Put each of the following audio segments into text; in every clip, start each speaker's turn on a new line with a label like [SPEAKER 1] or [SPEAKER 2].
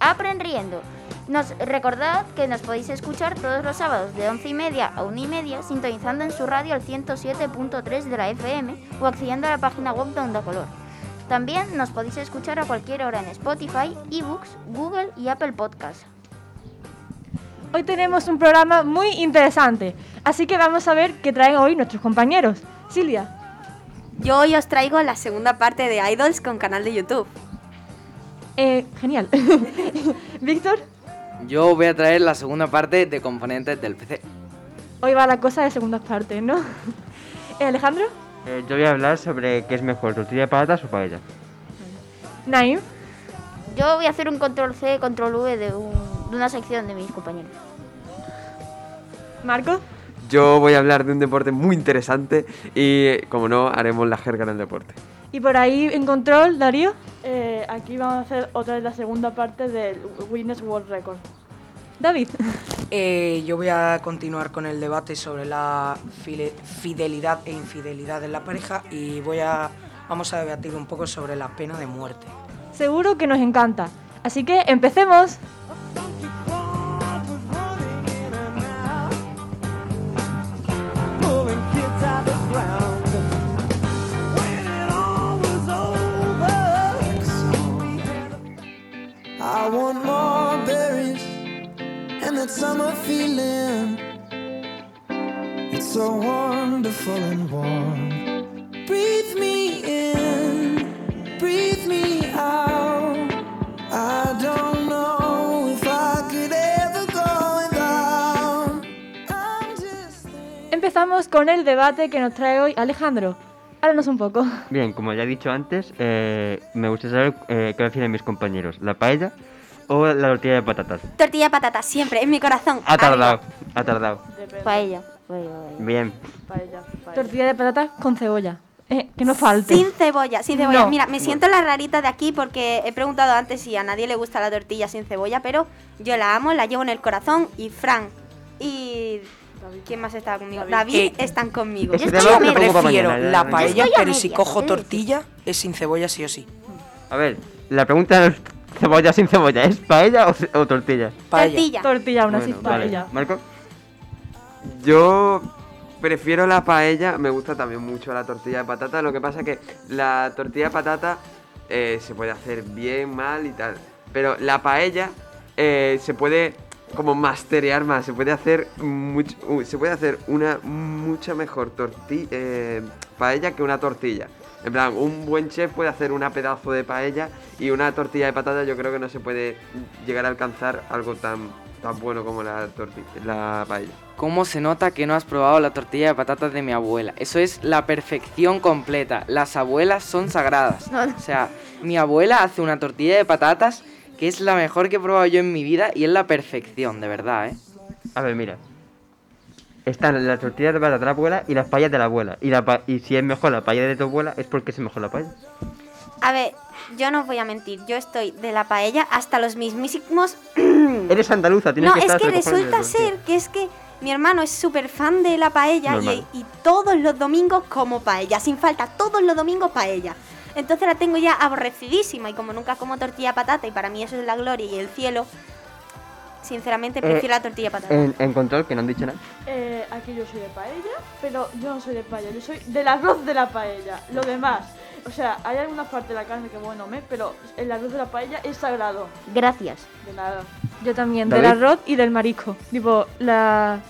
[SPEAKER 1] aprendiendo. Nos, recordad que nos podéis escuchar todos los sábados de 11 y media a 1 y media sintonizando en su radio al 107.3 de la FM o accediendo a la página web de Onda Color. También nos podéis escuchar a cualquier hora en Spotify, eBooks, Google y Apple Podcasts.
[SPEAKER 2] Hoy tenemos un programa muy interesante, así que vamos a ver qué traen hoy nuestros compañeros. Silvia.
[SPEAKER 3] Yo hoy os traigo la segunda parte de Idols con canal de YouTube.
[SPEAKER 2] Eh, genial. Víctor,
[SPEAKER 4] Yo voy a traer la segunda parte de componentes del PC.
[SPEAKER 2] hoy va la cosa de segundas partes, ¿no? Eh, Alejandro,
[SPEAKER 5] Eh, yo voy a hablar sobre qué es mejor, tortilla de patatas o paella.
[SPEAKER 2] Naim,
[SPEAKER 1] Yo voy a hacer un control C, control V de, un- de una sección de mis compañeros.
[SPEAKER 2] Marco.
[SPEAKER 6] Yo voy a hablar de un deporte muy interesante y, como no, haremos la jerga en el deporte.
[SPEAKER 2] Y por ahí en control, Darío.
[SPEAKER 7] Eh, aquí vamos a hacer otra vez la segunda parte del Guinness World Record.
[SPEAKER 2] David.
[SPEAKER 8] Eh, yo voy a continuar con el debate sobre la file- fidelidad e infidelidad en la pareja y voy a vamos a debatir un poco sobre la pena de muerte.
[SPEAKER 2] Seguro que nos encanta. Así que empecemos.
[SPEAKER 9] I want more berries and that summer feeling. It's so wonderful and warm. Breathe me in, breathe me out. I don't know if I could ever go without. I'm just
[SPEAKER 2] Empezamos con el debate que nos trae hoy Alejandro. Háblanos un poco.
[SPEAKER 5] Bien, como ya he dicho antes, eh, me gusta saber eh, qué prefieren mis compañeros, la paella o la tortilla de patatas.
[SPEAKER 3] Tortilla de patata, siempre, en mi corazón.
[SPEAKER 5] Ha tardado, ha tardado.
[SPEAKER 1] Paella. paella, paella.
[SPEAKER 5] Bien.
[SPEAKER 2] Tortilla de patatas con cebolla. Eh, que no falte.
[SPEAKER 3] Sin cebolla, sin cebolla.
[SPEAKER 2] No.
[SPEAKER 3] Mira, me siento la rarita de aquí porque he preguntado antes si a nadie le gusta la tortilla sin cebolla, pero yo la amo, la llevo en el corazón y Frank y... ¿Quién más está conmigo? David,
[SPEAKER 8] Eh,
[SPEAKER 3] están conmigo.
[SPEAKER 5] Ese
[SPEAKER 3] Yo
[SPEAKER 5] tema
[SPEAKER 8] Yo
[SPEAKER 5] lo pongo para
[SPEAKER 8] prefiero
[SPEAKER 5] mañana, ya
[SPEAKER 8] la
[SPEAKER 5] lo
[SPEAKER 8] paella,
[SPEAKER 1] Yo estoy a
[SPEAKER 8] pero si
[SPEAKER 1] medias,
[SPEAKER 8] cojo
[SPEAKER 1] es decir.
[SPEAKER 8] tortilla es sin cebolla sí o sí.
[SPEAKER 5] A ver, la pregunta de los cebolla sin cebolla, ¿es paella o, ce- o tortilla?
[SPEAKER 8] Paella.
[SPEAKER 3] tortilla.
[SPEAKER 2] Tortilla, una
[SPEAKER 6] Bueno,
[SPEAKER 2] sin
[SPEAKER 5] Vale,
[SPEAKER 2] paella.
[SPEAKER 5] Marco.
[SPEAKER 6] Yo prefiero la paella, me gusta también mucho la tortilla de patata. Lo que pasa es que la tortilla de patata eh, se puede hacer bien, mal y tal. Pero la paella eh, se puede como masterear más, se puede hacer much- u- se puede hacer una mucha mejor torti- eh, paella que una tortilla. En plan, un buen chef puede hacer una pedazo de paella y una tortilla de patata yo creo que no se puede llegar a alcanzar algo tan, tan bueno como la, torti- la paella.
[SPEAKER 4] ¿Cómo se nota que no has probado la tortilla de patatas de mi abuela? Eso es la perfección completa. Las abuelas son sagradas. O sea, mi abuela hace una tortilla de patatas que es la mejor que he probado yo en mi vida y es la perfección, de verdad, ¿eh?
[SPEAKER 5] A ver, mira. Están las tortillas de patata de la abuela y las paellas de la abuela. Y, la pa- y si es mejor la paella de tu abuela, es porque es mejor la paella.
[SPEAKER 3] A ver, yo no os voy a mentir, yo estoy de la paella hasta los mismísimos...
[SPEAKER 5] Eres andaluza, tienes
[SPEAKER 3] Mm. no,
[SPEAKER 5] que
[SPEAKER 3] es
[SPEAKER 5] estar hasta
[SPEAKER 3] que
[SPEAKER 5] los cojones de
[SPEAKER 3] resulta
[SPEAKER 5] la
[SPEAKER 3] ser que es que mi hermano es súper fan de la paella y,
[SPEAKER 5] Normal.
[SPEAKER 3] y todos los domingos como paella, sin falta, todos los domingos paella. Entonces la tengo ya aborrecidísima y como nunca como tortilla de patata y para mí eso es la gloria y el cielo,
[SPEAKER 5] Eh,
[SPEAKER 3] sinceramente prefiero la tortilla de patata.
[SPEAKER 5] tortilla. En, en control, que no han dicho nada.
[SPEAKER 7] Eh, aquí yo soy de paella, pero yo no soy de paella, yo soy del arroz de la paella, lo demás. O sea, hay algunas partes de la carne que bueno me, pero el arroz de la paella es sagrado,
[SPEAKER 1] Gracias.
[SPEAKER 7] de nada.
[SPEAKER 2] Yo también, del
[SPEAKER 5] David.
[SPEAKER 2] arroz y del marisco. Tipo, la...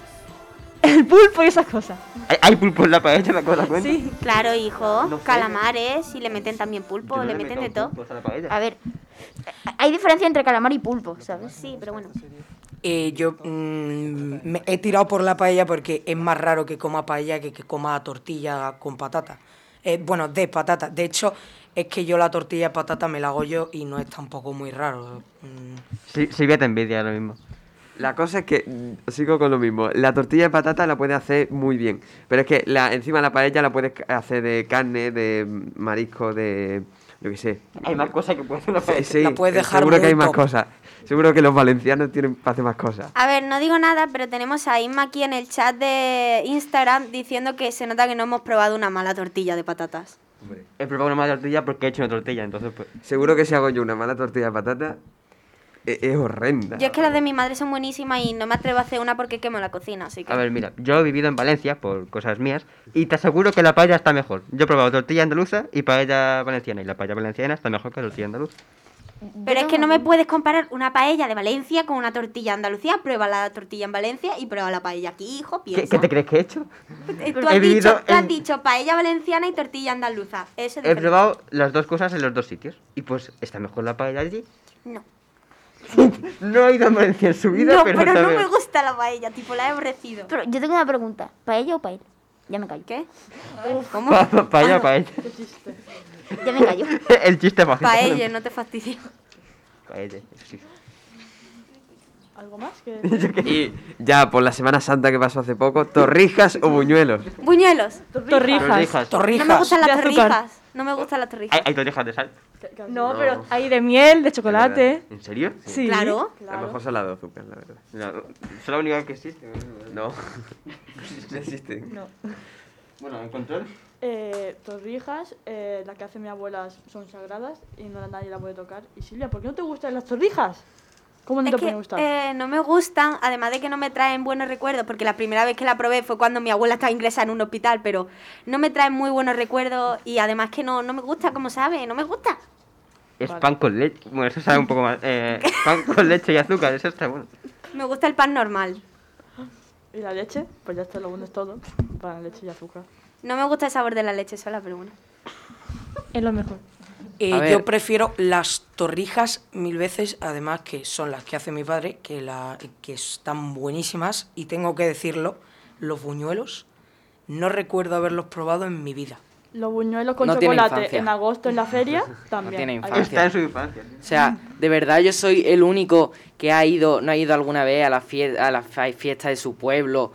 [SPEAKER 2] el pulpo y esas cosas.
[SPEAKER 5] Hay, hay pulpo en la paella, ¿te acuerdas? cuenta?
[SPEAKER 2] Sí.
[SPEAKER 3] Claro, hijo,
[SPEAKER 5] No sé.
[SPEAKER 3] calamares y le meten también pulpo,
[SPEAKER 5] Yo no
[SPEAKER 3] le
[SPEAKER 5] he
[SPEAKER 3] meten de
[SPEAKER 5] metido
[SPEAKER 3] todo.
[SPEAKER 5] pulpos a la paella.
[SPEAKER 1] A ver, hay diferencia entre calamar y pulpo, ¿sabes?
[SPEAKER 3] Sí, pero bueno.
[SPEAKER 8] Eh, yo mm, me he tirado por la paella porque es más raro que coma paella que que coma tortilla con patata. Eh, bueno, de patata. De hecho, es que yo la tortilla de patata me la hago yo y no es tampoco muy raro. Mm.
[SPEAKER 5] Sí, Silvia te envidia ahora mismo.
[SPEAKER 6] La cosa es que mm, sigo con lo mismo. La tortilla de patata la puedes hacer muy bien. Pero es que la, encima la paella la puedes ca- hacer de carne, de mm, marisco, de. Yo qué sé.
[SPEAKER 5] Hay más cosas que puede hacer la
[SPEAKER 6] Sí, sí,
[SPEAKER 8] la puedes
[SPEAKER 6] eh,
[SPEAKER 8] dejar
[SPEAKER 6] Seguro que
[SPEAKER 8] muy
[SPEAKER 6] hay más
[SPEAKER 8] top.
[SPEAKER 6] cosas. Seguro que los valencianos tienen para hacer más cosas.
[SPEAKER 3] A ver, no digo nada, pero tenemos a Inma aquí en el chat de Instagram diciendo que se nota que no hemos probado una mala tortilla de patatas.
[SPEAKER 5] He probado una mala tortilla porque he hecho una tortilla, entonces pues...
[SPEAKER 6] Seguro que si hago yo una mala tortilla de patata. e- es horrenda.
[SPEAKER 3] Yo es que las de mi madre son buenísimas y no me atrevo a hacer una porque quemo la cocina, así que...
[SPEAKER 5] A ver, mira, yo he vivido en Valencia por cosas mías y te aseguro que la paella está mejor. Yo he probado tortilla andaluza y paella valenciana y la paella valenciana está mejor que la tortilla andaluza.
[SPEAKER 3] Pero es que no me puedes comparar una paella de Valencia con una tortilla de Andalucía. Prueba la tortilla en Valencia y prueba la paella aquí, hijo,
[SPEAKER 5] ¿Qué,
[SPEAKER 3] piensa.
[SPEAKER 5] qué te crees que he hecho?
[SPEAKER 3] Eh, Tú,
[SPEAKER 5] He
[SPEAKER 3] has
[SPEAKER 5] vivido
[SPEAKER 3] dicho, tú has
[SPEAKER 5] en-
[SPEAKER 3] dicho paella valenciana y tortilla andaluza. Eso es
[SPEAKER 5] He
[SPEAKER 3] diferente.
[SPEAKER 5] probado las dos cosas en los dos sitios y pues está mejor la paella allí.
[SPEAKER 3] No.
[SPEAKER 5] No he ido a Valencia en su vida,
[SPEAKER 3] No,
[SPEAKER 5] pero,
[SPEAKER 3] pero, no
[SPEAKER 5] también-
[SPEAKER 3] me gusta la paella, tipo, la he aborrecido.
[SPEAKER 1] Pero yo tengo una pregunta. ¿Paella o paella? Ya me callo. Ah,
[SPEAKER 3] ¿Qué? ¿Cómo?
[SPEAKER 5] Pa- pa- paella, paella.
[SPEAKER 1] Ya me callo.
[SPEAKER 5] El chiste más.
[SPEAKER 3] Paella, no te fastidies.
[SPEAKER 5] Paella, eso sí.
[SPEAKER 7] ¿Algo más? que
[SPEAKER 6] Y ya, por la Semana Santa que pasó hace poco, torrijas o buñuelos.
[SPEAKER 3] Buñuelos.
[SPEAKER 5] Torrijas.
[SPEAKER 2] Torrijas.
[SPEAKER 3] No me
[SPEAKER 8] Torrijas.
[SPEAKER 3] gustan las
[SPEAKER 2] De azúcar.
[SPEAKER 3] torrijas. No me gustan las torrijas.
[SPEAKER 5] Hay, hay torrijas de sal.
[SPEAKER 2] No, pero hay de miel, de chocolate.
[SPEAKER 5] ¿En serio?
[SPEAKER 2] Sí.
[SPEAKER 3] Claro.
[SPEAKER 6] A lo mejor son las de azúcar, la verdad.
[SPEAKER 5] No, es la única que existe.
[SPEAKER 6] No. No existen.
[SPEAKER 5] Bueno, en control.
[SPEAKER 7] Eh, torrijas, eh, las que hace mi abuela son sagradas y no nadie la puede tocar. Y Silvia, ¿por qué no te gustan las torrijas? ¿Cómo no
[SPEAKER 3] Es
[SPEAKER 7] te
[SPEAKER 3] que
[SPEAKER 7] pueden gustar?
[SPEAKER 3] eh, no me gustan, además de que no me traen buenos recuerdos, porque la primera vez que la probé fue cuando mi abuela estaba ingresada en un hospital, pero no me traen muy buenos recuerdos y además que no, no me gusta, como sabe, no me gusta.
[SPEAKER 5] Es pan con leche. Bueno, eso sabe un poco más. Eh, pan con leche y azúcar, eso está bueno.
[SPEAKER 3] Me gusta el pan normal.
[SPEAKER 7] ¿Y la leche? Pues ya está, lo bueno es todo. Para leche y azúcar.
[SPEAKER 3] No me gusta el sabor de la leche sola, pero bueno.
[SPEAKER 2] Es lo mejor.
[SPEAKER 8] Eh,
[SPEAKER 4] A ver.
[SPEAKER 8] yo prefiero las torrijas mil veces, además que son las que hace mi padre, que, la, que están buenísimas. Y tengo que decirlo, los buñuelos no recuerdo haberlos probado en mi vida.
[SPEAKER 7] Los buñuelos con
[SPEAKER 4] No tiene
[SPEAKER 7] chocolate
[SPEAKER 4] infancia.
[SPEAKER 7] en agosto en la feria también.
[SPEAKER 4] tiene
[SPEAKER 7] Ahí
[SPEAKER 4] infancia.
[SPEAKER 5] Está en su infancia.
[SPEAKER 4] O sea, de verdad yo soy el único que ha ido, no ha ido alguna vez a la fiesta, a la fa- fiesta de su pueblo,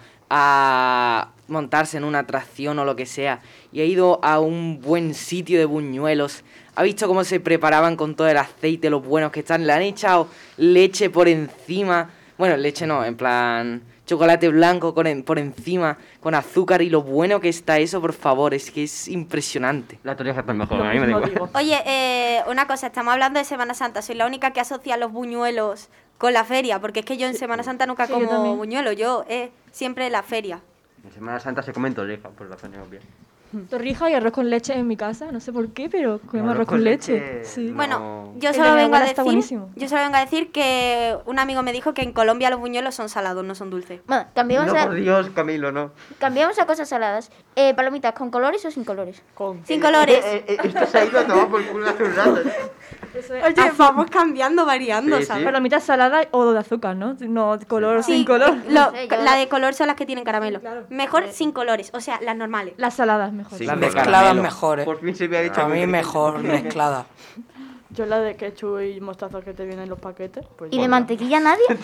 [SPEAKER 4] a montarse en una atracción o lo que sea, y ha ido a un buen sitio de buñuelos. Ha visto cómo se preparaban con todo el aceite, los buenos que están. Le han echado leche por encima. Bueno, leche no, en plan chocolate blanco con en- por encima, con azúcar y lo bueno que está eso, por favor, es que es impresionante.
[SPEAKER 5] La torrija está mejor,
[SPEAKER 7] Lo
[SPEAKER 5] a mí me da
[SPEAKER 7] mismo
[SPEAKER 5] igual.
[SPEAKER 7] digo.
[SPEAKER 3] Oye, eh, una cosa, estamos hablando de Semana Santa, soy la única que asocia los buñuelos con la feria, porque es que yo en Semana Santa nunca
[SPEAKER 2] Sí, yo
[SPEAKER 3] como
[SPEAKER 2] también.
[SPEAKER 3] buñuelos, yo eh, siempre la feria.
[SPEAKER 5] En Semana Santa se comen torrijas, por razones obvias.
[SPEAKER 2] Torrija y arroz con leche en mi casa, no sé por qué, pero comemos
[SPEAKER 5] Arroz
[SPEAKER 2] arroz
[SPEAKER 5] con
[SPEAKER 2] con leche.
[SPEAKER 5] leche,
[SPEAKER 2] Sí.
[SPEAKER 5] no.
[SPEAKER 3] Bueno,
[SPEAKER 2] El
[SPEAKER 3] yo
[SPEAKER 2] de
[SPEAKER 3] solo,
[SPEAKER 2] mi
[SPEAKER 3] vengo a
[SPEAKER 2] abuela está
[SPEAKER 3] decir,
[SPEAKER 2] buenísimo.
[SPEAKER 3] yo solo vengo a decir que un amigo me dijo que en Colombia los buñuelos son salados, no son dulces.
[SPEAKER 1] Bueno, cambiamos,
[SPEAKER 5] No,
[SPEAKER 1] a,
[SPEAKER 5] por Dios, Camilo, no.
[SPEAKER 1] cambiamos a cosas saladas. Eh, palomitas, ¿con colores o sin colores?
[SPEAKER 7] Con...
[SPEAKER 3] Sin colores.
[SPEAKER 5] Eh, eh, esto se ha ido a tomar por culo hace un rato.
[SPEAKER 3] Oye,
[SPEAKER 2] Ah,
[SPEAKER 3] vamos cambiando, variando,
[SPEAKER 5] Sí, sí.
[SPEAKER 3] ¿sabes?
[SPEAKER 2] Pero la mitad salada o de azúcar, ¿no? No de color,
[SPEAKER 3] Sí, eh,
[SPEAKER 2] sin color.
[SPEAKER 3] lo-
[SPEAKER 1] No sé, yo-
[SPEAKER 3] la de color son las que tienen caramelo. Mejor sin colores, o sea, las normales.
[SPEAKER 2] Eh, Las saladas mejor.
[SPEAKER 6] Sí. Claro,
[SPEAKER 8] Mezcladas
[SPEAKER 4] caramelo.
[SPEAKER 8] mejores.
[SPEAKER 5] Por fin se me ha dicho
[SPEAKER 8] eh. A mí mejor mezclada.
[SPEAKER 7] Yo la de ketchup y mostaza que te vienen en los paquetes. Pues
[SPEAKER 1] ¿Y de mantequilla nadie?
[SPEAKER 5] eh.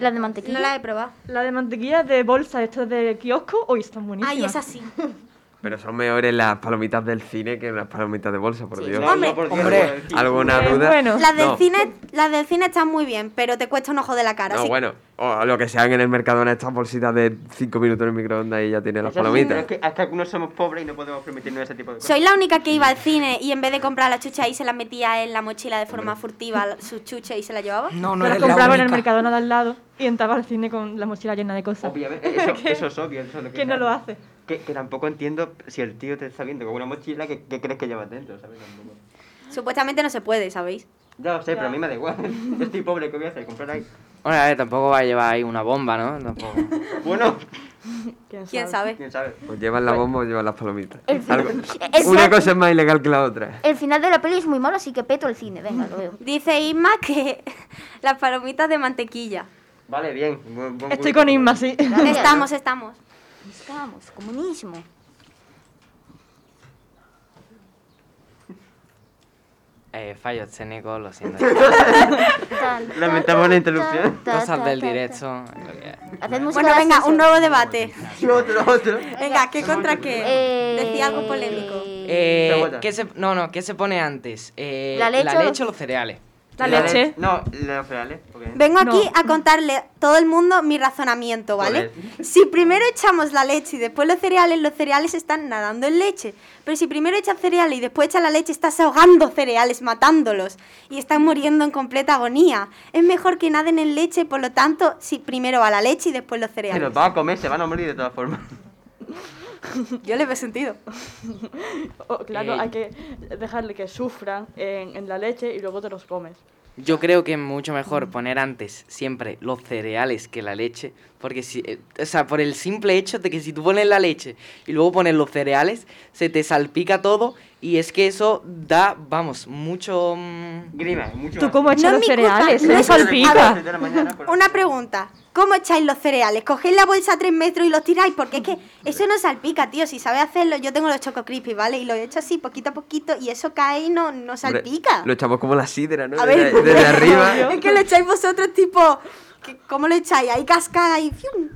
[SPEAKER 1] ¿Las de mantequilla?
[SPEAKER 3] No las he probado.
[SPEAKER 2] La de mantequilla de bolsa, estas de kiosco, hoy están buenísimas.
[SPEAKER 3] Ay, es así.
[SPEAKER 6] Pero son mejores las palomitas del cine que las palomitas de bolsa, por Dios.
[SPEAKER 5] No, no, por Dios,
[SPEAKER 8] Hombre.
[SPEAKER 5] tío.
[SPEAKER 6] ¿Alguna
[SPEAKER 2] Eh,
[SPEAKER 6] duda?
[SPEAKER 2] bueno.
[SPEAKER 3] Las del,
[SPEAKER 6] No.
[SPEAKER 3] cine, las del cine están muy bien, pero te cuesta un ojo de la cara.
[SPEAKER 6] No,
[SPEAKER 3] así-
[SPEAKER 6] bueno, o lo que sean en el Mercadona estas bolsitas de 5 minutos en el microondas y ya tiene las
[SPEAKER 5] Eso sí,
[SPEAKER 6] palomitas.
[SPEAKER 5] pero es que hasta algunos somos pobres y no podemos permitirnos ese tipo de cosas.
[SPEAKER 3] Soy la única que iba al cine y en vez de comprar la chucha ahí se las metía en la mochila de forma furtiva sus chuches y se la llevaba.
[SPEAKER 8] No, no
[SPEAKER 2] Yo las
[SPEAKER 8] eres la
[SPEAKER 2] compraba en el
[SPEAKER 8] única.
[SPEAKER 2] mercadona de al lado y entraba al cine con la mochila llena de cosas.
[SPEAKER 5] Obviamente, eso,
[SPEAKER 2] Que-
[SPEAKER 5] eso es obvio. Eso es lo que
[SPEAKER 2] que no
[SPEAKER 5] sabe.
[SPEAKER 2] lo hace.
[SPEAKER 5] Que, que tampoco entiendo si el tío te está viendo con una mochila, que, que crees que llevas dentro? ¿Sabes? Tampoco.
[SPEAKER 3] Supuestamente no se puede, ¿sabéis?
[SPEAKER 5] Ya lo sé, pero a mí me da igual. Yo estoy pobre, ¿qué voy a hacer? ¿Comprar ahí?
[SPEAKER 4] Bueno, a ver, tampoco va a llevar ahí una bomba, ¿no? Tampoco.
[SPEAKER 5] Bueno,
[SPEAKER 3] ¿Quién sabe?
[SPEAKER 5] quién sabe.
[SPEAKER 6] O Pues llevan
[SPEAKER 5] Pues
[SPEAKER 6] la bomba o llevan las palomitas. Algo-
[SPEAKER 1] Es
[SPEAKER 6] Una
[SPEAKER 1] cierto.
[SPEAKER 6] cosa es más ilegal que la otra.
[SPEAKER 1] El final de la peli es muy malo, así que peto el cine. Venga, lo veo.
[SPEAKER 3] Dice Isma que las palomitas de mantequilla.
[SPEAKER 5] Vale, bien. buen- buen
[SPEAKER 2] Estoy
[SPEAKER 5] gusto.
[SPEAKER 2] con Inma, sí.
[SPEAKER 3] Estamos, estamos.
[SPEAKER 1] Estamos, comunismo.
[SPEAKER 4] Eh, fallos técnicos, lo siento.
[SPEAKER 5] Lamentamos la interrupción.
[SPEAKER 4] Cosas del directo. es lo que es.
[SPEAKER 1] Haced música
[SPEAKER 3] Bueno,
[SPEAKER 1] de
[SPEAKER 3] venga,
[SPEAKER 1] ascensor.
[SPEAKER 3] un nuevo debate.
[SPEAKER 5] Otro, otro.
[SPEAKER 3] Venga, ¿qué contra qué?
[SPEAKER 1] Eh,
[SPEAKER 3] Decía algo polémico.
[SPEAKER 4] Eh,
[SPEAKER 5] Pregunta.
[SPEAKER 4] ¿qué se, no, no, ¿qué se pone antes? Eh,
[SPEAKER 1] ¿La leche o los-
[SPEAKER 4] o los cereales?
[SPEAKER 2] La leche.
[SPEAKER 5] No, los cereales. obviamente.
[SPEAKER 3] Vengo aquí
[SPEAKER 2] No.
[SPEAKER 3] a contarle a todo el mundo mi razonamiento, ¿vale? Si primero echamos la leche y después los cereales, los cereales están nadando en leche. Pero si primero echas cereales y después echas la leche, estás ahogando cereales, matándolos. Y están muriendo en completa agonía. Es mejor que naden en leche, por lo tanto, si primero va la leche y después los
[SPEAKER 5] Se los
[SPEAKER 3] cereales.
[SPEAKER 5] van a comer, se van a morir de todas formas.
[SPEAKER 3] Yo le veo sentido.
[SPEAKER 7] O, Oh, claro,
[SPEAKER 4] Eh.
[SPEAKER 7] hay que dejarle que sufran en, en la leche y luego te los comes.
[SPEAKER 4] Yo creo que es mucho mejor poner antes siempre los cereales que la leche, porque si, eh, o sea, por el simple hecho de que si tú pones la leche y luego pones los cereales, se te salpica todo y es que eso da, vamos, mucho... mm,
[SPEAKER 5] Grima, mucho
[SPEAKER 2] ¿Tú cómo echas
[SPEAKER 3] No es
[SPEAKER 2] los
[SPEAKER 3] mi culpa,
[SPEAKER 2] cereales?
[SPEAKER 3] no
[SPEAKER 2] No
[SPEAKER 3] es-
[SPEAKER 2] salpica.
[SPEAKER 5] De la mañana, por-
[SPEAKER 3] Una pregunta. ¿Cómo echáis los cereales? ¿Cogéis la bolsa a tres metros y los tiráis? Porque es que eso no salpica, tío. Si sabes hacerlo, yo tengo los Choco Crispy, ¿vale? Y lo echo así, poquito a poquito, y eso cae y no, no
[SPEAKER 6] Hombre,
[SPEAKER 3] salpica.
[SPEAKER 6] Lo echamos como la sidra, ¿no?
[SPEAKER 3] A
[SPEAKER 6] desde,
[SPEAKER 3] ver,
[SPEAKER 6] desde arriba.
[SPEAKER 3] Es que lo echáis vosotros, tipo. que- ¿Cómo lo echáis? Ahí cascada y. ¡fium!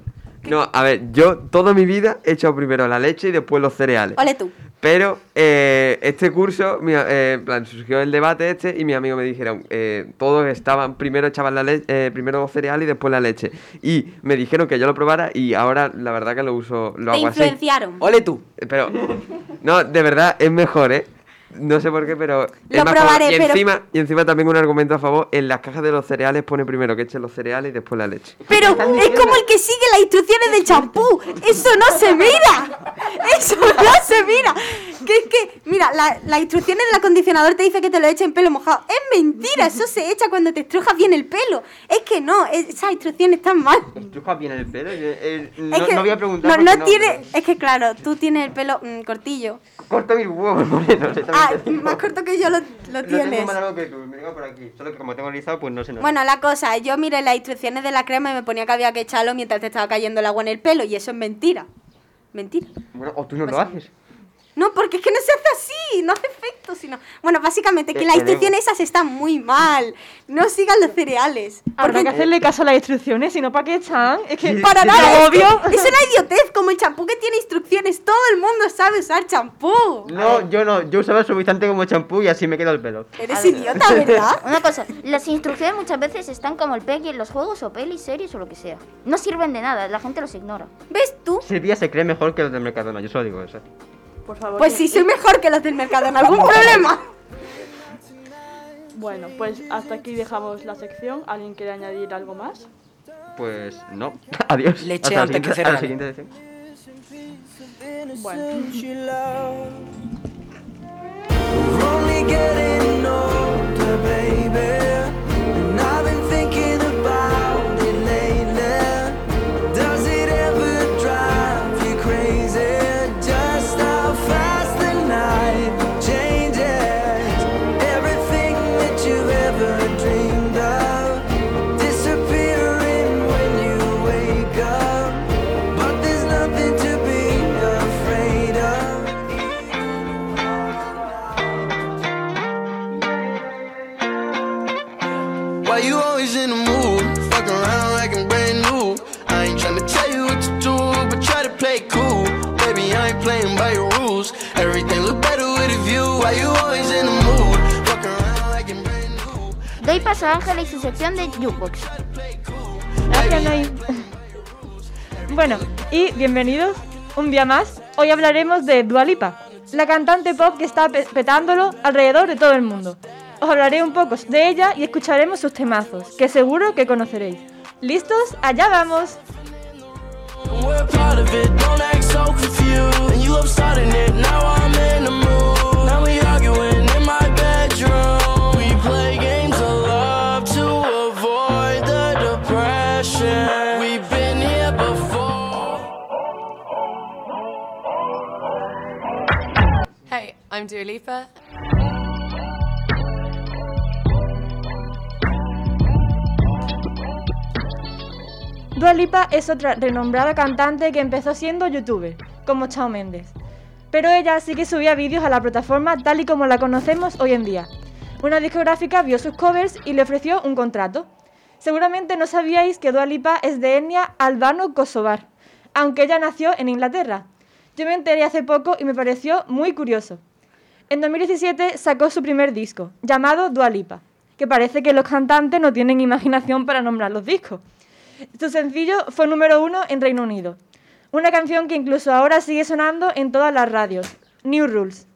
[SPEAKER 6] No, a ver, yo toda mi vida he echado primero la leche y después los cereales.
[SPEAKER 3] Ole tú.
[SPEAKER 6] Pero eh, este curso, mi a- eh, en plan, surgió el debate este y mis amigos me dijeron, eh, todos estaban, primero echaban la leche, primero los cereales y después la leche. Y me dijeron que yo lo probara y ahora la verdad que lo uso, lo
[SPEAKER 3] Te
[SPEAKER 6] hago así. Eh,
[SPEAKER 3] influenciaron.
[SPEAKER 4] Ole tú.
[SPEAKER 6] Pero, no, de verdad, es mejor, ¿eh? No sé por qué, pero... es
[SPEAKER 3] Lo
[SPEAKER 6] más cómodo.
[SPEAKER 3] probaré,
[SPEAKER 6] y
[SPEAKER 3] pero-
[SPEAKER 6] encima, Y encima también un argumento a favor, en las cajas de los cereales pone primero que echen los cereales y después la leche.
[SPEAKER 3] Pero es como el que sigue las instrucciones del champú. Eso no se mira. Eso no se mira. Que es que, mira, la- las instrucciones del acondicionador te dice que te lo echen pelo mojado. Es mentira, eso se echa cuando te estrujas bien el pelo. Es que no, es- esas instrucciones están mal.
[SPEAKER 5] Estrujas bien el pelo. yo- eh,
[SPEAKER 3] Es
[SPEAKER 5] no,
[SPEAKER 3] que
[SPEAKER 5] no voy a preguntar.
[SPEAKER 3] No, no
[SPEAKER 5] porque
[SPEAKER 3] tiene, es que claro, tú tienes el pelo mm, cortillo.
[SPEAKER 5] Corto mis huevos, moreno.
[SPEAKER 3] Ah,
[SPEAKER 5] exactamente.
[SPEAKER 3] más corto que yo lo, lo
[SPEAKER 5] Lo tengo
[SPEAKER 3] tienes.
[SPEAKER 5] más largo que tú, me tengo por aquí. Solo que como tengo rizado, pues no se nota.
[SPEAKER 3] Bueno, la cosa, yo miré las instrucciones de la crema y me ponía que había que echarlo mientras te estaba cayendo el agua en el pelo y eso es mentira. Mentira.
[SPEAKER 5] Bueno, o tú no lo
[SPEAKER 3] pasa
[SPEAKER 5] haces.
[SPEAKER 3] No, porque es que no se hace así, no hace efecto, sino... Bueno, básicamente que
[SPEAKER 6] Eh,
[SPEAKER 5] Te-
[SPEAKER 3] las
[SPEAKER 5] te debo.
[SPEAKER 3] instrucciones esas están muy mal. No sigan los cereales.
[SPEAKER 2] Habrá Ah, que
[SPEAKER 3] Porque
[SPEAKER 2] hacerle caso a las instrucciones, si no, ¿para qué echan? Es que
[SPEAKER 3] para nada,
[SPEAKER 2] lo
[SPEAKER 3] es, que
[SPEAKER 2] obvio.
[SPEAKER 3] es una idiotez como el champú que tiene instrucciones. Todo el mundo sabe usar champú.
[SPEAKER 5] No, yo no. Yo usaba suavizante como champú y así me queda el pelo.
[SPEAKER 3] Eres idiota, ¿verdad?
[SPEAKER 1] Una cosa, las instrucciones muchas veces están como el PEGI en los juegos o pelis, series o lo que sea. No sirven de nada, la gente los ignora.
[SPEAKER 3] ¿Ves tú?
[SPEAKER 5] Silvia se cree mejor que los del Mercadona, yo solo digo eso.
[SPEAKER 7] Por favor.
[SPEAKER 3] Pues
[SPEAKER 7] y-
[SPEAKER 3] sí, soy mejor que los del mercado. ¿En algún problema?
[SPEAKER 7] Bueno, pues hasta aquí dejamos la sección. ¿Alguien quiere añadir algo más?
[SPEAKER 5] Pues no. Adiós.
[SPEAKER 8] Leche
[SPEAKER 5] Hasta la
[SPEAKER 8] antes que
[SPEAKER 5] siguiente- hasta la
[SPEAKER 8] cereales.
[SPEAKER 5] siguiente sección.
[SPEAKER 7] Bueno.
[SPEAKER 9] We're only getting older, baby. And I've been thinking about it lately. Does it ever drive you crazy? Just how fast the night changes. Everything that you ever dreamed of disappearing when you wake up. But there's nothing to be afraid of. Why you always in the mood? Fuck around like I'm brand new. I ain't tryna tell you what to do, but try to play it cool. Baby, I ain't playing by your rules. Everything look better with a view. Why you always in the mood? Fuck around like I'm brand new.
[SPEAKER 1] Doy paso a Ángela y su sección de Jukebox.
[SPEAKER 2] Gracias, Nay. Bueno, y bienvenidos un día más. Hoy hablaremos de Dualipa, la cantante pop que está pe- petándolo alrededor de todo el mundo. Os hablaré un poco de ella y escucharemos sus temazos, que seguro que conoceréis. ¿Listos? ¡Allá vamos!
[SPEAKER 9] We're part of it, don't act so confused. And you up starting it, now I'm in the mood. Now we arguing in my bedroom. We play games of love to avoid the depression. We've been here before.
[SPEAKER 10] Hey, I'm Dua Lipa.
[SPEAKER 2] Dualipa es otra renombrada cantante que empezó siendo youtuber, como Chao Méndez. Pero ella sí que subía vídeos a la plataforma tal y como la conocemos hoy en día. Una discográfica vio sus covers y le ofreció un contrato. Seguramente no sabíais que Dualipa es de etnia albano-kosovar, aunque ella nació en Inglaterra. Yo me enteré hace poco y me pareció muy curioso. En 2017 sacó su primer disco, llamado Dualipa. que parece que los cantantes no tienen imaginación para nombrar los discos. Su sencillo fue número uno en Reino Unido. Una canción que incluso ahora sigue sonando en todas las radios, New Rules.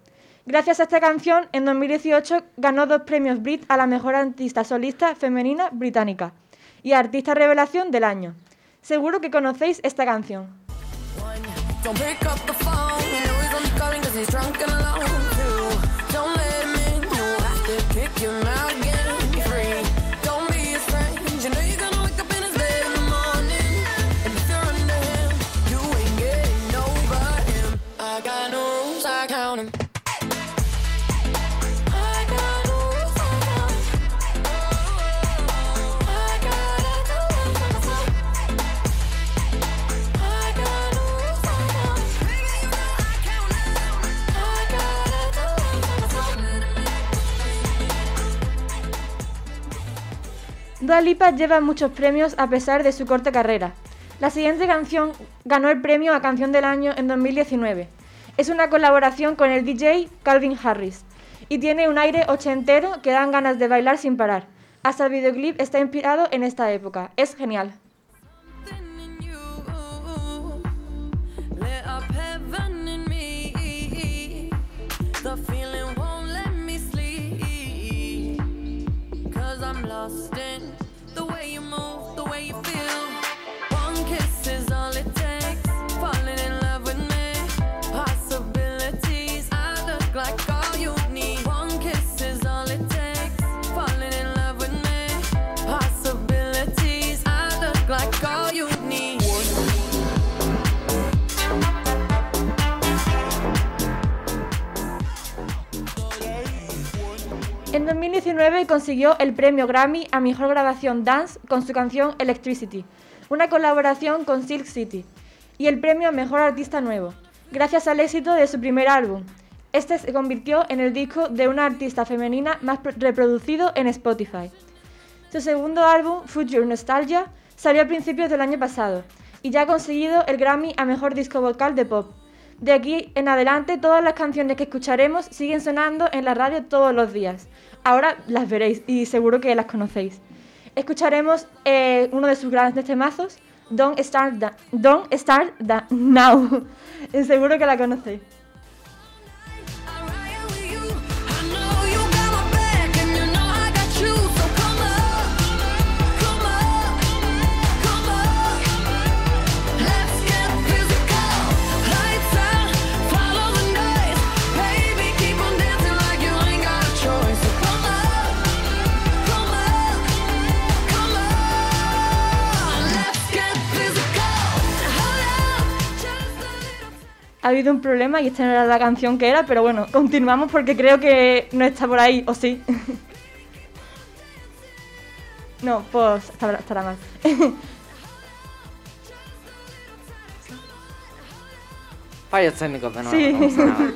[SPEAKER 2] Gracias a esta canción, en 2018 ganó dos premios Brit a la mejor artista solista femenina británica y a artista revelación del año. Seguro que conocéis esta canción.
[SPEAKER 10] Don't pick up the phone. You know he's only calling 'cause he's drunk and alone. Two, don't let him in. You'll have to kick him out again. Three, don't be his friend. You know you're gonna wake up in his bed in the morning. And if you're under him, you ain't getting over him. I got no rules, I count 'em. I got no rules, I count 'em. I gotta do it for myself. I got no rules, I count 'em. Baby, you know I count 'em. I gotta do it for myself.
[SPEAKER 2] Dua Lipa lleva muchos premios a pesar de su corta carrera. La siguiente canción ganó el premio a Canción del Año en 2019. Es una colaboración con el DJ Calvin Harris y tiene un aire ochentero que dan ganas de bailar sin parar. Hasta el videoclip está inspirado en esta época. Es genial.
[SPEAKER 10] Lit up heaven in me. The feeling won't let me sleep. Cause I'm lost in the way you move, the way you feel. One kiss is all it takes. Falling in love with me. Possibilities, I look like all you need. One kiss is all it takes. Falling in love with me. Possibilities, I look like all you need.
[SPEAKER 2] En 2019 consiguió el premio Grammy a Mejor Grabación Dance con su canción Electricity, una colaboración con Silk City, y el premio a Mejor Artista Nuevo, gracias al éxito de su primer álbum. Este se convirtió en el disco de una artista femenina más pro- reproducido en Spotify. Su segundo álbum, Future Nostalgia, salió a principios del año pasado y ya ha conseguido el Grammy a Mejor Disco Vocal de Pop. De aquí en adelante, todas las canciones que escucharemos siguen sonando en la radio todos los días. Ahora las veréis y seguro que las conocéis. Escucharemos eh, uno de sus grandes temazos, Don't Start, Da- Don't Start Da- Now. seguro que la conocéis. Ha habido un problema y esta no era la canción que era, pero bueno, continuamos porque creo que no está por ahí, o sí. no, pues estará, estará mal.
[SPEAKER 4] Fallos técnicos de nuevo.
[SPEAKER 2] Sí.
[SPEAKER 4] no pasa nada.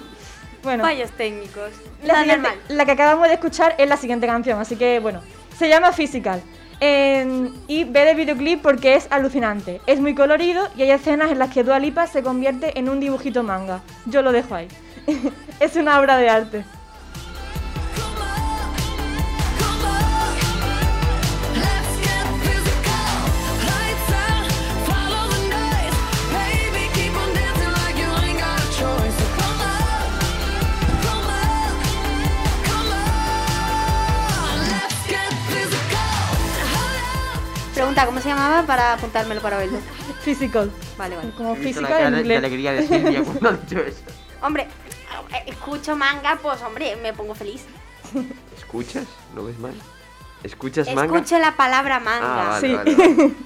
[SPEAKER 2] bueno,
[SPEAKER 3] Fallos técnicos.
[SPEAKER 2] la,
[SPEAKER 3] Nada
[SPEAKER 2] siguiente-
[SPEAKER 3] normal.
[SPEAKER 2] la que acabamos de escuchar es la siguiente canción, así que bueno, se llama Physical. En- y ve el videoclip porque es alucinante. Es muy colorido y hay escenas en las que Dua Lipa se convierte en un dibujito manga. Yo lo dejo ahí. es una obra de arte.
[SPEAKER 3] Pregunta, ¿cómo se llamaba para apuntármelo para verlo?
[SPEAKER 2] Physical.
[SPEAKER 3] Vale, vale.
[SPEAKER 2] Como
[SPEAKER 5] He visto la
[SPEAKER 2] física en
[SPEAKER 5] cara de
[SPEAKER 2] inglés.
[SPEAKER 5] alegría de Silvia cuando ha dicho eso.
[SPEAKER 3] Hombre, eh, escucho manga, pues hombre, me pongo feliz.
[SPEAKER 6] ¿Escuchas? ¿Lo ves mal? ¿Escuchas manga?
[SPEAKER 3] Escucho la palabra manga.
[SPEAKER 6] Ah, vale,
[SPEAKER 2] Sí.
[SPEAKER 6] vale, vale.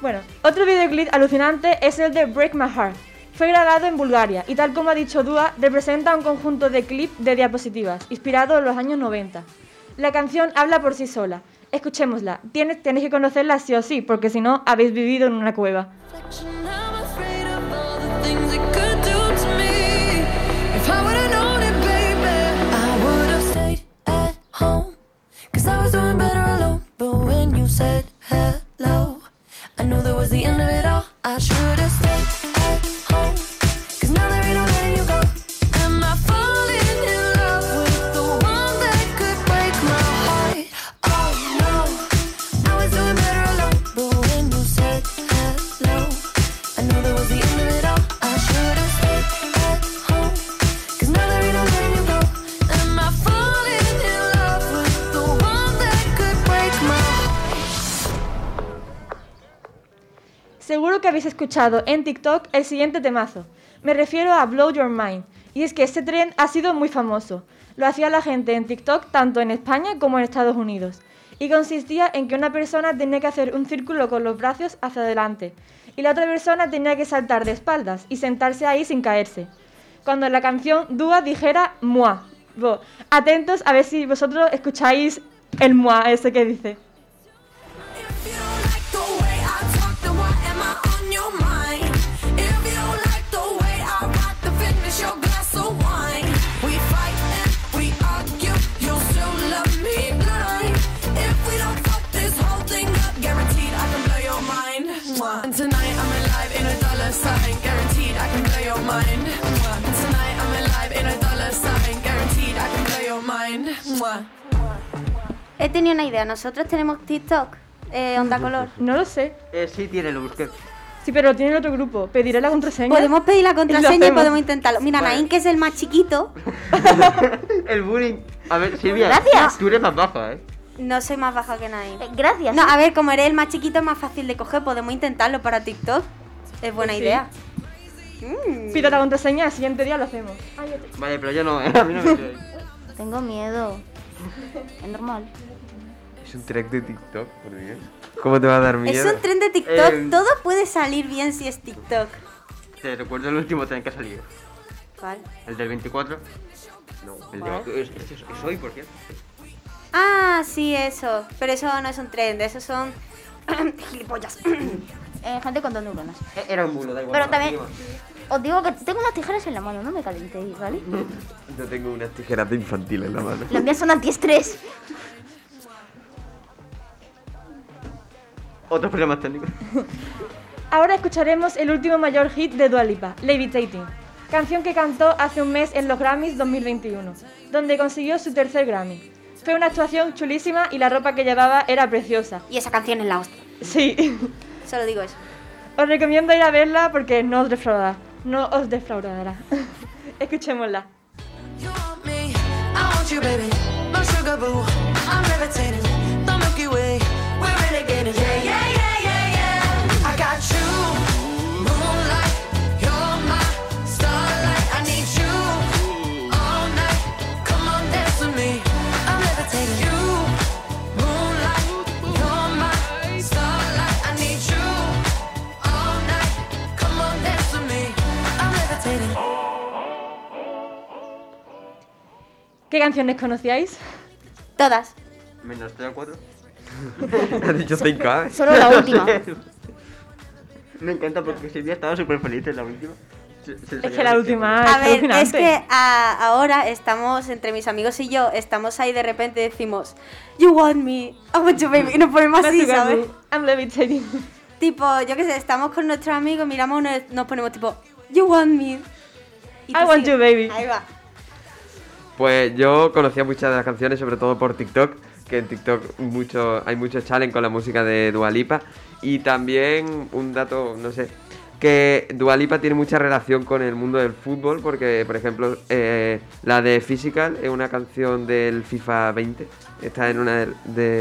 [SPEAKER 2] Bueno, otro videoclip alucinante es el de Break My Heart. Fue grabado en Bulgaria y tal como ha dicho Dua, representa un conjunto de clips de diapositivas, inspirado en los años 90. La canción habla por sí sola. Escuchémosla. Tienes, tenéis que conocerla sí o sí, porque si no, habéis vivido en una cueva.
[SPEAKER 10] I'm afraid of all the things it could do to me. If I would've known it, baby, I would've stayed at home. Cause I was doing better alone. But when you said hello, I knew that was the end of it all. I should've stayed at home. Cause now there ain't no letting you go. Am I falling in love with the one that could break my heart? Oh,
[SPEAKER 2] habéis escuchado en TikTok el siguiente temazo. Me refiero a Blow Your Mind. Y es que este tren ha sido muy famoso. Lo hacía la gente en TikTok tanto en España como en Estados Unidos. Y consistía en que una persona tenía que hacer un círculo con los brazos hacia adelante. Y la otra persona tenía que saltar de espaldas y sentarse ahí sin caerse. Cuando la canción Dúa dijera Mua. Bo- Atentos a ver si vosotros escucháis el Mua ese que dice.
[SPEAKER 9] And Tonight I'm alive in a dollar sign, guaranteed I can blow your mind. Mwah. And Tonight I'm alive in a dollar sign, guaranteed I can blow your mind. Mwah.
[SPEAKER 3] He tenido una idea. Nosotros tenemos TikTok, eh, Onda Color.
[SPEAKER 2] No lo sé.
[SPEAKER 5] Eh, sí, tiene luz. que-
[SPEAKER 2] Sí, pero lo tiene el otro grupo. Pediré la contraseña.
[SPEAKER 3] Podemos pedir la contraseña y
[SPEAKER 2] hacemos.
[SPEAKER 3] podemos intentarlo. Mira, Nain, que es el más chiquito,
[SPEAKER 5] El bullying. A ver, Silvia.
[SPEAKER 3] Gracias.
[SPEAKER 5] Tú eres más baja, ¿eh?
[SPEAKER 3] no soy más baja que Nain.
[SPEAKER 1] Eh, Gracias.
[SPEAKER 3] No, a ver, como eres el más chiquito, es más fácil de coger. Podemos intentarlo para TikTok. Es buena
[SPEAKER 2] Pues sí.
[SPEAKER 3] idea.
[SPEAKER 2] Pido la contraseña, el siguiente día lo hacemos.
[SPEAKER 5] Vale, pero yo no, ¿eh? A mí no me crees.
[SPEAKER 1] Tengo miedo. Es normal.
[SPEAKER 6] Es un track de TikTok, por Dios. ¿Cómo te va a dar
[SPEAKER 3] Es
[SPEAKER 6] miedo?
[SPEAKER 3] un tren de TikTok.
[SPEAKER 5] Eh,
[SPEAKER 3] Todo puede salir bien si es TikTok.
[SPEAKER 5] Te recuerdo el último tren que ha salido.
[SPEAKER 3] Vale.
[SPEAKER 5] El del 24. No, el
[SPEAKER 1] ¿Cuál?
[SPEAKER 5] de... Es, es- es hoy, por cierto.
[SPEAKER 3] Ah, sí, eso. Pero eso no es un tren, eso son gilipollas.
[SPEAKER 1] Eh, gente con dos neuronas.
[SPEAKER 5] Eh, Era un bulo, da igual.
[SPEAKER 1] Pero también os digo que tengo unas tijeras en la mano, no me calentéis, ¿vale?
[SPEAKER 6] Yo tengo unas tijeras de infantil en la mano.
[SPEAKER 1] Las mías son antiestrés.
[SPEAKER 5] Otros problemas técnicos.
[SPEAKER 2] Ahora escucharemos el último mayor hit de Dua Lipa, Levitating, canción que cantó hace un mes en los Grammys 2021, donde consiguió su tercer Grammy. Fue una actuación chulísima y la ropa que llevaba era preciosa.
[SPEAKER 3] Y esa canción es la hostia.
[SPEAKER 2] Sí,
[SPEAKER 3] Solo digo eso.
[SPEAKER 2] os recomiendo ir a verla porque no os defraudará. No os defraudará. Escuchémosla.
[SPEAKER 9] You want me, I want you, baby. My sugar boo, I'm levitating. The Milky Way, we're renegading. Yeah, yeah, yeah, yeah, yeah. I got you, moonlight. You're my starlight. I need you all night. Come on, dance with me. I'm levitating. You, moonlight. You're my starlight. I need you all night. Come on, dance with me. I'm levitating.
[SPEAKER 2] ¿Qué canciones conocíais?
[SPEAKER 3] Todas.
[SPEAKER 5] Menos 3 o 4.
[SPEAKER 6] Has dicho 5 aves.
[SPEAKER 1] Solo la última.
[SPEAKER 5] ¿eh? Me encanta porque Silvia estaba súper feliz en la última. Se- se
[SPEAKER 2] Es que
[SPEAKER 5] salió
[SPEAKER 2] la
[SPEAKER 5] de-
[SPEAKER 2] última
[SPEAKER 3] A ver, es
[SPEAKER 2] alucinante.
[SPEAKER 3] que a- ahora estamos entre mis amigos y yo, estamos ahí de repente decimos, You want me, I want you baby, y nos ponemos
[SPEAKER 2] Más
[SPEAKER 3] así,
[SPEAKER 2] Sugar
[SPEAKER 3] ¿sabes?
[SPEAKER 2] Boo, I'm levitating.
[SPEAKER 3] Tipo, yo qué sé, estamos con nuestros amigos, miramos, uno y nos ponemos tipo, You want me, Y tú
[SPEAKER 2] I want
[SPEAKER 3] sigues.
[SPEAKER 2] you, baby.
[SPEAKER 3] Ahí va.
[SPEAKER 6] Pues yo conocía muchas de las canciones, sobre todo por TikTok, que en TikTok mucho, hay muchos challenge con la música de Dualipa. Y también un dato, no sé, que Dualipa tiene mucha relación con el mundo del fútbol, porque por ejemplo eh, la de Physical es una canción del FIFA 20, está en una de,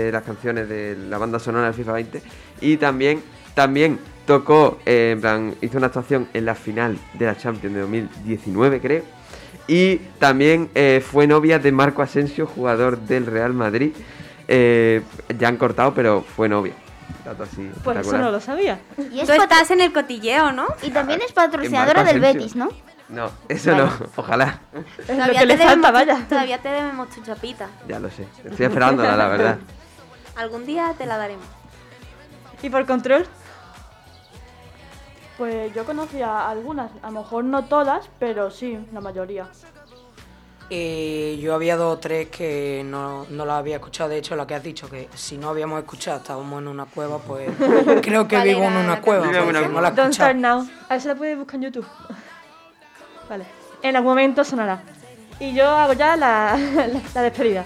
[SPEAKER 6] de las canciones de la banda sonora del FIFA 20. Y también, también tocó, eh, en plan, hizo una actuación en la final de la Champions de 2019, creo. Y también eh, fue novia de Marco Asensio, jugador del Real Madrid. Eh, ya han cortado, pero fue novia. Dato así.
[SPEAKER 2] Pues eso
[SPEAKER 6] espectacular.
[SPEAKER 2] no lo sabía.
[SPEAKER 1] Y, es
[SPEAKER 3] Tú
[SPEAKER 1] pat-
[SPEAKER 3] estás en el cotilleo, ¿no?
[SPEAKER 1] y también es
[SPEAKER 6] Marco
[SPEAKER 1] patrocinadora del
[SPEAKER 6] Asensio.
[SPEAKER 1] Betis, ¿no?
[SPEAKER 6] No, eso no. Ojalá.
[SPEAKER 2] Es lo que le
[SPEAKER 3] debemos
[SPEAKER 2] falta,
[SPEAKER 3] tu-
[SPEAKER 2] vaya.
[SPEAKER 3] Todavía te debemos tu chapita.
[SPEAKER 6] Ya lo sé. Estoy esperándola, la verdad.
[SPEAKER 3] Algún día te la daremos.
[SPEAKER 2] ¿Y por control?
[SPEAKER 7] Pues yo conocía algunas, a lo mejor no todas, pero sí, la mayoría.
[SPEAKER 8] Eh, yo había dos o tres que no, no las había escuchado. De hecho, la que has dicho, que si no habíamos escuchado, estábamos en una cueva, pues creo que
[SPEAKER 3] ¿Cuál
[SPEAKER 8] vivo en
[SPEAKER 3] era
[SPEAKER 8] una
[SPEAKER 3] la
[SPEAKER 8] cueva.
[SPEAKER 5] canción?
[SPEAKER 8] porque
[SPEAKER 5] Vivo en
[SPEAKER 8] no la he
[SPEAKER 2] Don't Start
[SPEAKER 8] escuchado.
[SPEAKER 2] Now. A ver si la puedes buscar en YouTube. Vale. En algún momento sonará. Y yo hago ya la, la- la despedida.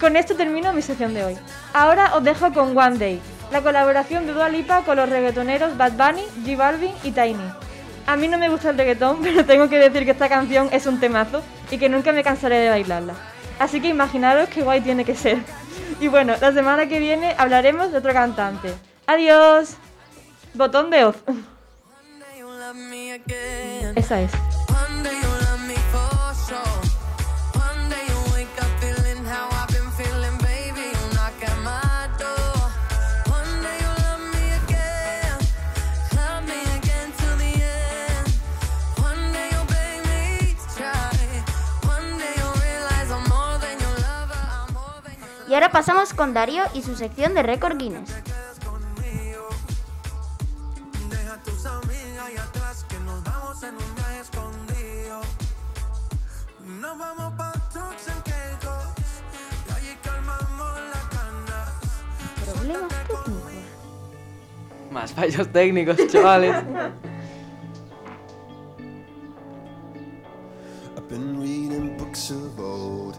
[SPEAKER 2] Con esto termino mi sección de hoy. Ahora os dejo con One Day, la colaboración de Dua Lipa con los reggaetoneros Bad Bunny, G Balvin y Tiny. A mí no me gusta el reggaetón, pero tengo que decir que esta canción es un temazo y que nunca me cansaré de bailarla. Así que imaginaros qué guay tiene que ser. Y bueno, la semana que viene hablaremos de otro cantante. ¡Adiós! Botón de off.
[SPEAKER 9] again.
[SPEAKER 2] Esa es.
[SPEAKER 9] One day you'll love me for sure. One day you'll wake up feeling how I've been feeling, baby. You'll knock at my door. One day you'll love me again. Love me again till the end. One day you'll beg me to try. One day you'll realize I'm more than your lover. I'm more than your
[SPEAKER 1] Y ahora pasamos con Darío y su sección de récord Guinness.
[SPEAKER 9] Deja tus amigas y atrás que nos vamos en un viaje escondido. Nos vamos pa' trucks en quejos y allí calmamos la cana.
[SPEAKER 1] Problemas técnicos.
[SPEAKER 4] Más fallos técnicos, chavales.
[SPEAKER 11] I've been reading books of old,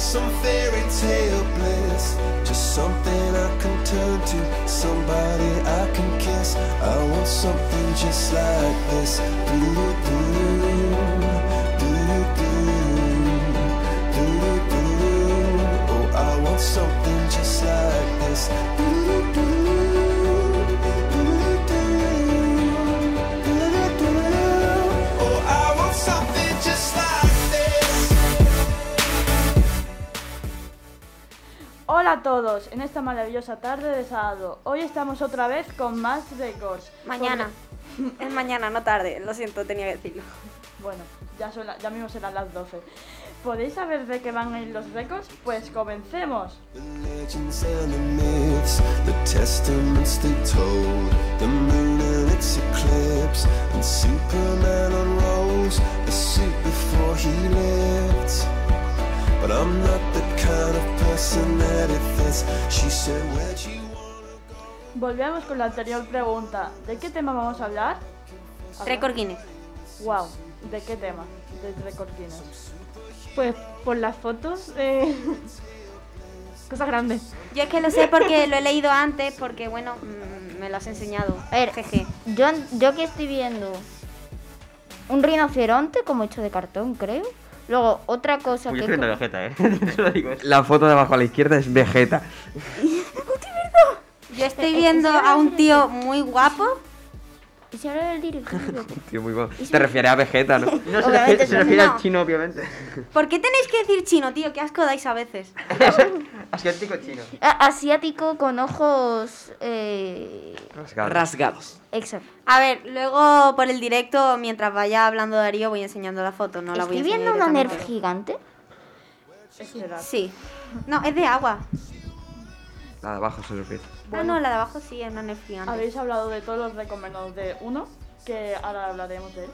[SPEAKER 11] some fairy tale bliss. Just something I can turn to, somebody I can kiss. I want something just like this. Oh, I want something just like this. Oh, I want something just like this.
[SPEAKER 7] Hola a todos, en esta maravillosa tarde de sábado. Hoy estamos otra vez con más récords.
[SPEAKER 3] Mañana. Es mañana, no tarde. Lo siento, tenía que decirlo.
[SPEAKER 7] Bueno, ya, son la- ya mismo serán las 12. ¿Podéis saber de qué van a ir los récords? Pues comencemos.
[SPEAKER 11] Legends and the myths, the testaments they told, the moon and its eclipse, and Superman unrolls a suit before he lived. But I'm not the kind of person that it fits. She said, Where'd you
[SPEAKER 7] Volvemos con la anterior pregunta. ¿De qué tema vamos a hablar?
[SPEAKER 3] Récord Guinness.
[SPEAKER 7] Wow, ¿de qué tema? De récord Guinness.
[SPEAKER 2] Pues por las fotos, eh, cosas grandes.
[SPEAKER 3] Yo es que lo sé porque lo he leído antes, porque bueno, mm, me lo has enseñado.
[SPEAKER 1] A ver,
[SPEAKER 3] Jeje.
[SPEAKER 1] yo, yo que estoy viendo un rinoceronte como hecho de cartón, creo. Luego, otra cosa
[SPEAKER 5] Uy, yo
[SPEAKER 1] que...
[SPEAKER 5] estoy viendo la jeta, ¿eh? Te lo digo.
[SPEAKER 6] La foto de abajo a la izquierda es Vegeta.
[SPEAKER 3] Yo estoy viendo a un tío muy guapo.
[SPEAKER 1] ¿Y si habla del directivo?
[SPEAKER 6] Tío, muy guapo. Te refieres a Vegeta, ¿no?
[SPEAKER 5] No
[SPEAKER 1] Obviamente
[SPEAKER 5] se refiere,
[SPEAKER 1] se
[SPEAKER 5] se refiere
[SPEAKER 3] no.
[SPEAKER 5] al chino, obviamente.
[SPEAKER 3] ¿Por qué tenéis que decir chino, tío? Qué asco dais a veces.
[SPEAKER 5] Asiático chino.
[SPEAKER 1] A- Asiático con ojos... eh,
[SPEAKER 6] Rasgado.
[SPEAKER 4] Rasgados.
[SPEAKER 1] Exacto.
[SPEAKER 3] A ver, luego por el directo, mientras vaya hablando Darío, voy enseñando la foto. No la voy
[SPEAKER 1] ¿Estoy
[SPEAKER 3] enseñando
[SPEAKER 1] viendo una nerf
[SPEAKER 3] directamente.
[SPEAKER 1] gigante?
[SPEAKER 7] Esperad.
[SPEAKER 3] Sí. No, es de agua.
[SPEAKER 6] La de abajo se refiere.
[SPEAKER 3] Ah, no, la de abajo sí, es una nerf gigante.
[SPEAKER 7] Habéis hablado de todos los recomendados de uno, que ahora hablaremos de él.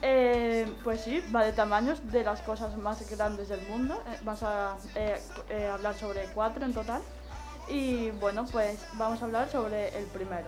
[SPEAKER 7] Eh, pues sí, va de tamaños, de las cosas más grandes del mundo. Eh, vas a eh, cu- eh, hablar sobre cuatro en total. Y bueno, pues vamos a hablar sobre el primero.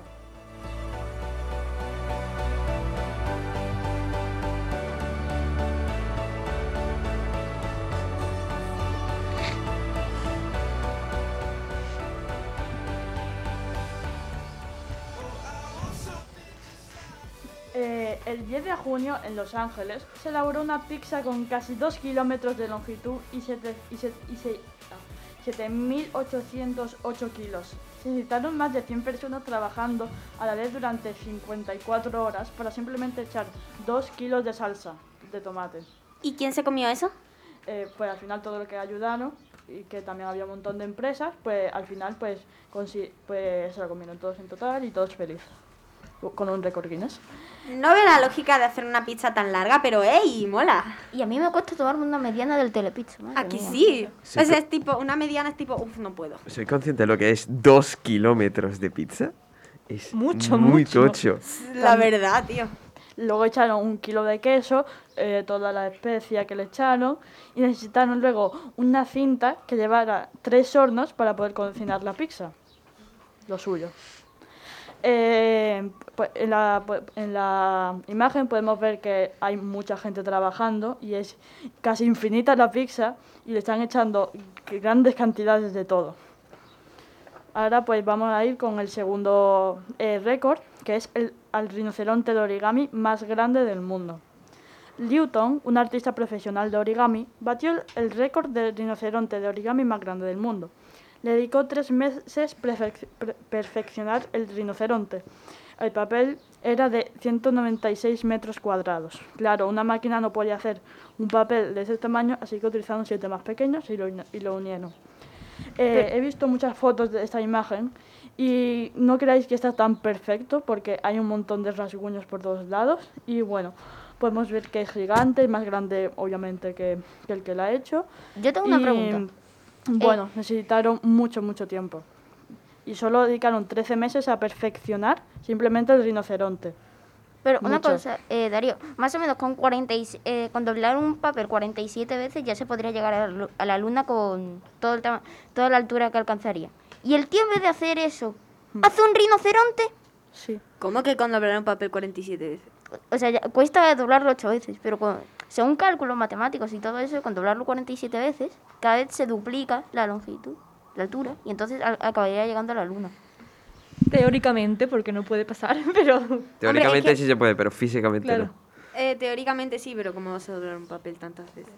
[SPEAKER 7] Eh, el 10 de junio en Los Ángeles se elaboró una pizza con casi 2 kilómetros de longitud y, siete- y se- y se- ah, 7.808 kilos. Se necesitaron más de 100 personas trabajando a la vez durante 54 horas para simplemente echar 2 kilos de salsa de tomate.
[SPEAKER 3] ¿Y quién se comió eso?
[SPEAKER 7] Eh, pues al final todo lo que ayudaron y que también había un montón de empresas, pues al final pues, consi- pues se lo comieron todos en total y todos felices. Con un récord Guinness.
[SPEAKER 3] No veo la lógica de hacer una pizza tan larga, pero ¡ey! ¡Mola!
[SPEAKER 1] Y a mí me cuesta tomarme una mediana del telepizza. madre
[SPEAKER 3] Aquí
[SPEAKER 1] mía.
[SPEAKER 3] sí.
[SPEAKER 6] Sí,
[SPEAKER 3] o sea,
[SPEAKER 6] pero-
[SPEAKER 3] es tipo, una mediana es tipo, uff, no puedo.
[SPEAKER 6] ¿Soy consciente de lo que es dos kilómetros de pizza? Es
[SPEAKER 2] Mucho,
[SPEAKER 6] muy
[SPEAKER 2] mucho.
[SPEAKER 6] tocho.
[SPEAKER 3] La verdad, tío.
[SPEAKER 7] Luego echaron un kilo de queso, eh, toda la especia que le echaron, y necesitaron luego una cinta que llevara tres hornos para poder cocinar la pizza. Lo suyo. eh, pues, en, la, pues, en la imagen podemos ver que hay mucha gente trabajando y es casi infinita la pizza y le están echando grandes cantidades de todo. Ahora pues vamos a ir con el segundo eh, récord, que es el al rinoceronte de origami más grande del mundo. Newton, un artista profesional de origami, batió el- el récord del rinoceronte de origami más grande del mundo. Le dedicó tres meses perfec- per- perfeccionar el rinoceronte. El papel era de 196 metros cuadrados. Claro, una máquina no podía hacer un papel de ese tamaño, así que utilizaron siete más pequeños y lo, uni- y lo unieron. Eh,
[SPEAKER 2] Pero-
[SPEAKER 7] he visto muchas fotos de esta imagen y no creáis que está tan perfecto porque hay un montón de rasguños por todos lados y bueno, podemos ver que es gigante, es más grande obviamente que, que el que la ha hecho.
[SPEAKER 1] Yo tengo una
[SPEAKER 7] Y, mm,
[SPEAKER 1] pregunta. Eh,
[SPEAKER 7] Bueno, necesitaron mucho, mucho tiempo. Y solo dedicaron 13 meses a perfeccionar simplemente el rinoceronte.
[SPEAKER 1] Pero una
[SPEAKER 7] Mucho.
[SPEAKER 1] cosa, eh, Darío, más o menos con 40 y s- eh, con doblar un papel 47 veces ya se podría llegar a la, lu- a la luna con todo el tama- toda la altura que alcanzaría. Y el tío en vez de hacer eso, hace un rinoceronte.
[SPEAKER 7] Mm. Sí.
[SPEAKER 3] ¿Cómo que cuando doblaron papel 47 veces?
[SPEAKER 1] O sea, ya- cuesta doblarlo 8 veces, pero con- según cálculos matemáticos y todo eso, con doblarlo 47 veces, cada vez se duplica la longitud, la altura, y entonces a- acabaría llegando a la luna.
[SPEAKER 2] Teóricamente, porque no puede pasar, pero...
[SPEAKER 6] Teóricamente sí se puede, pero físicamente
[SPEAKER 2] Claro.
[SPEAKER 6] no.
[SPEAKER 3] Eh, teóricamente sí, pero ¿cómo vas a doblar un papel tantas veces?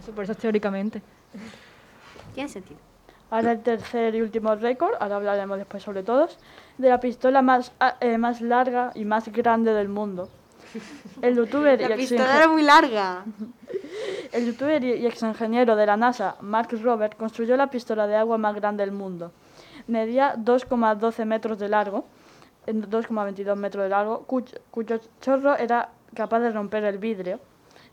[SPEAKER 2] Eso, por eso es teóricamente.
[SPEAKER 3] Tiene sentido.
[SPEAKER 7] Ahora el tercer y último récord, ahora hablaremos después sobre todos, de la pistola más, a- eh, más larga y más grande del mundo. El youtuber y
[SPEAKER 3] La
[SPEAKER 7] ex
[SPEAKER 3] pistola
[SPEAKER 7] ingen-
[SPEAKER 3] era muy larga.
[SPEAKER 7] El youtuber y ex ingeniero de la NASA, Mark Robert, construyó la pistola de agua más grande del mundo. Medía 2,12 metros de largo, en 2,22 metros de largo, cuyo, cuyo chorro era capaz de romper el vidrio.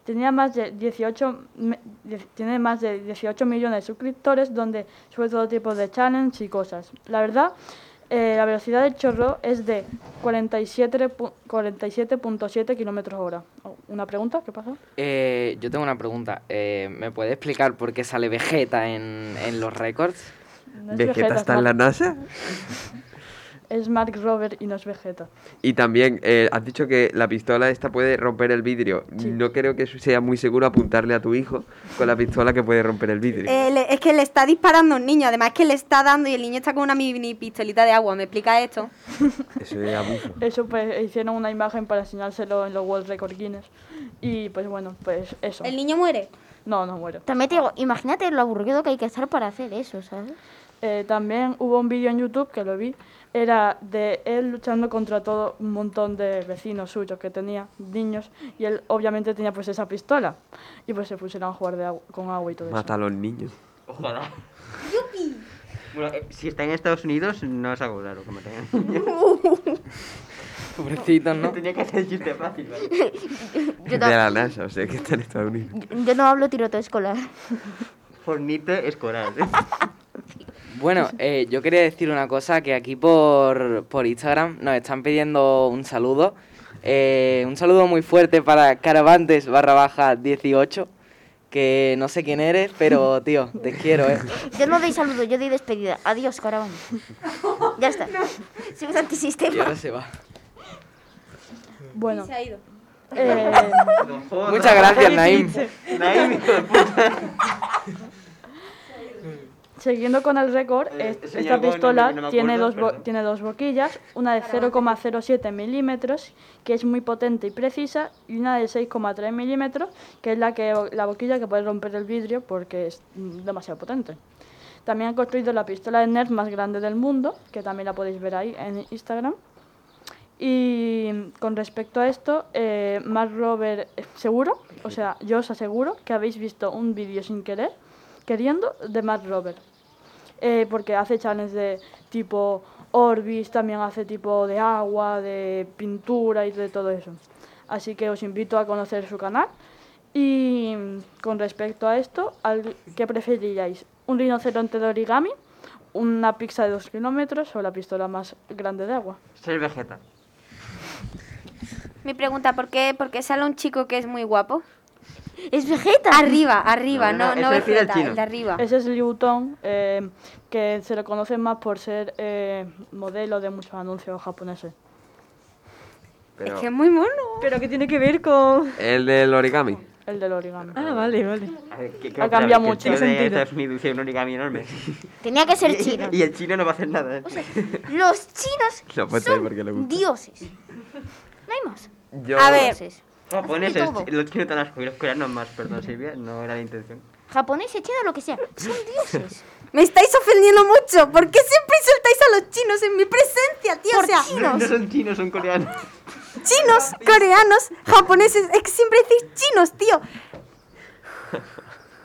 [SPEAKER 7] Tenía más de 18, me- die- tiene más de 18 millones de suscriptores donde sube todo tipo de challenge y cosas. La verdad, eh, la velocidad del chorro es de 47 pu- 47.7 kilómetros hora. Oh, ¿Una pregunta? ¿Qué pasa?
[SPEAKER 4] Eh, yo tengo una pregunta. Eh, ¿Me puede explicar por qué sale Vegeta en, en los récords?
[SPEAKER 7] No es Vegeta, es Mark- Es Mark Robert y no es Vegeta.
[SPEAKER 6] Y también, eh, has dicho que la pistola esta puede romper el vidrio. No creo que eso sea muy seguro apuntarle a tu hijo con la pistola que puede romper el vidrio.
[SPEAKER 3] Eh, le- es que le está disparando a un niño, además que le está dando y el niño está con una mini pistolita de agua. ¿Me explica esto?
[SPEAKER 6] Eso es abuso.
[SPEAKER 7] Eso pues hicieron una imagen para enseñárselo en los World Record Guinness. Y pues bueno, pues eso.
[SPEAKER 3] ¿El niño muere?
[SPEAKER 7] No, no muere.
[SPEAKER 1] También te digo, imagínate lo aburrido que hay que estar para hacer eso, ¿sabes?
[SPEAKER 7] Eh, también hubo un vídeo en YouTube que lo vi. Era de él luchando contra todo un montón de vecinos suyos que tenía, niños, y él obviamente tenía pues esa pistola. Y pues se pusieron a jugar de agua- con agua y todo eso.
[SPEAKER 6] Mata a los niños.
[SPEAKER 5] Ojalá. Bueno, eh, si está en Estados Unidos, no es algo raro que me tengan.
[SPEAKER 4] Pobrecitos, ¿no?
[SPEAKER 5] Tenía que ser chiste fácil, ¿vale?
[SPEAKER 1] Yo,
[SPEAKER 6] De
[SPEAKER 1] ta-
[SPEAKER 6] la NASA, o sea, que está en Estados Unidos.
[SPEAKER 1] yo no hablo tiroteo escolar.
[SPEAKER 5] Fornite ¿eh? escolar.
[SPEAKER 4] Bueno, eh, yo quería decir una cosa que aquí por, por Instagram nos están pidiendo un saludo. Eh, un saludo muy fuerte para Caravantes barra baja 18, que no sé quién eres, pero tío, te quiero, ¿eh?
[SPEAKER 1] Yo no doy saludo, yo doy despedida. Adiós, caravana. ya está. Soy un
[SPEAKER 4] Y
[SPEAKER 1] antisistema.
[SPEAKER 4] ahora se va.
[SPEAKER 7] Bueno.
[SPEAKER 3] Se ha ido.
[SPEAKER 7] Eh,
[SPEAKER 4] Muchas gracias, Naim.
[SPEAKER 5] Naim, hijo de puta.
[SPEAKER 7] Siguiendo con el récord,
[SPEAKER 5] Eh,
[SPEAKER 7] est-
[SPEAKER 5] señor
[SPEAKER 7] esta
[SPEAKER 5] Gómez,
[SPEAKER 7] pistola
[SPEAKER 5] nombre que no me
[SPEAKER 7] tiene,
[SPEAKER 5] acuerdo,
[SPEAKER 7] dos bo-
[SPEAKER 5] perdón.
[SPEAKER 7] tiene dos boquillas, una de 0,07 milímetros, que es muy potente y precisa, y una de 6,3 milímetros, que es la, que, la boquilla que puede romper el vidrio porque es mm, demasiado potente. También han construido la pistola de Nerf más grande del mundo, que también la podéis ver ahí en Instagram. Y con respecto a esto, eh, Mark Robert, eh, seguro, o sea, yo os aseguro que habéis visto un vídeo sin querer, queriendo, de Mark Robert. Eh, porque hace challenges de tipo Orbis, también hace tipo de agua, de pintura y de todo eso. Así que os invito a conocer su canal. Y mm, con respecto a esto, al- ¿qué preferiríais? ¿Un rinoceronte de origami? ¿Una pizza de 2 kilómetros o la pistola más grande de agua?
[SPEAKER 5] Ser Vegeta.
[SPEAKER 3] Mi pregunta, ¿por qué, ¿por qué sale un chico que es muy guapo?
[SPEAKER 1] Es Vegeta.
[SPEAKER 3] Arriba, arriba, no, no,
[SPEAKER 7] prefiero
[SPEAKER 3] Vegeta, el de arriba.
[SPEAKER 7] Ese es Liu Tong, eh, que se lo conoce más por ser eh, modelo de muchos anuncios japoneses.
[SPEAKER 6] Pero
[SPEAKER 3] que es muy mono.
[SPEAKER 2] ¿Pero qué tiene que ver con...?
[SPEAKER 6] El del origami.
[SPEAKER 7] El del origami.
[SPEAKER 2] Ah, vale, vale.
[SPEAKER 6] Ha
[SPEAKER 7] cambiado
[SPEAKER 6] mucho.
[SPEAKER 5] El tío
[SPEAKER 6] Tiene
[SPEAKER 5] de
[SPEAKER 6] sentido.
[SPEAKER 5] Estados Unidos hizo un origami enorme.
[SPEAKER 1] Tenía que ser
[SPEAKER 5] Y- y-
[SPEAKER 1] chino.
[SPEAKER 5] Y el chino no va a hacer nada. ¿eh?
[SPEAKER 1] Los chinos
[SPEAKER 5] Lo ha puesto pues, ahí porque le gusta.
[SPEAKER 1] dioses. No hay más.
[SPEAKER 5] Yo-
[SPEAKER 1] A ver.
[SPEAKER 5] No, pon
[SPEAKER 1] Hace
[SPEAKER 5] eso, es-
[SPEAKER 1] todo.
[SPEAKER 5] Ah, los chinos te las coreanos más, perdón Silvia, no era la intención.
[SPEAKER 1] Japoneses, chinos, lo que sea. Son dioses.
[SPEAKER 3] Me estáis ofendiendo mucho. ¿Por qué siempre insultáis a los chinos en mi presencia, tío? O sea,
[SPEAKER 5] No, no son chinos, son coreanos.
[SPEAKER 3] chinos, coreanos, japoneses. Es que siempre decís chinos, tío.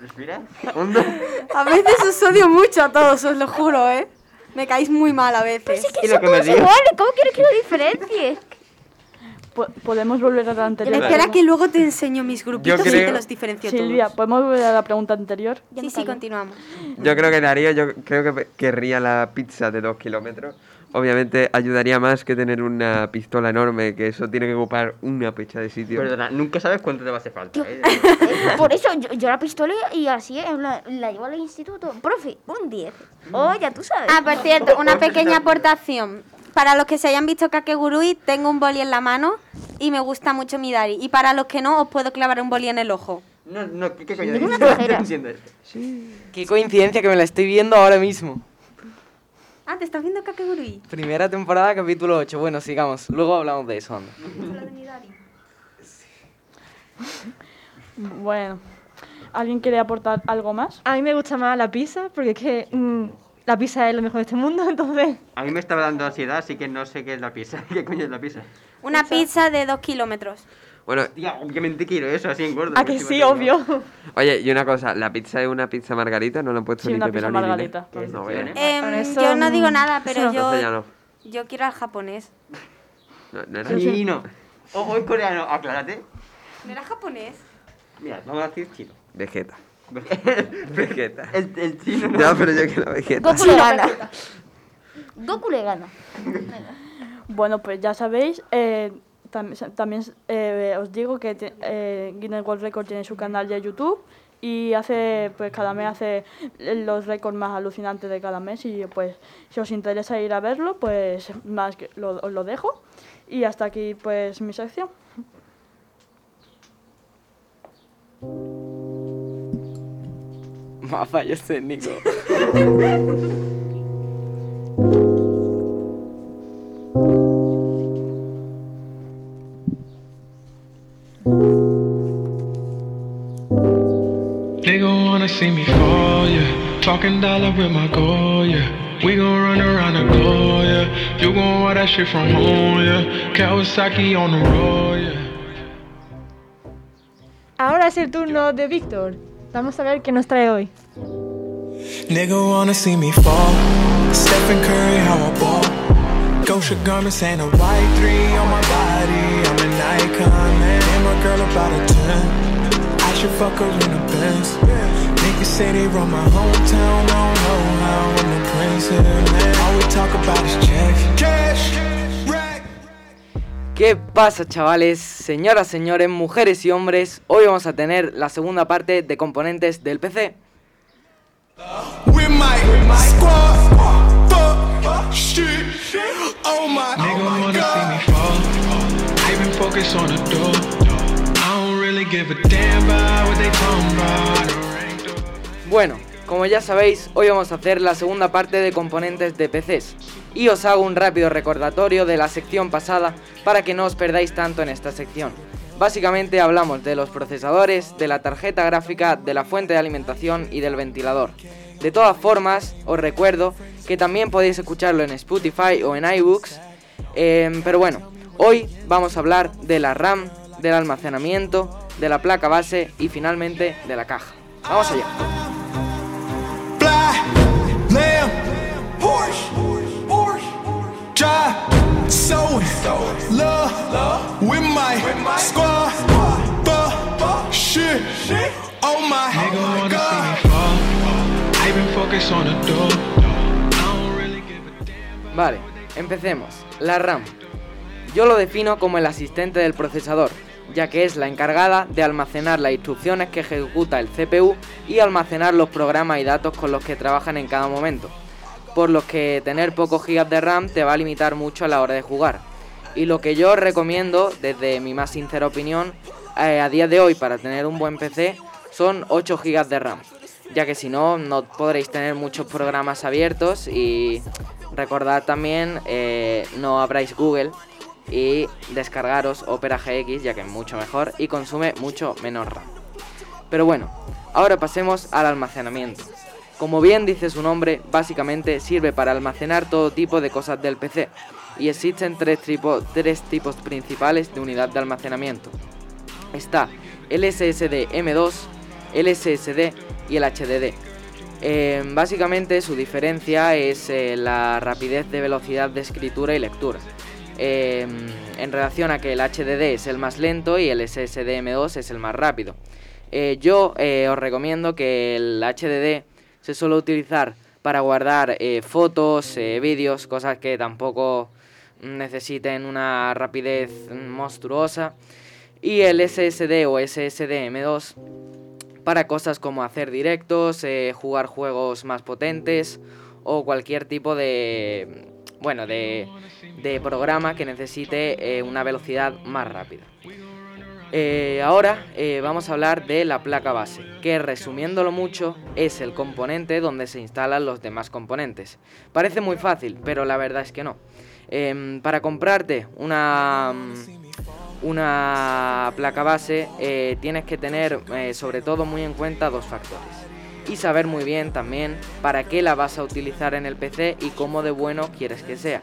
[SPEAKER 5] ¿Respira? ¿Onda?
[SPEAKER 3] A veces os odio mucho a todos, os lo juro, ¿eh? Me caáis muy mal a veces.
[SPEAKER 5] Y lo que me digas.
[SPEAKER 1] ¿Cómo quieres que lo diferencie?
[SPEAKER 7] podemos volver a la anterior.
[SPEAKER 3] Espera que luego te enseño mis grupitos
[SPEAKER 6] Yo
[SPEAKER 3] y
[SPEAKER 6] creo-
[SPEAKER 3] te los diferencio
[SPEAKER 7] Silvia,
[SPEAKER 3] todos.
[SPEAKER 7] ¿podemos volver a la pregunta anterior?
[SPEAKER 3] Sí, sí, continuamos.
[SPEAKER 6] Yo creo que Darío, yo creo que pe- querría la pizza de dos kilómetros. Obviamente ayudaría más que tener una pistola enorme, que eso tiene que ocupar una pecha de sitio.
[SPEAKER 5] Perdona, nunca sabes cuánto te va a hacer falta. ¿eh?
[SPEAKER 1] Por eso yo, yo la pistola y así eh, la, la llevo al instituto. Profe, un 10. Oh, ya tú sabes.
[SPEAKER 3] Ah, por cierto, una pequeña aportación. Para los que se hayan visto Kakegurui, tengo un boli en la mano y me gusta mucho mi Dari. Y para los que no, os puedo clavar un boli en el ojo.
[SPEAKER 5] No, no, ¿qué, qué coño
[SPEAKER 1] Ninguna
[SPEAKER 5] dices? No
[SPEAKER 1] cojera.
[SPEAKER 5] entiendo esto.
[SPEAKER 4] Qué coincidencia que me la estoy viendo ahora mismo.
[SPEAKER 3] Ah, ¿te estás viendo Kakegurui?
[SPEAKER 4] Primera temporada, capítulo 8. Bueno, sigamos. Luego hablamos de eso, anda.
[SPEAKER 7] Bueno, ¿alguien quiere aportar algo más?
[SPEAKER 2] A mí me gusta más la pizza, porque es que mm, la pizza es lo mejor de este mundo, entonces...
[SPEAKER 5] A mí me estaba dando ansiedad, así que no sé qué es la pizza. ¿Qué coño es la pizza?
[SPEAKER 3] Una pizza de dos kilómetros.
[SPEAKER 6] Bueno,
[SPEAKER 5] Tía, obviamente "Oh, quiero eso, así engordo.
[SPEAKER 2] ¿A que
[SPEAKER 5] porque si
[SPEAKER 2] sí,
[SPEAKER 5] no-
[SPEAKER 2] obvio?
[SPEAKER 6] oye, y una cosa, la pizza es una pizza margarita, no la han puesto
[SPEAKER 7] Sí,
[SPEAKER 6] ni
[SPEAKER 7] una pizza
[SPEAKER 6] pepperoni ni nada.
[SPEAKER 7] margarita.
[SPEAKER 5] Qué
[SPEAKER 6] No,
[SPEAKER 5] decepción,
[SPEAKER 6] veo.
[SPEAKER 5] ¿eh?
[SPEAKER 3] Em,
[SPEAKER 2] Con eso,
[SPEAKER 3] yo no digo
[SPEAKER 2] mm,
[SPEAKER 3] nada, pero
[SPEAKER 6] Entonces ya
[SPEAKER 3] yo,
[SPEAKER 6] no.
[SPEAKER 3] yo quiero al japonés.
[SPEAKER 6] No, no era.
[SPEAKER 5] Chino. O, o es coreano, aclárate.
[SPEAKER 3] ¿No era japonés?
[SPEAKER 5] Mira, vamos a decir chino.
[SPEAKER 6] Vegeta.
[SPEAKER 5] el,
[SPEAKER 6] Vegeta.
[SPEAKER 5] el chino no.
[SPEAKER 6] Ya, pero yo quiero Vegeta.
[SPEAKER 1] Goku le gana. Goku le gana.
[SPEAKER 7] Bueno, pues ya sabéis, eh, tam- sa- también eh, os digo que te- eh, Guinness World Record tiene su canal de YouTube y hace, pues cada mes hace los récords más alucinantes de cada mes y pues si os interesa ir a verlo, pues más que lo- os lo dejo. Y hasta aquí pues mi sección.
[SPEAKER 4] Más fallos técnicos.
[SPEAKER 12] Nigga wanna see me fall, yeah. Talking dollar with my goal, yeah. We gon' run around the globe, yeah. You gon' wear that shit from home, yeah. Kawasaki on the road, yeah.
[SPEAKER 2] Ahora es el turno de Víctor. Vamos a ver qué nos trae hoy.
[SPEAKER 12] Nigga wanna see me fall. Stephen Curry, how I ball. Gosha garments and a white three on my body. I'm an icon, man. And my girl about a ten. I should fuck her in the Benz. Niggas say they run my hometown. I don't know how I'm the prince here, man. All we talk about is checks. Cash, rack.
[SPEAKER 4] ¿Qué pasa, chavales? Señoras, señores, mujeres y hombres, hoy vamos a tener la segunda parte de componentes del PC.
[SPEAKER 12] We might squad, fuck, shit. Oh my, Nigga wanna see me fall. I been focused on the door. I don't really give a damn about what they talking about.
[SPEAKER 4] Bueno, como ya sabéis, hoy vamos a hacer la segunda parte de componentes de PCs. Y os hago un rápido recordatorio de la sección pasada para que no os perdáis tanto en esta sección. Básicamente hablamos de los procesadores, de la tarjeta gráfica, de la fuente de alimentación y del ventilador. De todas formas, os recuerdo que también podéis escucharlo en Spotify o en iBooks. Em, pero bueno, hoy vamos a hablar de la RAM, del almacenamiento, de la placa base y finalmente de la caja. Vamos allá.
[SPEAKER 12] Fly, lamb, Porsche, Porsche, drive, soul, love, with my squad, fuck, shit, oh my, oh my God. I've been focused on the door. I don't really give a damn.
[SPEAKER 4] Vale, empecemos. La RAM. Yo lo defino como el asistente del procesador, ya que es la encargada de almacenar las instrucciones que ejecuta el CPU y almacenar los programas y datos con los que trabajan en cada momento, por los que tener pocos gigas de RAM te va a limitar mucho a la hora de jugar. Y lo que yo os recomiendo, desde mi más sincera opinión, eh, a día de hoy para tener un buen PC son 8 gigas de RAM, ya que si no, no podréis tener muchos programas abiertos y recordad también, eh, no abráis Google y descargaros Opera GX, ya que es mucho mejor y consume mucho menos RAM. Pero bueno, ahora pasemos al almacenamiento. Como bien dice su nombre, básicamente sirve para almacenar todo tipo de cosas del PC y existen tres, tipo- tres tipos principales de unidad de almacenamiento. Está el SSD M2, el SSD y el HDD. Eh, básicamente su diferencia es eh, la rapidez de velocidad de escritura y lectura. Eh, en relación a que el HDD es el más lento y el SSD M2 es el más rápido. Eh, yo eh, os recomiendo que el HDD se suele utilizar para guardar eh, fotos, eh, vídeos, cosas que tampoco necesiten una rapidez mm, monstruosa. Y el SSD o SSD M2 para cosas como hacer directos, eh, jugar juegos más potentes o cualquier tipo de bueno de, de programa que necesite eh, una velocidad más rápida. Eh, ahora eh, vamos a hablar de la placa base, que resumiéndolo mucho es el componente donde se instalan los demás componentes. Parece muy fácil, pero la verdad es que no. Em, para comprarte una, una placa base eh, tienes que tener eh, sobre todo muy en cuenta dos factores. Y saber muy bien también para qué la vas a utilizar en el PC y cómo de bueno quieres que sea,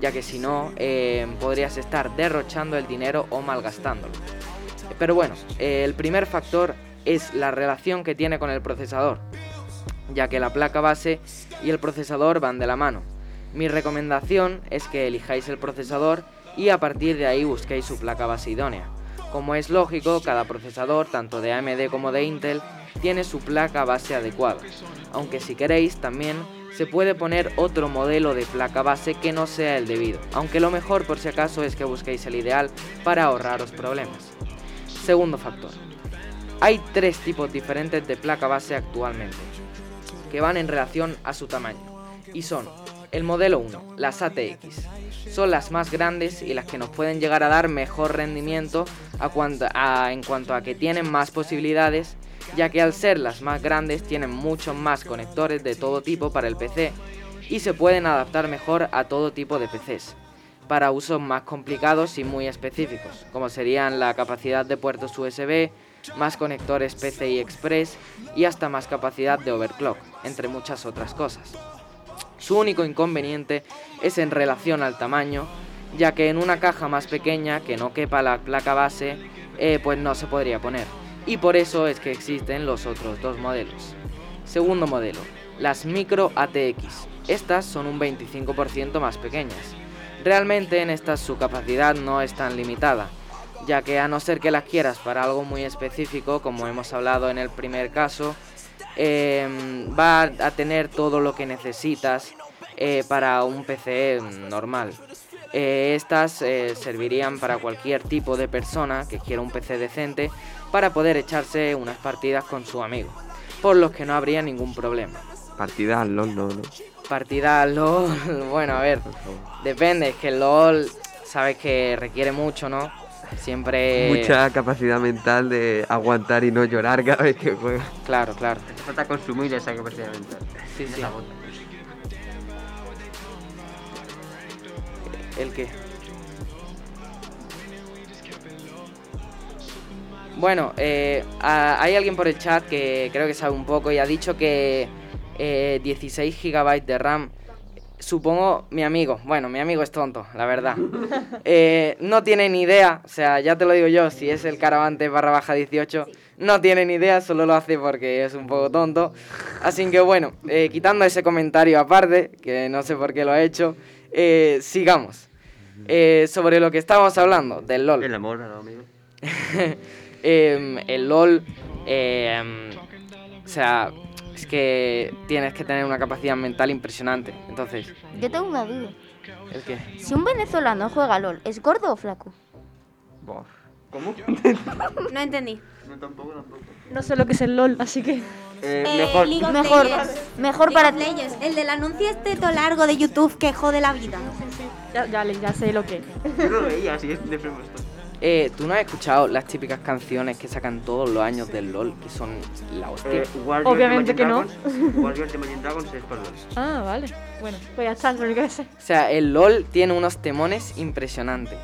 [SPEAKER 4] ya que si no eh, podrías estar derrochando el dinero o malgastándolo. Pero bueno, eh, el primer factor es la relación que tiene con el procesador, ya que la placa base y el procesador van de la mano. Mi recomendación es que elijáis el procesador y a partir de ahí busquéis su placa base idónea. Como es lógico, cada procesador, tanto de AMD como de Intel, tiene su placa base adecuada. Aunque si queréis, también se puede poner otro modelo de placa base que no sea el debido. Aunque lo mejor por si acaso es que busquéis el ideal para ahorraros problemas. Segundo factor. Hay tres tipos diferentes de placa base actualmente, que van en relación a su tamaño, y son el modelo 1, las ATX. Son las más grandes y las que nos pueden llegar a dar mejor rendimiento a cuanto- a- en cuanto a que tienen más posibilidades, ya que al ser las más grandes tienen muchos más conectores de todo tipo para el PC y se pueden adaptar mejor a todo tipo de PCs para usos más complicados y muy específicos, como serían la capacidad de puertos USB, más conectores PCI Express y hasta más capacidad de overclock, entre muchas otras cosas. Su único inconveniente es en relación al tamaño, ya que en una caja más pequeña que no quepa la placa base, eh, pues no se podría poner. Y por eso es que existen los otros dos modelos. Segundo modelo, las micro ATX. Estas son un 25% más pequeñas. Realmente en estas su capacidad no es tan limitada, ya que a no ser que las quieras para algo muy específico, como hemos hablado en el primer caso, em, va a tener todo lo que necesitas eh, para un PC normal. Eh, estas eh, servirían para cualquier tipo de persona que quiera un PC decente para poder echarse unas partidas con su amigo, por los que no habría ningún problema.
[SPEAKER 6] Partidas al LOL, no, no.
[SPEAKER 4] Partida al LOL, bueno, a ver, depende, es que el LOL sabes que requiere mucho, ¿no? Siempre...
[SPEAKER 6] Mucha capacidad mental de aguantar y no llorar cada vez que juega.
[SPEAKER 4] Claro, claro.
[SPEAKER 5] Falta consumir esa capacidad mental.
[SPEAKER 4] Sí, sí.
[SPEAKER 5] Esa bota.
[SPEAKER 4] ¿El qué? Bueno, eh, a- hay alguien por el chat que creo que sabe un poco y ha dicho que eh, 16 GB de RAM. Supongo mi amigo, bueno, mi amigo es tonto, la verdad. Eh, no tiene ni idea, o sea, ya te lo digo yo, si es el caravante barra baja 18, no tiene ni idea, solo lo hace porque es un poco tonto. Así que bueno, eh, quitando ese comentario aparte, que no sé por qué lo ha hecho, eh, sigamos. Eh, sobre lo que estábamos hablando, del LOL.
[SPEAKER 5] El amor, ¿no, amigo?
[SPEAKER 4] Em, el LOL, eh, em, o sea, es que tienes que tener una capacidad mental impresionante. Entonces,
[SPEAKER 1] Yo tengo una duda.
[SPEAKER 4] ¿el qué?
[SPEAKER 1] Si un venezolano juega LOL, ¿es gordo o flaco?
[SPEAKER 5] Bof.
[SPEAKER 6] ¿Cómo?
[SPEAKER 3] No entendí.
[SPEAKER 6] No, tampoco, tampoco.
[SPEAKER 2] No sé lo que es el LOL, así que.
[SPEAKER 6] Eh,
[SPEAKER 3] Eh,
[SPEAKER 6] mejor.
[SPEAKER 3] League of
[SPEAKER 1] Mejor,
[SPEAKER 3] Legends.
[SPEAKER 1] mejor
[SPEAKER 3] League
[SPEAKER 1] para
[SPEAKER 3] of
[SPEAKER 1] ti.
[SPEAKER 3] Legends, el del anuncio este todo largo de YouTube que jode la vida.
[SPEAKER 2] Ya, ya, le- ya sé lo que. es.
[SPEAKER 5] Yo no lo veía, así es de prepuesto.
[SPEAKER 4] Eh, ¿Tú no has escuchado las típicas canciones que sacan todos los años del LOL, que son la hostia?
[SPEAKER 5] Eh, Warriors
[SPEAKER 2] Obviamente
[SPEAKER 5] Imagine
[SPEAKER 2] que no.
[SPEAKER 5] Dragons- Warriors Imagine Dragons es por los.
[SPEAKER 2] Ah, vale. Bueno, pues ya está, es lo único que sé.
[SPEAKER 4] O sea, el LOL tiene unos temones impresionantes.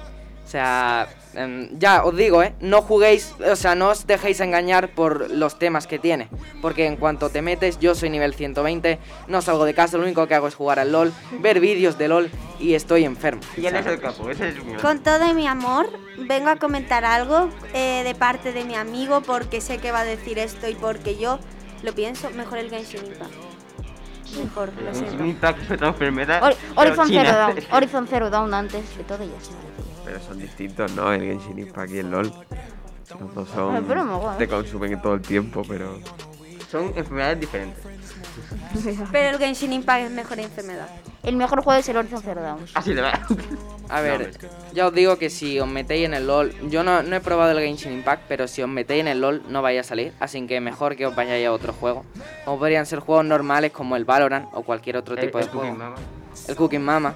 [SPEAKER 4] O sea, em, ya os digo, ¿eh? No juguéis, o sea, no os dejéis engañar por los temas que tiene. Porque en cuanto te metes, yo soy nivel 120, no salgo de casa, lo único que hago es jugar al LOL, ver vídeos de LOL y estoy enfermo.
[SPEAKER 5] Y él
[SPEAKER 4] O
[SPEAKER 5] es
[SPEAKER 4] sea,
[SPEAKER 5] el capo, ese es un.
[SPEAKER 3] Con todo mi amor, vengo a comentar algo eh, de parte de mi amigo porque sé que va a decir esto y porque yo lo pienso. Mejor el Genshin Impact. Mejor, lo siento.
[SPEAKER 5] Un impacto es otra
[SPEAKER 3] Ah,
[SPEAKER 5] enfermedad.
[SPEAKER 1] Hor-
[SPEAKER 5] pero
[SPEAKER 1] Horizon
[SPEAKER 5] china.
[SPEAKER 1] Zero Dawn. Horizon Zero Dawn antes de todo y ya está.
[SPEAKER 6] Pero son distintos, ¿no? El Genshin Impact y el LOL. Los dos
[SPEAKER 1] Ah,
[SPEAKER 6] son.
[SPEAKER 1] pero me guay.
[SPEAKER 6] Te consumen todo el tiempo, pero.
[SPEAKER 5] Son enfermedades diferentes.
[SPEAKER 3] Pero el Genshin Impact es mejor enfermedad.
[SPEAKER 1] El mejor juego es el Horizon Zero Dawn.
[SPEAKER 5] Así le va.
[SPEAKER 4] A
[SPEAKER 5] No,
[SPEAKER 4] ver,
[SPEAKER 5] es que-
[SPEAKER 4] ya os digo que si os metéis en el LOL, yo no, no he probado el Genshin Impact, pero si os metéis en el LOL no vais a salir, así que mejor que os vayáis a otro juego. Como podrían ser juegos normales como el Valorant o cualquier otro tipo de
[SPEAKER 5] El- el Cooking
[SPEAKER 4] juego.
[SPEAKER 5] Mama.
[SPEAKER 4] El Cooking Mama,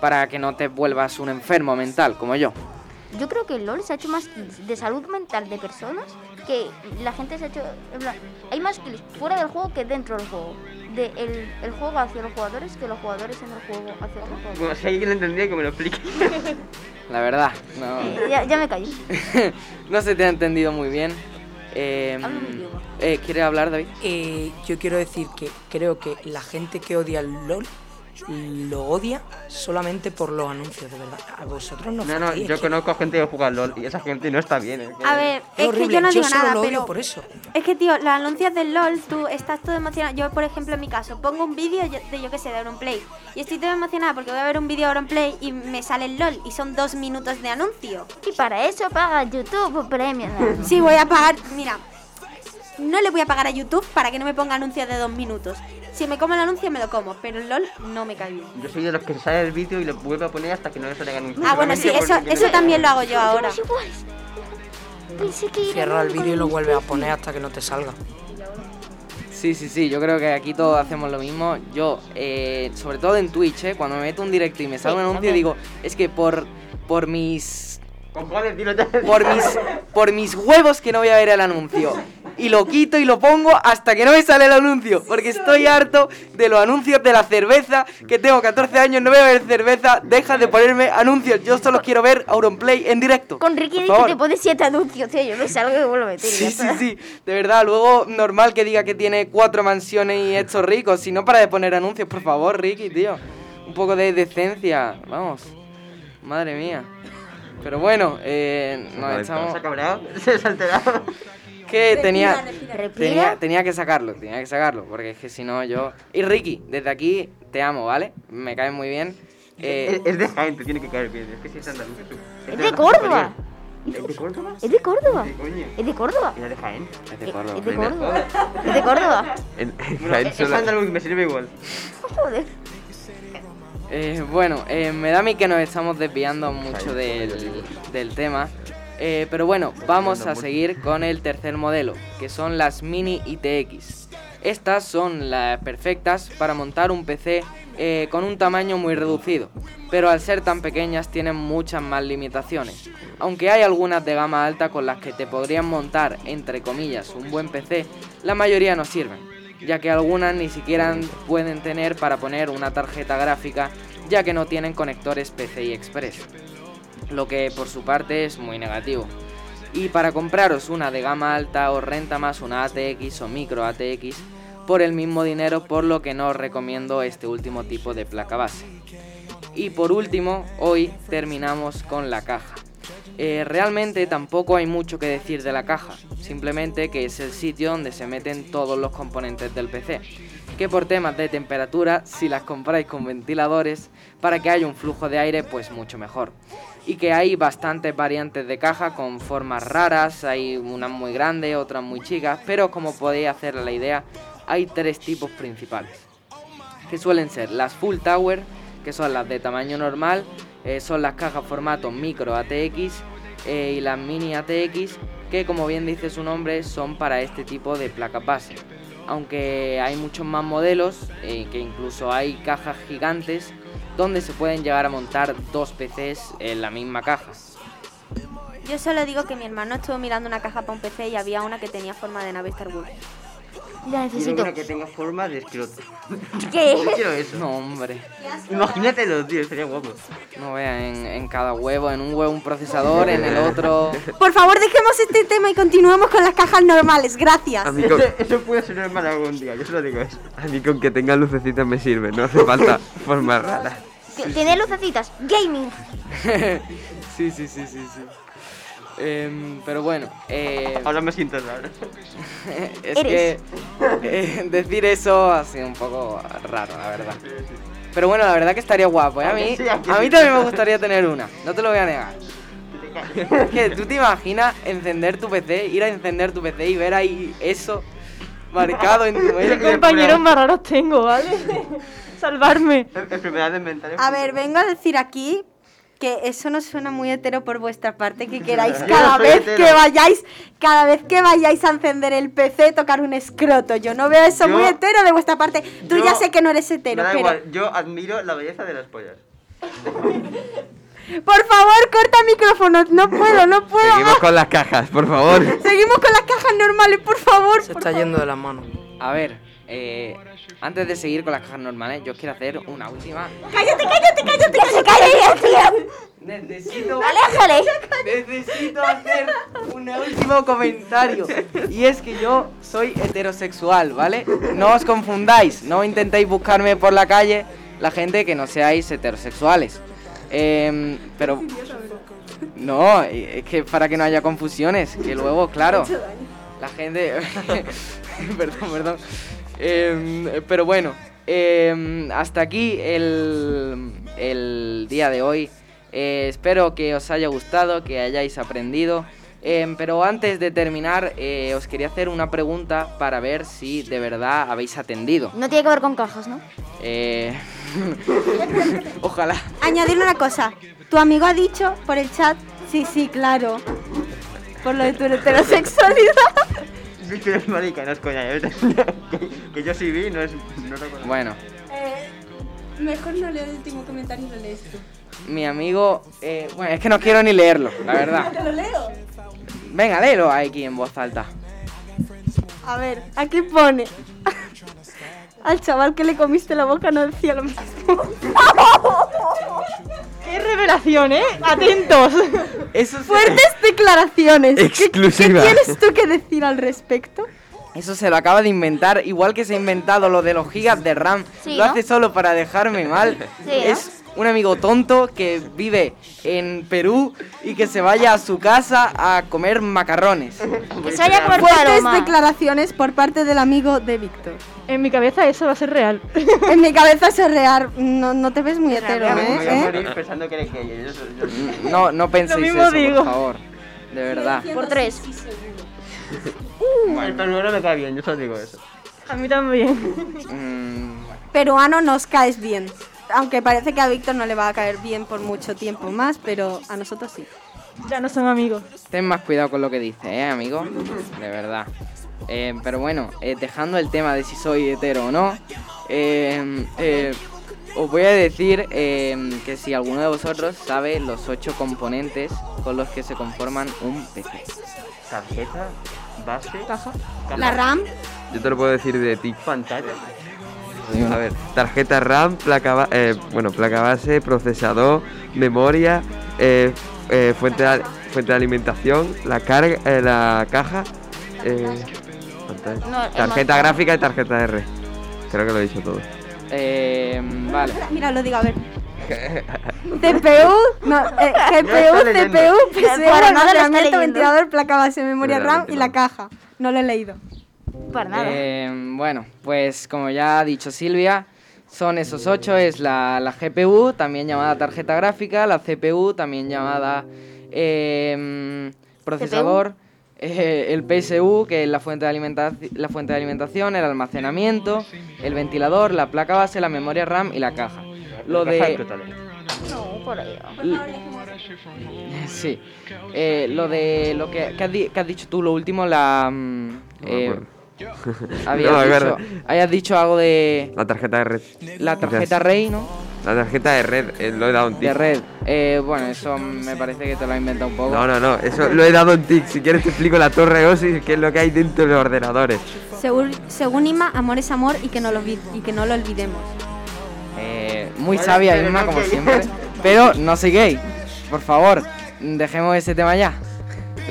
[SPEAKER 4] para que no te vuelvas un enfermo mental como yo.
[SPEAKER 1] Yo creo que el LOL se ha hecho más kills de salud mental de personas que la gente se ha hecho... en plan, Hay más kills fuera del juego que dentro del juego. De el, el juego hacia los jugadores que los jugadores en el juego hacia los
[SPEAKER 5] Bueno,
[SPEAKER 1] jugadores.
[SPEAKER 5] si alguien lo entendía, que me lo explique.
[SPEAKER 4] La verdad, no,
[SPEAKER 1] Eh, Ya, ya me callo.
[SPEAKER 4] no se te ha entendido muy bien. Eh,
[SPEAKER 1] Habla mi idioma.
[SPEAKER 4] eh, ¿Quieres hablar, David?
[SPEAKER 8] Eh, yo quiero decir que creo que la gente que odia el LOL lo odia solamente por los anuncios, de verdad. A vosotros no
[SPEAKER 5] No, no,
[SPEAKER 8] fastidies,
[SPEAKER 5] yo
[SPEAKER 8] que-
[SPEAKER 5] conozco a gente que juega al Lol y esa gente no está bien. ¿eh? es que-
[SPEAKER 3] A ver,
[SPEAKER 8] Es
[SPEAKER 3] es que
[SPEAKER 8] horrible,
[SPEAKER 3] yo no digo
[SPEAKER 8] solo
[SPEAKER 3] nada,
[SPEAKER 8] lo odio
[SPEAKER 3] pero.
[SPEAKER 8] por eso.
[SPEAKER 3] Es que, tío, los anuncios del LOL, tú estás todo emocionado. Yo, por ejemplo, en mi caso, pongo un vídeo yo- de, yo que sé, de Auronplay. Y estoy todo emocionada porque voy a ver un vídeo de Auronplay y me sale el LOL y son dos minutos de anuncio.
[SPEAKER 1] Y para eso paga YouTube Premium.
[SPEAKER 3] Sí, voy a pagar. Mira, no le voy a pagar a YouTube para que no me ponga anuncios de dos minutos. Si me como el anuncio, me lo como, pero el LOL no me cae bien.
[SPEAKER 5] Yo soy de los que sale el vídeo y lo vuelve a poner hasta que no le salgan un
[SPEAKER 3] Ah, bueno, sí, eso, eso también lo hago yo ahora.
[SPEAKER 1] Somos iguales. Pensé que era
[SPEAKER 8] Cierra el
[SPEAKER 1] único
[SPEAKER 8] vídeo y lo
[SPEAKER 1] en
[SPEAKER 8] vuelves a
[SPEAKER 1] este.
[SPEAKER 8] poner hasta que no te salga.
[SPEAKER 4] Sí, sí, sí, yo creo que aquí todos hacemos lo mismo. Yo, eh, sobre todo en Twitch, eh, cuando me meto un directo y me sale
[SPEAKER 1] Sí,
[SPEAKER 4] un anuncio,
[SPEAKER 1] también.
[SPEAKER 4] digo, es que por, por mis.
[SPEAKER 5] Cojones, dilo ya.
[SPEAKER 4] Por mis, por mis huevos que no voy a ver el anuncio. Y lo quito y lo pongo hasta que no me sale el anuncio. Porque estoy harto de los anuncios de la cerveza. Que tengo 14 años, no voy a ver cerveza. Deja de ponerme anuncios. Yo solo quiero ver Auronplay en directo.
[SPEAKER 1] Con Ricky
[SPEAKER 4] Por
[SPEAKER 1] dice
[SPEAKER 4] favor.
[SPEAKER 1] que te pone siete anuncios, tío. Yo me salgo y vuelvo a meter. y ya
[SPEAKER 4] Sí, sí,
[SPEAKER 1] está.
[SPEAKER 4] sí, de verdad, luego normal que diga que tiene cuatro mansiones y estos ricos, si no para de poner anuncios, por favor, Ricky, tío. Un poco de decencia, vamos. Madre mía. Pero bueno, eh, nos
[SPEAKER 6] calentado.
[SPEAKER 4] estamos...
[SPEAKER 5] Se ha cabreado, se ha alterado.
[SPEAKER 4] Que eh, tenía,
[SPEAKER 1] Respira.
[SPEAKER 4] tenía, tenía que sacarlo, tenía que sacarlo, porque es que si no yo... Y Ricky, desde aquí te amo, ¿vale? Me caes muy bien. Eh,
[SPEAKER 5] Es, es de gente, tiene que caer bien. Es que si es andaluz. Este Es,
[SPEAKER 1] de Córdoba.
[SPEAKER 5] ¿Es de Córdoba?
[SPEAKER 1] ¿Es de Córdoba?
[SPEAKER 5] ¿Qué coño?
[SPEAKER 1] ¿Es de Córdoba?
[SPEAKER 5] Era de Jaén.
[SPEAKER 4] es de
[SPEAKER 1] ¿Es
[SPEAKER 4] Córdoba,
[SPEAKER 1] es de
[SPEAKER 4] venga.
[SPEAKER 1] Córdoba? ¿Es de Córdoba?
[SPEAKER 6] En, en
[SPEAKER 5] Bueno,
[SPEAKER 6] Jaén
[SPEAKER 5] es
[SPEAKER 6] solo-
[SPEAKER 5] andaluz, me sirve igual.
[SPEAKER 1] Oh, Joder.
[SPEAKER 4] Eh, bueno, eh, me da a mí que nos estamos desviando mucho del, del tema. Eh, pero bueno, vamos a seguir con el tercer modelo, que son las mini ITX. Estas son las perfectas para montar un PC eh, con un tamaño muy reducido, pero al ser tan pequeñas tienen muchas más limitaciones. Aunque hay algunas de gama alta con las que te podrían montar, entre comillas, un buen PC, la mayoría no sirven ya que algunas ni siquiera pueden tener para poner una tarjeta gráfica, ya que no tienen conectores PCI Express, lo que por su parte es muy negativo. Y para compraros una de gama alta os renta más una ATX o micro ATX por el mismo dinero, por lo que no os recomiendo este último tipo de placa base. Y por último, hoy terminamos con la caja. Eh, realmente tampoco hay mucho que decir de la caja, simplemente que es el sitio donde se meten todos los componentes del PC, que por temas de temperatura, si las compráis con ventiladores, para que haya un flujo de aire, pues mucho mejor. Y que hay bastantes variantes de caja con formas raras, hay unas muy grandes, otras muy chicas, pero como podéis hacer la idea, hay tres tipos principales que suelen ser las Full Tower, que son las de tamaño normal, eh, son las cajas formato micro ATX eh, y las Mini ATX, que como bien dice su nombre, son para este tipo de placas base. Aunque hay muchos más modelos, eh, que incluso hay cajas gigantes, donde se pueden llegar a montar dos PCs en la misma caja.
[SPEAKER 3] Yo solo digo que mi hermano estuvo mirando una caja para un PC y había una que tenía forma de nave Star Wars.
[SPEAKER 1] La
[SPEAKER 5] Quiero una que tenga forma de escroto.
[SPEAKER 1] ¿Qué?
[SPEAKER 5] Yo quiero eso.
[SPEAKER 4] No, hombre.
[SPEAKER 5] Imagínatelo, tío, sería guapo.
[SPEAKER 4] No vean, en, en cada huevo, en un huevo un procesador, en el otro...
[SPEAKER 3] Por favor, dejemos este tema y continuemos con las cajas normales. Gracias.
[SPEAKER 6] A mí con,
[SPEAKER 5] Eso puede ser normal algún día, yo se lo digo eso.
[SPEAKER 6] a mí con que tenga lucecitas me sirve, no hace falta formas raras.
[SPEAKER 1] T- Tiene lucecitas. Gaming.
[SPEAKER 4] sí, sí, sí, sí, sí. Em, pero bueno, eh,
[SPEAKER 5] Ahora me siento raro.
[SPEAKER 4] es que eh, decir eso ha sido un poco raro, la verdad. Pero bueno, la verdad que estaría guapo, ¿eh? A mí, a mí también me gustaría tener una, no te lo voy a negar. Es que tú te imaginas encender tu PC, ir a encender tu PC y ver ahí eso marcado en tu
[SPEAKER 2] ¿Qué
[SPEAKER 4] mente.
[SPEAKER 2] compañeros más raros tengo, ¿vale? Salvarme.
[SPEAKER 5] Enfermedades mentales.
[SPEAKER 3] A ver, vengo a decir aquí que eso no suena muy hetero por vuestra parte, que queráis
[SPEAKER 5] Yo
[SPEAKER 3] cada
[SPEAKER 5] soy
[SPEAKER 3] vez
[SPEAKER 5] hetero.
[SPEAKER 3] que vayáis, cada vez que vayáis a encender el PC, tocar un escroto. Yo no veo eso
[SPEAKER 5] Yo-
[SPEAKER 3] muy hetero de vuestra parte. Tú
[SPEAKER 5] yo-
[SPEAKER 3] ya sé que no eres
[SPEAKER 5] Me
[SPEAKER 3] hetero,
[SPEAKER 5] da
[SPEAKER 3] pero
[SPEAKER 5] igual, yo admiro la belleza de las pollas.
[SPEAKER 3] por favor, corta micrófonos. No puedo, no puedo.
[SPEAKER 6] Seguimos con las cajas, por favor.
[SPEAKER 3] Ah, seguimos con las cajas normales, por favor.
[SPEAKER 8] Se
[SPEAKER 3] por
[SPEAKER 8] está
[SPEAKER 3] favor.
[SPEAKER 8] yendo de las manos.
[SPEAKER 4] A ver, eh, antes de seguir con las cajas normales, yo quiero hacer una última.
[SPEAKER 3] Cállate, cállate, cállate, cállate, cállate.
[SPEAKER 4] Necesito.
[SPEAKER 1] ¡Aléjale!
[SPEAKER 4] Necesito hacer un último comentario. Y es que yo soy heterosexual, ¿vale? No os confundáis, no intentéis buscarme por la calle la gente que no seáis heterosexuales. Em, pero... No, es que para que no haya confusiones, que luego, claro, la gente... perdón, perdón. Em, pero bueno, em, hasta aquí el, el día de hoy. Eh, espero que os haya gustado, que hayáis aprendido. Em, pero antes de terminar, eh, os quería hacer una pregunta para ver si de verdad habéis atendido.
[SPEAKER 1] No tiene que ver con cajas, ¿no?
[SPEAKER 4] Eh, Ojalá.
[SPEAKER 3] Añadirle una cosa. Tu amigo ha dicho por el chat, sí, sí, claro. Por lo de tu heterosexualidad.
[SPEAKER 5] Vi que eres marica, no es coña. ¿eh? que, que yo sí vi, no es. No lo conozco.
[SPEAKER 4] Bueno,
[SPEAKER 3] Eh,
[SPEAKER 13] Mejor no leo el último comentario y lo lees tú.
[SPEAKER 4] mi amigo... eh, bueno, es que no quiero ni leerlo, la verdad.
[SPEAKER 13] ¿Te lo leo?
[SPEAKER 4] Venga, léelo aquí en voz alta.
[SPEAKER 3] A ver, aquí pone. Al chaval que le comiste la boca no decía lo mismo.
[SPEAKER 2] ¡Qué revelación, eh! ¡Atentos!
[SPEAKER 4] Eso se,
[SPEAKER 3] Fuertes declaraciones. ¿Qué-
[SPEAKER 6] Exclusiva.
[SPEAKER 3] ¿Qué, tienes tú que decir al respecto?
[SPEAKER 4] eso se lo acaba de inventar, igual que se ha inventado lo de los gigas de RAM.
[SPEAKER 1] Sí,
[SPEAKER 4] lo
[SPEAKER 1] ¿no?
[SPEAKER 4] hace solo para dejarme mal.
[SPEAKER 1] ¿no?
[SPEAKER 4] Es un amigo tonto que vive en Perú y que se vaya a su casa a comer macarrones.
[SPEAKER 1] Que se haya cortado
[SPEAKER 3] Fuertes
[SPEAKER 1] más.
[SPEAKER 3] declaraciones por parte del amigo de Víctor.
[SPEAKER 2] En mi cabeza eso va a ser real.
[SPEAKER 3] En mi cabeza se rear. No, no te ves muy hetero,
[SPEAKER 5] Me voy a
[SPEAKER 3] ¿eh? ¿Eh?
[SPEAKER 5] morir pensando que eres gay. Yo, soy- yo-
[SPEAKER 4] No, no penséis
[SPEAKER 2] Lo mismo
[SPEAKER 4] eso,
[SPEAKER 2] digo.
[SPEAKER 4] por favor. De verdad.
[SPEAKER 3] ¿eh?
[SPEAKER 1] Por tres.
[SPEAKER 5] El peruano me cae bien, yo solo digo eso.
[SPEAKER 2] A mí también.
[SPEAKER 4] Mm,
[SPEAKER 3] Peruano nos caes bien. Aunque parece que a Víctor no le va a caer bien por mucho tiempo más, pero a nosotros sí.
[SPEAKER 2] Ya no son amigos.
[SPEAKER 4] ten más cuidado con lo que dices, ¿eh, amigo? De verdad. Eh, pero bueno, eh, dejando el tema de si soy hetero o no, eh, eh, os voy a decir eh, que si alguno de vosotros sabe los ocho componentes con los que se conforman un PC.
[SPEAKER 5] Tarjeta, base, caja,
[SPEAKER 3] La RAM,
[SPEAKER 6] Yo te lo puedo decir de ti.
[SPEAKER 5] pantalla.
[SPEAKER 6] A ver, tarjeta RAM, placa, ba- eh, bueno, placa base, procesador, memoria, eh, eh, fuente, de, fuente de alimentación, la carga, eh, la caja, eh, pantalla.
[SPEAKER 1] No, el
[SPEAKER 6] tarjeta
[SPEAKER 1] más-
[SPEAKER 6] gráfica y tarjeta R. Creo que lo he dicho todo.
[SPEAKER 4] Eh, vale.
[SPEAKER 3] mira, lo digo, a ver. CPU, no, eh, GPU,
[SPEAKER 5] leyendo.
[SPEAKER 1] Para nada
[SPEAKER 3] CPU, PCB,
[SPEAKER 1] lo está
[SPEAKER 3] almacenamiento,
[SPEAKER 1] leyendo.
[SPEAKER 3] ventilador, placa base, memoria RAM
[SPEAKER 6] Verdaderamente
[SPEAKER 3] y la
[SPEAKER 6] no.
[SPEAKER 3] caja. No lo he leído.
[SPEAKER 1] Para nada.
[SPEAKER 4] Eh, bueno, pues como ya ha dicho Silvia, son esos ocho, es la, la GPU, también llamada tarjeta gráfica, la CPU, también llamada eh, procesador, eh, el PSU, que es la fuente, de alimentaci- la fuente de alimentación, el almacenamiento, el ventilador, la placa base, la memoria RAM y la caja. Lo
[SPEAKER 5] Caja
[SPEAKER 4] de...
[SPEAKER 5] total.
[SPEAKER 1] por ello.
[SPEAKER 4] Sí. Eh, lo de lo que, que has di- que has dicho tú, lo último, la. mm, eh, habías,
[SPEAKER 6] No me acuerdo.
[SPEAKER 4] dicho, habías dicho algo de.
[SPEAKER 6] La tarjeta de red.
[SPEAKER 4] La tarjeta
[SPEAKER 6] Gracias.
[SPEAKER 4] Rey, ¿no?
[SPEAKER 6] La tarjeta de red, eh, lo he dado en
[SPEAKER 4] De
[SPEAKER 6] tic.
[SPEAKER 4] red. Eh, bueno, eso me parece que te lo has inventado un poco.
[SPEAKER 6] No, no, no, eso lo he dado en tic. Si quieres te explico la torre OSI, que es lo que hay dentro de los ordenadores.
[SPEAKER 3] Según, según Inma, amor es amor y que no lo, olvi- y que no lo olvidemos.
[SPEAKER 4] Eh, muy
[SPEAKER 3] Vale,
[SPEAKER 4] sabia,
[SPEAKER 3] pero
[SPEAKER 4] Irma,
[SPEAKER 3] no
[SPEAKER 4] como
[SPEAKER 3] quería.
[SPEAKER 4] siempre. Pero no sé gay. Por favor, dejemos ese tema ya.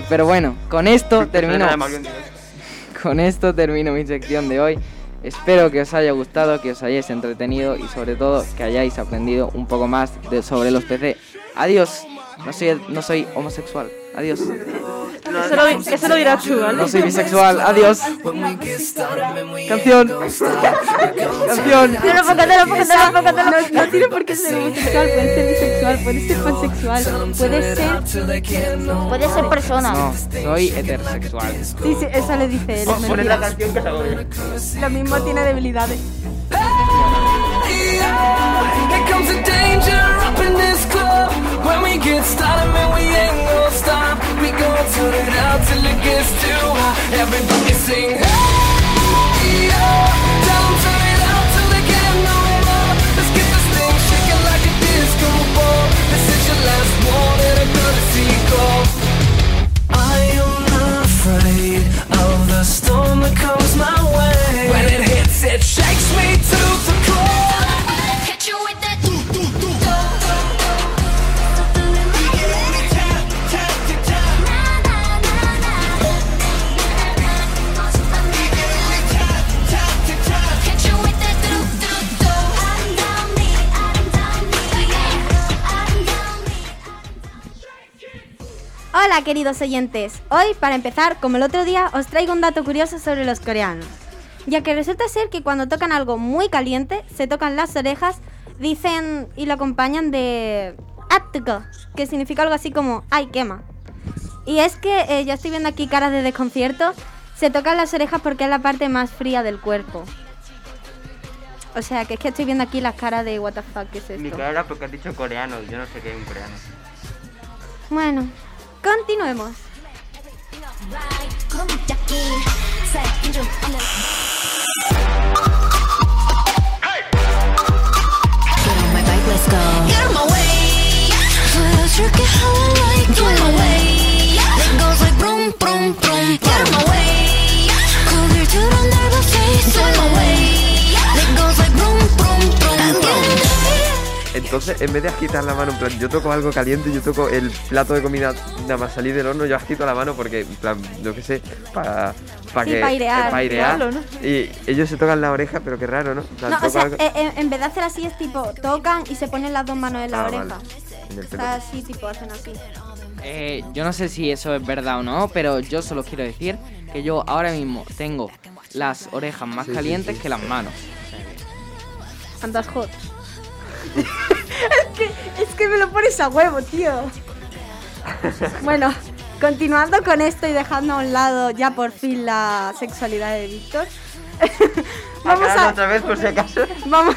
[SPEAKER 4] Pero bueno, con esto termino. Con esto termino mi sección de hoy. Espero que os haya gustado, que os hayáis entretenido y sobre todo que hayáis aprendido un poco más de- sobre los PC. Adiós. No soy, no soy homosexual. Adiós.
[SPEAKER 2] Eso lo, di- eso lo dirás tú, ¿vale?
[SPEAKER 4] No soy bisexual. Adiós. Canción. Canción.
[SPEAKER 1] No lo pongas, no lo pongas, no lo pongas, no lo pongas.
[SPEAKER 13] No tiene por qué ser homosexual, puede ser bisexual, puede ser pansexual, puede ser.
[SPEAKER 1] Puede ser persona.
[SPEAKER 4] No, soy heterosexual.
[SPEAKER 13] Sí, sí, eso le dice él. es mentira. Lo mismo tiene debilidades.
[SPEAKER 9] Here comes the danger up in this club. When we get started, man, we ain't gonna stop. We gon' turn it out till it gets too high. Everybody sing. "Hey, yo." Tell 'em turn it out till they can't no more. Let's get this thing shaking like a disco ball. This is your last warning, a courtesy call. I am not afraid of the storm that comes my way. When it hits, it shakes me to the core. Hit you with that.
[SPEAKER 3] Hola queridos oyentes, hoy para empezar, como el otro día, os traigo un dato curioso sobre los coreanos. Ya que resulta ser que cuando tocan algo muy caliente, se tocan las orejas, dicen y lo acompañan de ático, que significa algo así como ay quema. Y es que eh, yo estoy viendo aquí caras de desconcierto, se tocan las orejas porque es la parte más fría del cuerpo. O sea, que es que estoy viendo aquí las caras de what the fuck, ¿qué es esto?
[SPEAKER 5] Mi cara era porque has dicho coreano y yo no sé qué es un coreano.
[SPEAKER 3] Bueno, continuemos.
[SPEAKER 6] Entonces, en vez de agitar la mano, en plan, yo toco algo caliente, yo toco el plato de comida nada más salir del horno, yo agito la mano porque, en plan, yo qué sé, para
[SPEAKER 3] Sí,
[SPEAKER 6] que.
[SPEAKER 3] pa' airear.
[SPEAKER 6] pa' airear.
[SPEAKER 3] Claro, ¿no?
[SPEAKER 6] Y ellos se tocan la oreja, pero qué raro, ¿no? En plan,
[SPEAKER 3] No, o
[SPEAKER 6] toco
[SPEAKER 3] sea,
[SPEAKER 6] algo-
[SPEAKER 3] eh, eh, en vez de hacer así es tipo, tocan y se ponen las dos manos en la
[SPEAKER 6] Ah,
[SPEAKER 3] oreja.
[SPEAKER 6] vale. En el
[SPEAKER 3] O
[SPEAKER 6] pelo.
[SPEAKER 3] sea, así tipo, hacen así.
[SPEAKER 4] Eh, yo no sé si eso es verdad o no, pero yo solo quiero decir que yo ahora mismo tengo las orejas más
[SPEAKER 6] Sí, sí,
[SPEAKER 4] calientes
[SPEAKER 6] sí.
[SPEAKER 4] que las manos.
[SPEAKER 13] Andas hot. es, que, es que me lo pones a huevo, tío.
[SPEAKER 3] Bueno, continuando con esto y dejando a un lado ya por fin la sexualidad de Víctor. vamos
[SPEAKER 5] Aclarando
[SPEAKER 3] a...
[SPEAKER 5] otra vez por si acaso.
[SPEAKER 3] Vamos...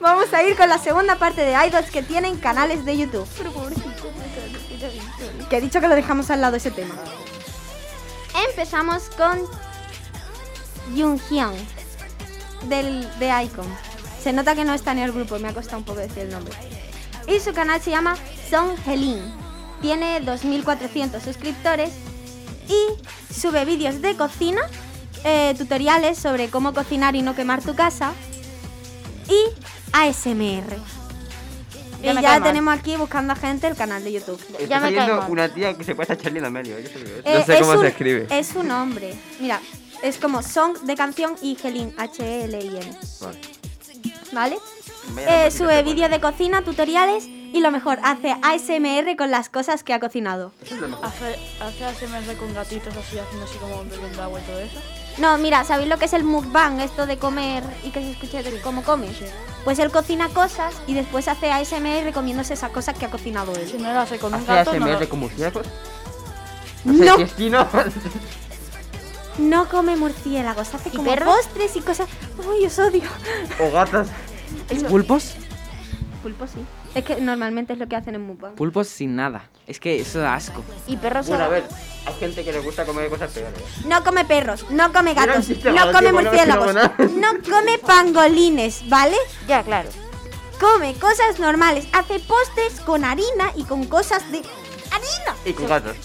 [SPEAKER 3] Vamos a ir con la segunda parte de idols que tienen canales de YouTube. Que he dicho que lo dejamos al lado ese tema. Empezamos con Junghyun del de Icon. Se nota que no está en el grupo, me ha costado un poco decir el nombre. Y su canal se llama Song Helin. Tiene 2400 suscriptores y sube vídeos de cocina, eh, tutoriales sobre cómo cocinar y no quemar tu casa y ASMR.
[SPEAKER 1] Ya me
[SPEAKER 3] y ya
[SPEAKER 1] cae mal.
[SPEAKER 3] tenemos aquí buscando a gente el canal de YouTube.
[SPEAKER 5] Está saliendo una tía que se puede estar charlando a medio. yo sé lo que es.
[SPEAKER 3] Eh,
[SPEAKER 6] sé cómo se
[SPEAKER 3] es un-
[SPEAKER 6] escribe.
[SPEAKER 3] Es un hombre. Mira, es como song de canción y Helin, E H-E-L-I-N.
[SPEAKER 6] Vale. Vaya
[SPEAKER 3] ¿Vale? Eh,
[SPEAKER 6] nombrecito
[SPEAKER 3] sube vídeos de cocina, tutoriales y lo mejor, hace ASMR con las cosas que ha cocinado.
[SPEAKER 7] Hace, hace ASMR con gatitos así, haciendo así como bebiendo agua y todo eso.
[SPEAKER 3] No, mira, ¿sabéis lo que es el mukbang? Esto de comer y que se escuche de cómo comes. Pues él cocina cosas y después hace ASMR comiéndose esas cosas que ha cocinado él.
[SPEAKER 7] Si no lo hace con un
[SPEAKER 5] ¿Hace
[SPEAKER 7] gato, no
[SPEAKER 5] ASMR
[SPEAKER 7] lo-
[SPEAKER 5] con murciélagos? No sé si es chino.
[SPEAKER 3] No come murciélagos, hace como
[SPEAKER 1] perros?
[SPEAKER 3] postres y cosas. Uy, os odio.
[SPEAKER 5] O gatas.
[SPEAKER 4] ¿Pulpos?
[SPEAKER 3] Pulpo sí. Es que normalmente es lo que hacen en Mukbang.
[SPEAKER 4] Pulpos sin nada. Es que eso da asco.
[SPEAKER 3] Y perros
[SPEAKER 5] Bueno, a ver, hay gente que le gusta comer cosas peores.
[SPEAKER 3] No come perros, no come
[SPEAKER 5] Era un
[SPEAKER 3] gatos,
[SPEAKER 5] chiste
[SPEAKER 3] no
[SPEAKER 5] malo,
[SPEAKER 3] come
[SPEAKER 5] tío, bueno,
[SPEAKER 3] murciélagos,
[SPEAKER 5] no hago
[SPEAKER 3] no come pangolines, ¿vale? Ya, claro. Come cosas normales, hace postres con harina y con cosas de harina.
[SPEAKER 5] Y con gatos.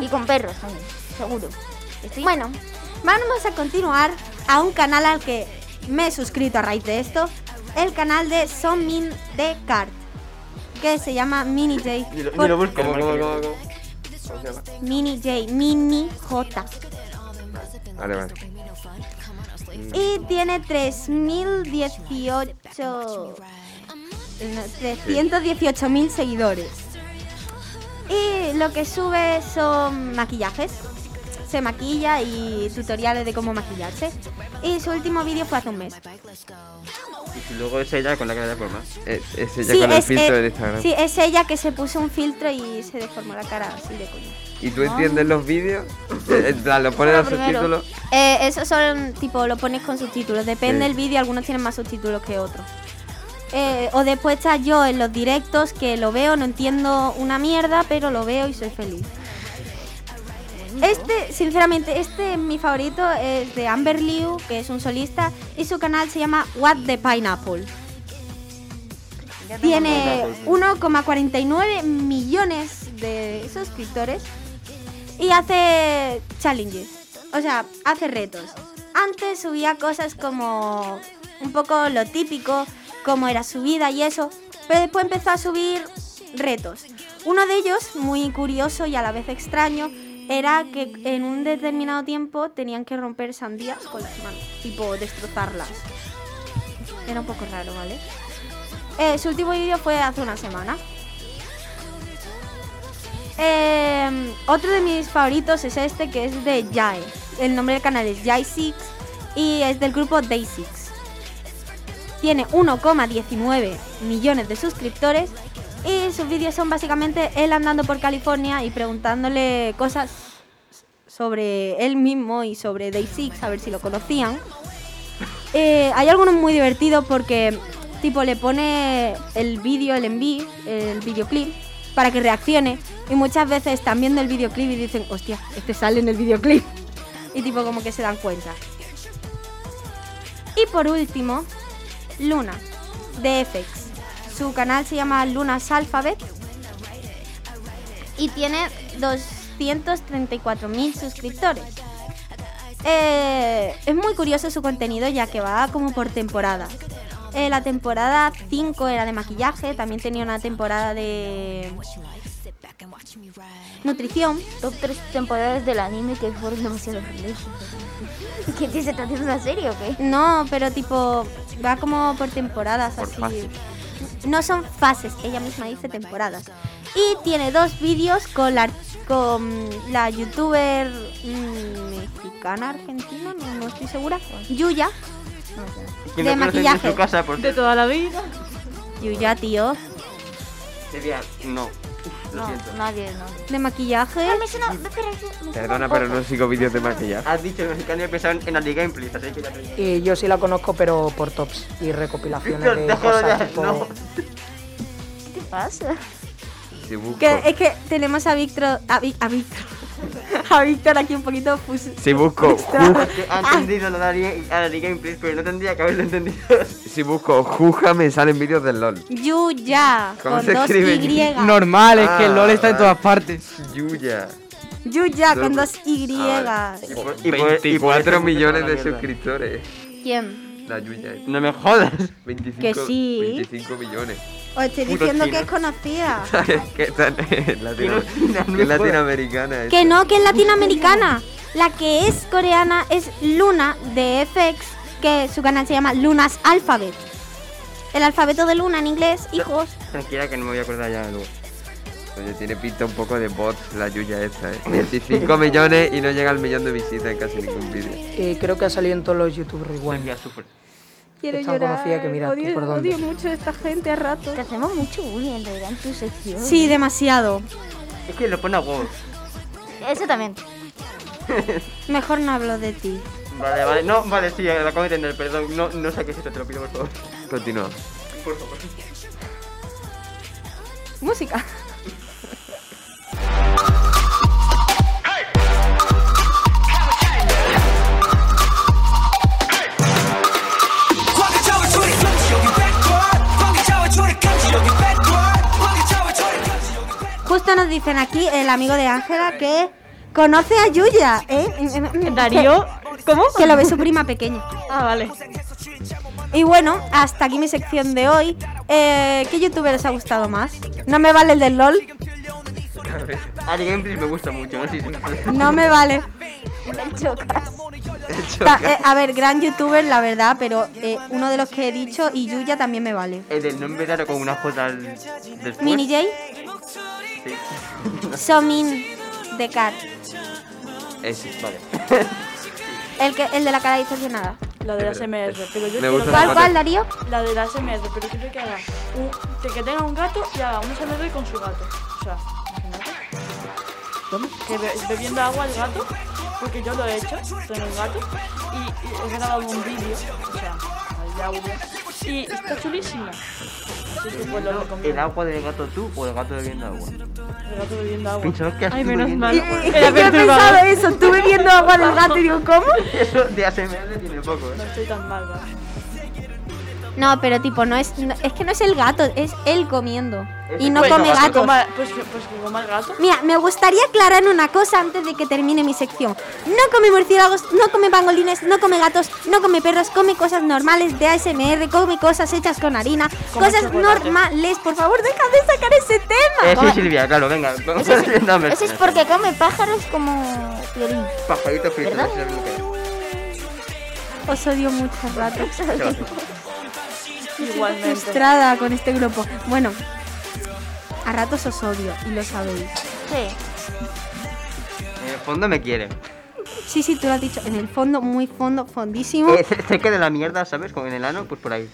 [SPEAKER 1] Y con perros también, seguro.
[SPEAKER 3] Bueno, vamos a continuar a un canal al que me he suscrito a raíz de esto, el canal de Son Min de Cart, que se llama Mini J.
[SPEAKER 6] Ni
[SPEAKER 3] por-
[SPEAKER 6] lo busco. ¿Cómo,
[SPEAKER 5] Marca,
[SPEAKER 6] cómo,
[SPEAKER 5] yo
[SPEAKER 6] cómo,
[SPEAKER 5] lo
[SPEAKER 6] cómo? ¿Cómo se llama?
[SPEAKER 3] Mini J, Mini J.
[SPEAKER 6] Vale, vale.
[SPEAKER 3] Y tiene 3.018... no, 318.000 seguidores. Y lo que sube son maquillajes. Se maquilla y tutoriales de cómo maquillarse. Y su último vídeo fue hace un mes.
[SPEAKER 5] Y si luego es ella con la cara de forma.
[SPEAKER 6] Es, es ella con el
[SPEAKER 3] es,
[SPEAKER 6] filtro
[SPEAKER 3] eh,
[SPEAKER 6] de Instagram.
[SPEAKER 3] sí, es ella que se puso un filtro y se deformó la cara así de coña.
[SPEAKER 6] ¿Y tú entiendes los vídeos? Eh, en plan, ¿Lo pones a
[SPEAKER 3] Bueno, primero,
[SPEAKER 6] subtítulos?
[SPEAKER 3] eh, esos son, tipo, lo pones con subtítulos. Depende
[SPEAKER 6] Sí.
[SPEAKER 3] del vídeo, algunos tienen más subtítulos que otros. Eh, o después está yo en los directos que lo veo, no entiendo una mierda, pero lo veo y soy feliz. Este, sinceramente, este mi favorito es de Amber Liu, que es un solista, y su canal se llama What the Pineapple. Tiene 1,49 millones de suscriptores y hace challenges, o sea, hace retos. Antes subía cosas como un poco lo típico, cómo era su vida y eso, pero después empezó a subir retos. Uno de ellos, muy curioso y a la vez extraño, era que en un determinado tiempo tenían que romper sandías con las manos, tipo destrozarlas. Era un poco raro, ¿vale? Eh, su último vídeo fue hace una semana. Eh, otro de mis favoritos es este que es de Jai. El nombre del canal es Jai Six y es del grupo Day Six. Tiene 1,19 millones de suscriptores y sus vídeos son básicamente él andando por California y preguntándole cosas sobre él mismo y sobre Day Six, a ver si lo conocían. Eh, hay algunos muy divertidos porque tipo le pone el vídeo, el envío, el videoclip para que reaccione y muchas veces están viendo el videoclip y dicen, hostia, este sale en el videoclip y tipo como que se dan cuenta. Y por último, Luna, de FX. Su canal se llama Luna's Alphabet y tiene 234.000 suscriptores. Eh, es muy curioso su contenido ya que va como por temporada. Eh, la temporada 5 era de maquillaje, también tenía una temporada de nutrición.
[SPEAKER 1] Top tres temporadas del anime que fueron demasiado horribles. ¿Qué te- se está haciendo una serie o qué?
[SPEAKER 3] No, pero tipo, va como por temporadas así. No son fases, ella misma dice temporadas. Y tiene dos vídeos con la, con la youtuber mm, mexicana, argentina, no, no estoy segura, Yuya.
[SPEAKER 5] Que me conocen
[SPEAKER 3] de
[SPEAKER 5] en
[SPEAKER 3] maquillaje.
[SPEAKER 5] su casa por ser-
[SPEAKER 3] toda la vida. Yuya, tío.
[SPEAKER 5] sería- No. Lo siento.
[SPEAKER 1] Nadie, no.
[SPEAKER 3] De maquillaje.
[SPEAKER 6] Perdona, pero no sigo vídeos de maquillaje.
[SPEAKER 5] Has dicho que los mexicanos pensaban en la Liga Gameplay, así que ya te digo.
[SPEAKER 8] Y Eh, yo sí la conozco, pero por tops y recopilaciones de
[SPEAKER 5] Déjalo ya,
[SPEAKER 8] cosas tipo...
[SPEAKER 5] no.
[SPEAKER 1] ¿Qué te pasa?
[SPEAKER 6] Si busco.
[SPEAKER 3] Que, es que tenemos a Víctor, a, Vic- a Víctor, a Víctor aquí un poquito pues, fus-
[SPEAKER 6] Si busco, ju-
[SPEAKER 5] Porque
[SPEAKER 3] Ah.
[SPEAKER 5] ha entendido lo de la Liga- a la Liga Gameplay, pero no tendría que haberlo entendido.
[SPEAKER 6] si busco Juja, me salen vídeos del LOL.
[SPEAKER 3] Yuya
[SPEAKER 6] ¿Cómo
[SPEAKER 3] con
[SPEAKER 6] se
[SPEAKER 3] dos
[SPEAKER 6] escribe
[SPEAKER 3] Y.
[SPEAKER 6] Yuya?
[SPEAKER 4] Normal, es que el LOL está en
[SPEAKER 6] Ah.
[SPEAKER 4] todas partes.
[SPEAKER 6] Yuya.
[SPEAKER 3] Yuya con dos Y.
[SPEAKER 6] Ah, Y por- y por- y por 24
[SPEAKER 5] 24
[SPEAKER 6] millones de
[SPEAKER 5] mierda.
[SPEAKER 6] suscriptores.
[SPEAKER 3] ¿Quién?
[SPEAKER 6] La Yuya.
[SPEAKER 5] No me jodas.
[SPEAKER 6] 25,
[SPEAKER 3] Que sí.
[SPEAKER 6] 25 millones.
[SPEAKER 3] Os estoy
[SPEAKER 5] Puro
[SPEAKER 3] diciendo
[SPEAKER 5] chino.
[SPEAKER 3] que es conocida.
[SPEAKER 6] que tan- latino- que es latinoamericana.
[SPEAKER 3] que no, que es latinoamericana. La que es coreana es Luna de FX, que su canal se llama Lunas Alphabet. El alfabeto de Luna en inglés, hijos.
[SPEAKER 5] Tranquila que no me voy a acordar ya luego.
[SPEAKER 6] Oye, tiene pinta un poco de bot la Yuya esta, eh. 25 millones y no llega al millón de visitas en casi ningún vídeo.
[SPEAKER 8] Eh, creo que ha salido en todos los YouTube Rewind.
[SPEAKER 5] Ya sufre.
[SPEAKER 13] Quiero
[SPEAKER 8] Es tan
[SPEAKER 13] llorar.
[SPEAKER 8] conocida que mira tú
[SPEAKER 13] odio,
[SPEAKER 8] por dónde.
[SPEAKER 13] odio mucho a esta gente a rato.
[SPEAKER 1] Te hacemos mucho bullying en realidad en tu sección.
[SPEAKER 3] Sí, demasiado.
[SPEAKER 5] Es que lo pone a huevo.
[SPEAKER 1] Eso también.
[SPEAKER 3] Mejor no hablo de ti.
[SPEAKER 5] Vale, vale. No, vale, sí, lo acabo de entender, perdón. No, no saques esto, te lo pido por favor.
[SPEAKER 6] Continúa.
[SPEAKER 5] Por favor.
[SPEAKER 3] Música. Justo nos dicen aquí el amigo de Ángela que conoce a Yuya, ¿eh?
[SPEAKER 2] Darío, ¿cómo?
[SPEAKER 3] Que lo ve su prima pequeña.
[SPEAKER 2] Ah, vale.
[SPEAKER 3] Y bueno, hasta aquí mi sección de hoy. Eh, ¿Qué youtuber os ha gustado más? No me vale el del LOL.
[SPEAKER 5] Ari Ah, Gameplay me gusta mucho, no sé si-
[SPEAKER 3] No me vale.
[SPEAKER 5] Chocas.
[SPEAKER 3] Ta- eh, a ver, gran youtuber, la verdad, pero eh, uno de los que he dicho y Yuya también me vale.
[SPEAKER 5] El del nombre raro con una J al- después.
[SPEAKER 3] Mini J,
[SPEAKER 5] Sí.
[SPEAKER 3] Somin de Car,
[SPEAKER 6] Ese, vale.
[SPEAKER 3] el, que, el de la cara distorsionada.
[SPEAKER 7] La de la
[SPEAKER 5] Eh,
[SPEAKER 7] SMR, pero yo
[SPEAKER 6] Me
[SPEAKER 7] quiero
[SPEAKER 6] gusta
[SPEAKER 7] que-
[SPEAKER 6] la ¿Cuál, pata. cuál,
[SPEAKER 3] Darío?
[SPEAKER 7] La de la SMR, pero quiero que haga un, que, que tenga un gato y haga un SMR con su gato. O sea, imagínate. Que be- bebiendo agua el gato, porque yo lo he hecho con el gato y, y he grabado un vídeo, o sea, el audio, y está chulísimo. Así que pues lo
[SPEAKER 5] ¿El
[SPEAKER 7] recomiendo.
[SPEAKER 5] agua del gato tú o el gato bebiendo agua?
[SPEAKER 7] El gato bebiendo agua.
[SPEAKER 5] Pensaba que has
[SPEAKER 7] Ay,
[SPEAKER 5] tú
[SPEAKER 7] menos
[SPEAKER 5] bebiendo
[SPEAKER 7] mal.
[SPEAKER 5] agua.
[SPEAKER 7] Eh, Era
[SPEAKER 3] Yo he
[SPEAKER 7] perturbador.
[SPEAKER 3] pensado eso, estuve viendo agua del gato y digo, ¿cómo?
[SPEAKER 5] Eso de ASMR tiene poco,
[SPEAKER 7] No
[SPEAKER 5] ¿eh?
[SPEAKER 7] estoy tan mal, ¿verdad?
[SPEAKER 5] Este
[SPEAKER 3] No, pero tipo, no es, no- es que no es el gato, es él comiendo.
[SPEAKER 5] Ese
[SPEAKER 3] Y no
[SPEAKER 5] pues,
[SPEAKER 3] come
[SPEAKER 5] pues,
[SPEAKER 3] gatos.
[SPEAKER 7] Coma- pues, que- pues que coma el gato.
[SPEAKER 3] Mira, me gustaría aclarar una cosa antes de que termine mi sección. No come murciélagos, no come pangolines, no come gatos, no come perros, come cosas normales de ASMR, come cosas hechas con harina,
[SPEAKER 7] Come
[SPEAKER 3] cosas
[SPEAKER 7] chocolate.
[SPEAKER 3] normales. Por favor, deja de sacar ese tema.
[SPEAKER 5] Eh, sí, Silvia, claro, venga. Vamos
[SPEAKER 1] Eso
[SPEAKER 5] a
[SPEAKER 1] es-
[SPEAKER 5] Dame.
[SPEAKER 1] Eso es porque come pájaros como violín.
[SPEAKER 5] Pajarito frito,
[SPEAKER 1] ¿Verdad?
[SPEAKER 5] no sé lo que es.
[SPEAKER 3] Os odio mucho rato.
[SPEAKER 5] ¿Qué va a hacer?
[SPEAKER 7] Igualmente.
[SPEAKER 3] frustrada con este grupo. Bueno, a ratos os odio y lo sabéis.
[SPEAKER 1] Sí.
[SPEAKER 5] En el fondo Eh, pues me quiere.
[SPEAKER 3] Sí, sí, tú lo has dicho. En el fondo, muy fondo, fondísimo.
[SPEAKER 5] Eh, c- cerca de la mierda, ¿sabes? Con el ano, pues por ahí.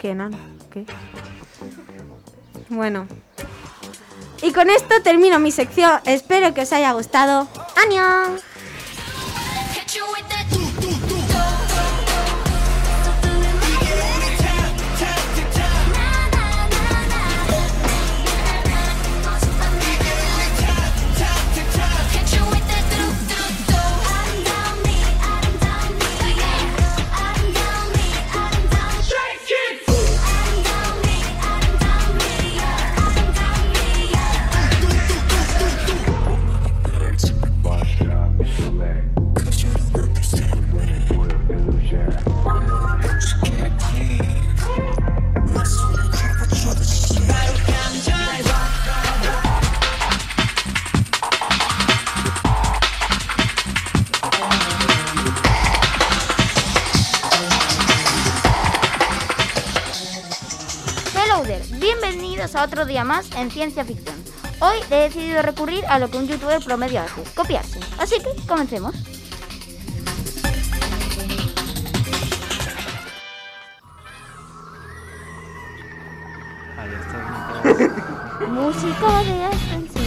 [SPEAKER 3] Qué enano, qué. Bueno. Y con esto termino mi sección. Espero que os haya gustado. ¡Año!
[SPEAKER 1] Helloder, bienvenidos a otro día más en Ciencia Ficción. Hoy he decidido recurrir a lo que un youtuber promedio hace, copiarse. Así que comencemos. Música de ascensor.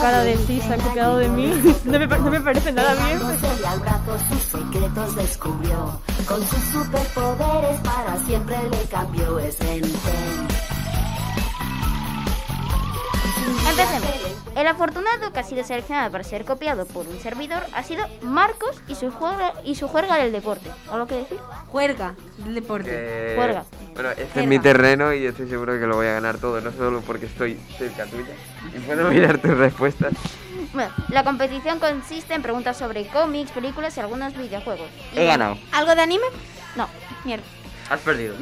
[SPEAKER 2] Cara de sí, se han copiado de mí. No me, no me parece nada bien. pues.
[SPEAKER 14] Y al rato sus secretos descubrió. Con sus superpoderes para siempre le cambió ese intento.
[SPEAKER 1] Empecemos. El afortunado que ha sido seleccionado para ser copiado por un servidor ha sido Marcos y su juerga, y su juerga del deporte. ¿Algo que decir?
[SPEAKER 3] Juerga, del deporte.
[SPEAKER 6] Eh,
[SPEAKER 1] Juerga.
[SPEAKER 6] Bueno, este
[SPEAKER 3] Jerga.
[SPEAKER 6] es mi terreno y yo estoy seguro que lo voy a ganar todo, no solo porque estoy cerca tuya. Y puedo mirar tus respuestas.
[SPEAKER 1] Bueno, la competición consiste en preguntas sobre cómics, películas y algunos videojuegos. Y-
[SPEAKER 5] He ganado.
[SPEAKER 3] ¿Algo de anime?
[SPEAKER 1] No, mierda.
[SPEAKER 5] Has perdido.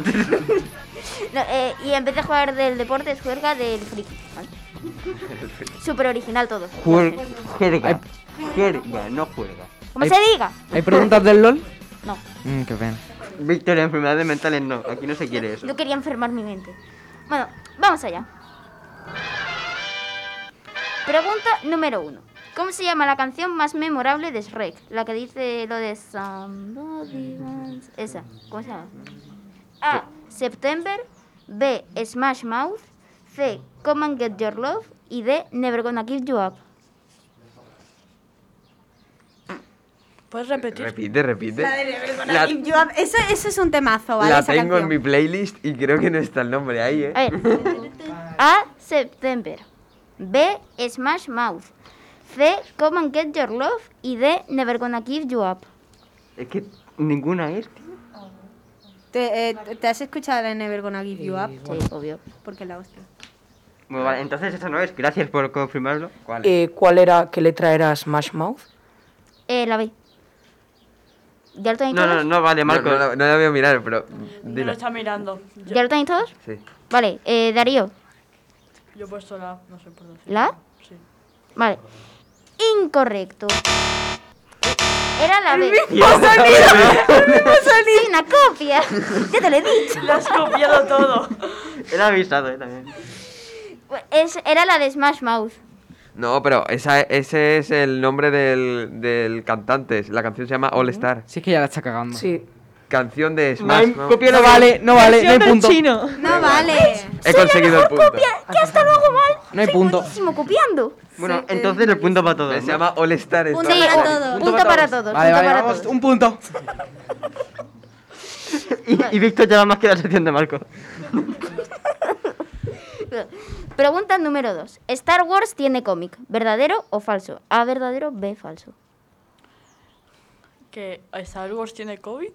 [SPEAKER 1] No, eh, y en vez de jugar del deporte es juerga del friki. ¿vale? Súper original todo.
[SPEAKER 5] Juer- Jerga. Jerga, no juega.
[SPEAKER 1] ¿Cómo se diga?
[SPEAKER 4] ¿Hay preguntas del LOL?
[SPEAKER 1] No,
[SPEAKER 4] Mm, qué pena.
[SPEAKER 5] Víctor, enfermedades mentales no. Aquí no se quiere eso.
[SPEAKER 1] yo quería enfermar mi mente. Bueno, vamos allá. Pregunta número uno. ¿Cómo se llama la canción más memorable de Shrek? La que dice lo de Somebody once- Esa, ¿cómo se llama? A. September. B. Smash Mouth. C. Come and Get Your Love. Y D. Never Gonna Give You Up.
[SPEAKER 2] ¿Puedes repetir?
[SPEAKER 6] Repite, repite.
[SPEAKER 3] La de Rebel Gonna
[SPEAKER 6] La-
[SPEAKER 3] Leave You Up. Eso, eso es un temazo, ¿vale?
[SPEAKER 6] La
[SPEAKER 3] Esa
[SPEAKER 6] tengo en
[SPEAKER 3] canción.
[SPEAKER 6] mi playlist y creo que no está el nombre ahí, ¿eh?
[SPEAKER 1] A ver. A. September. B. Smash Mouth. C. Come and Get Your Love. Y D. Never Gonna Give You Up.
[SPEAKER 5] Es que ninguna es.
[SPEAKER 3] ¿Te, eh, te- te has escuchado la de Never Gonna Give You Up?
[SPEAKER 1] Sí, obvio.
[SPEAKER 3] Porque la hostia.
[SPEAKER 5] Bueno, vale, entonces esa no es. Gracias por confirmarlo. ¿Cuál
[SPEAKER 8] Eh, ¿Cuál era, qué letra era Smash Mouth?
[SPEAKER 1] Eh, la B. ¿Ya lo tenéis
[SPEAKER 5] No,
[SPEAKER 1] todos?
[SPEAKER 5] no, no, vale, Marco. eh,
[SPEAKER 6] No, no la- no la voy a mirar, pero...
[SPEAKER 7] No lo
[SPEAKER 6] dila.
[SPEAKER 7] está mirando. Yo,
[SPEAKER 1] ¿Ya lo tenéis todos?
[SPEAKER 6] Sí.
[SPEAKER 1] Vale, eh, Darío.
[SPEAKER 7] yo he puesto la, no sé por dónde.
[SPEAKER 1] ¿La?
[SPEAKER 7] Sí.
[SPEAKER 1] Vale. Incorrecto. Era la B.
[SPEAKER 9] mismo sonido!
[SPEAKER 1] ¡El mismo sonido! ¡Una copia! ¡Ya te lo he dicho!
[SPEAKER 7] ¡Lo has copiado todo!
[SPEAKER 5] Era avisado, eh, también.
[SPEAKER 1] Es, era la de Smash Mouth.
[SPEAKER 6] No, pero esa, ese es el nombre del, del cantante. La canción se llama All Star.
[SPEAKER 4] Sí, es que ya la está cagando.
[SPEAKER 8] Sí.
[SPEAKER 6] Canción de Smash. Mouth.
[SPEAKER 4] no vale, no vale, no hay punto.
[SPEAKER 3] No vale.
[SPEAKER 6] He conseguido el punto.
[SPEAKER 1] ¡Que hasta luego, mal!
[SPEAKER 4] No hay punto.
[SPEAKER 1] Buenísimo copiando.
[SPEAKER 5] Bueno, entonces el punto para todos.
[SPEAKER 6] Se llama All Star.
[SPEAKER 1] Punto
[SPEAKER 6] está-
[SPEAKER 1] para todos. Punto para todos.
[SPEAKER 4] Vale,
[SPEAKER 1] punto
[SPEAKER 4] vale,
[SPEAKER 1] para
[SPEAKER 4] vamos,
[SPEAKER 1] todos.
[SPEAKER 4] un punto.
[SPEAKER 5] Y, y Víctor lleva más que la sección de Marco.
[SPEAKER 1] Pregunta número 2. Star Wars tiene cómic. ¿Verdadero o falso? A verdadero, B falso.
[SPEAKER 7] ¿Que Star Wars tiene COVID?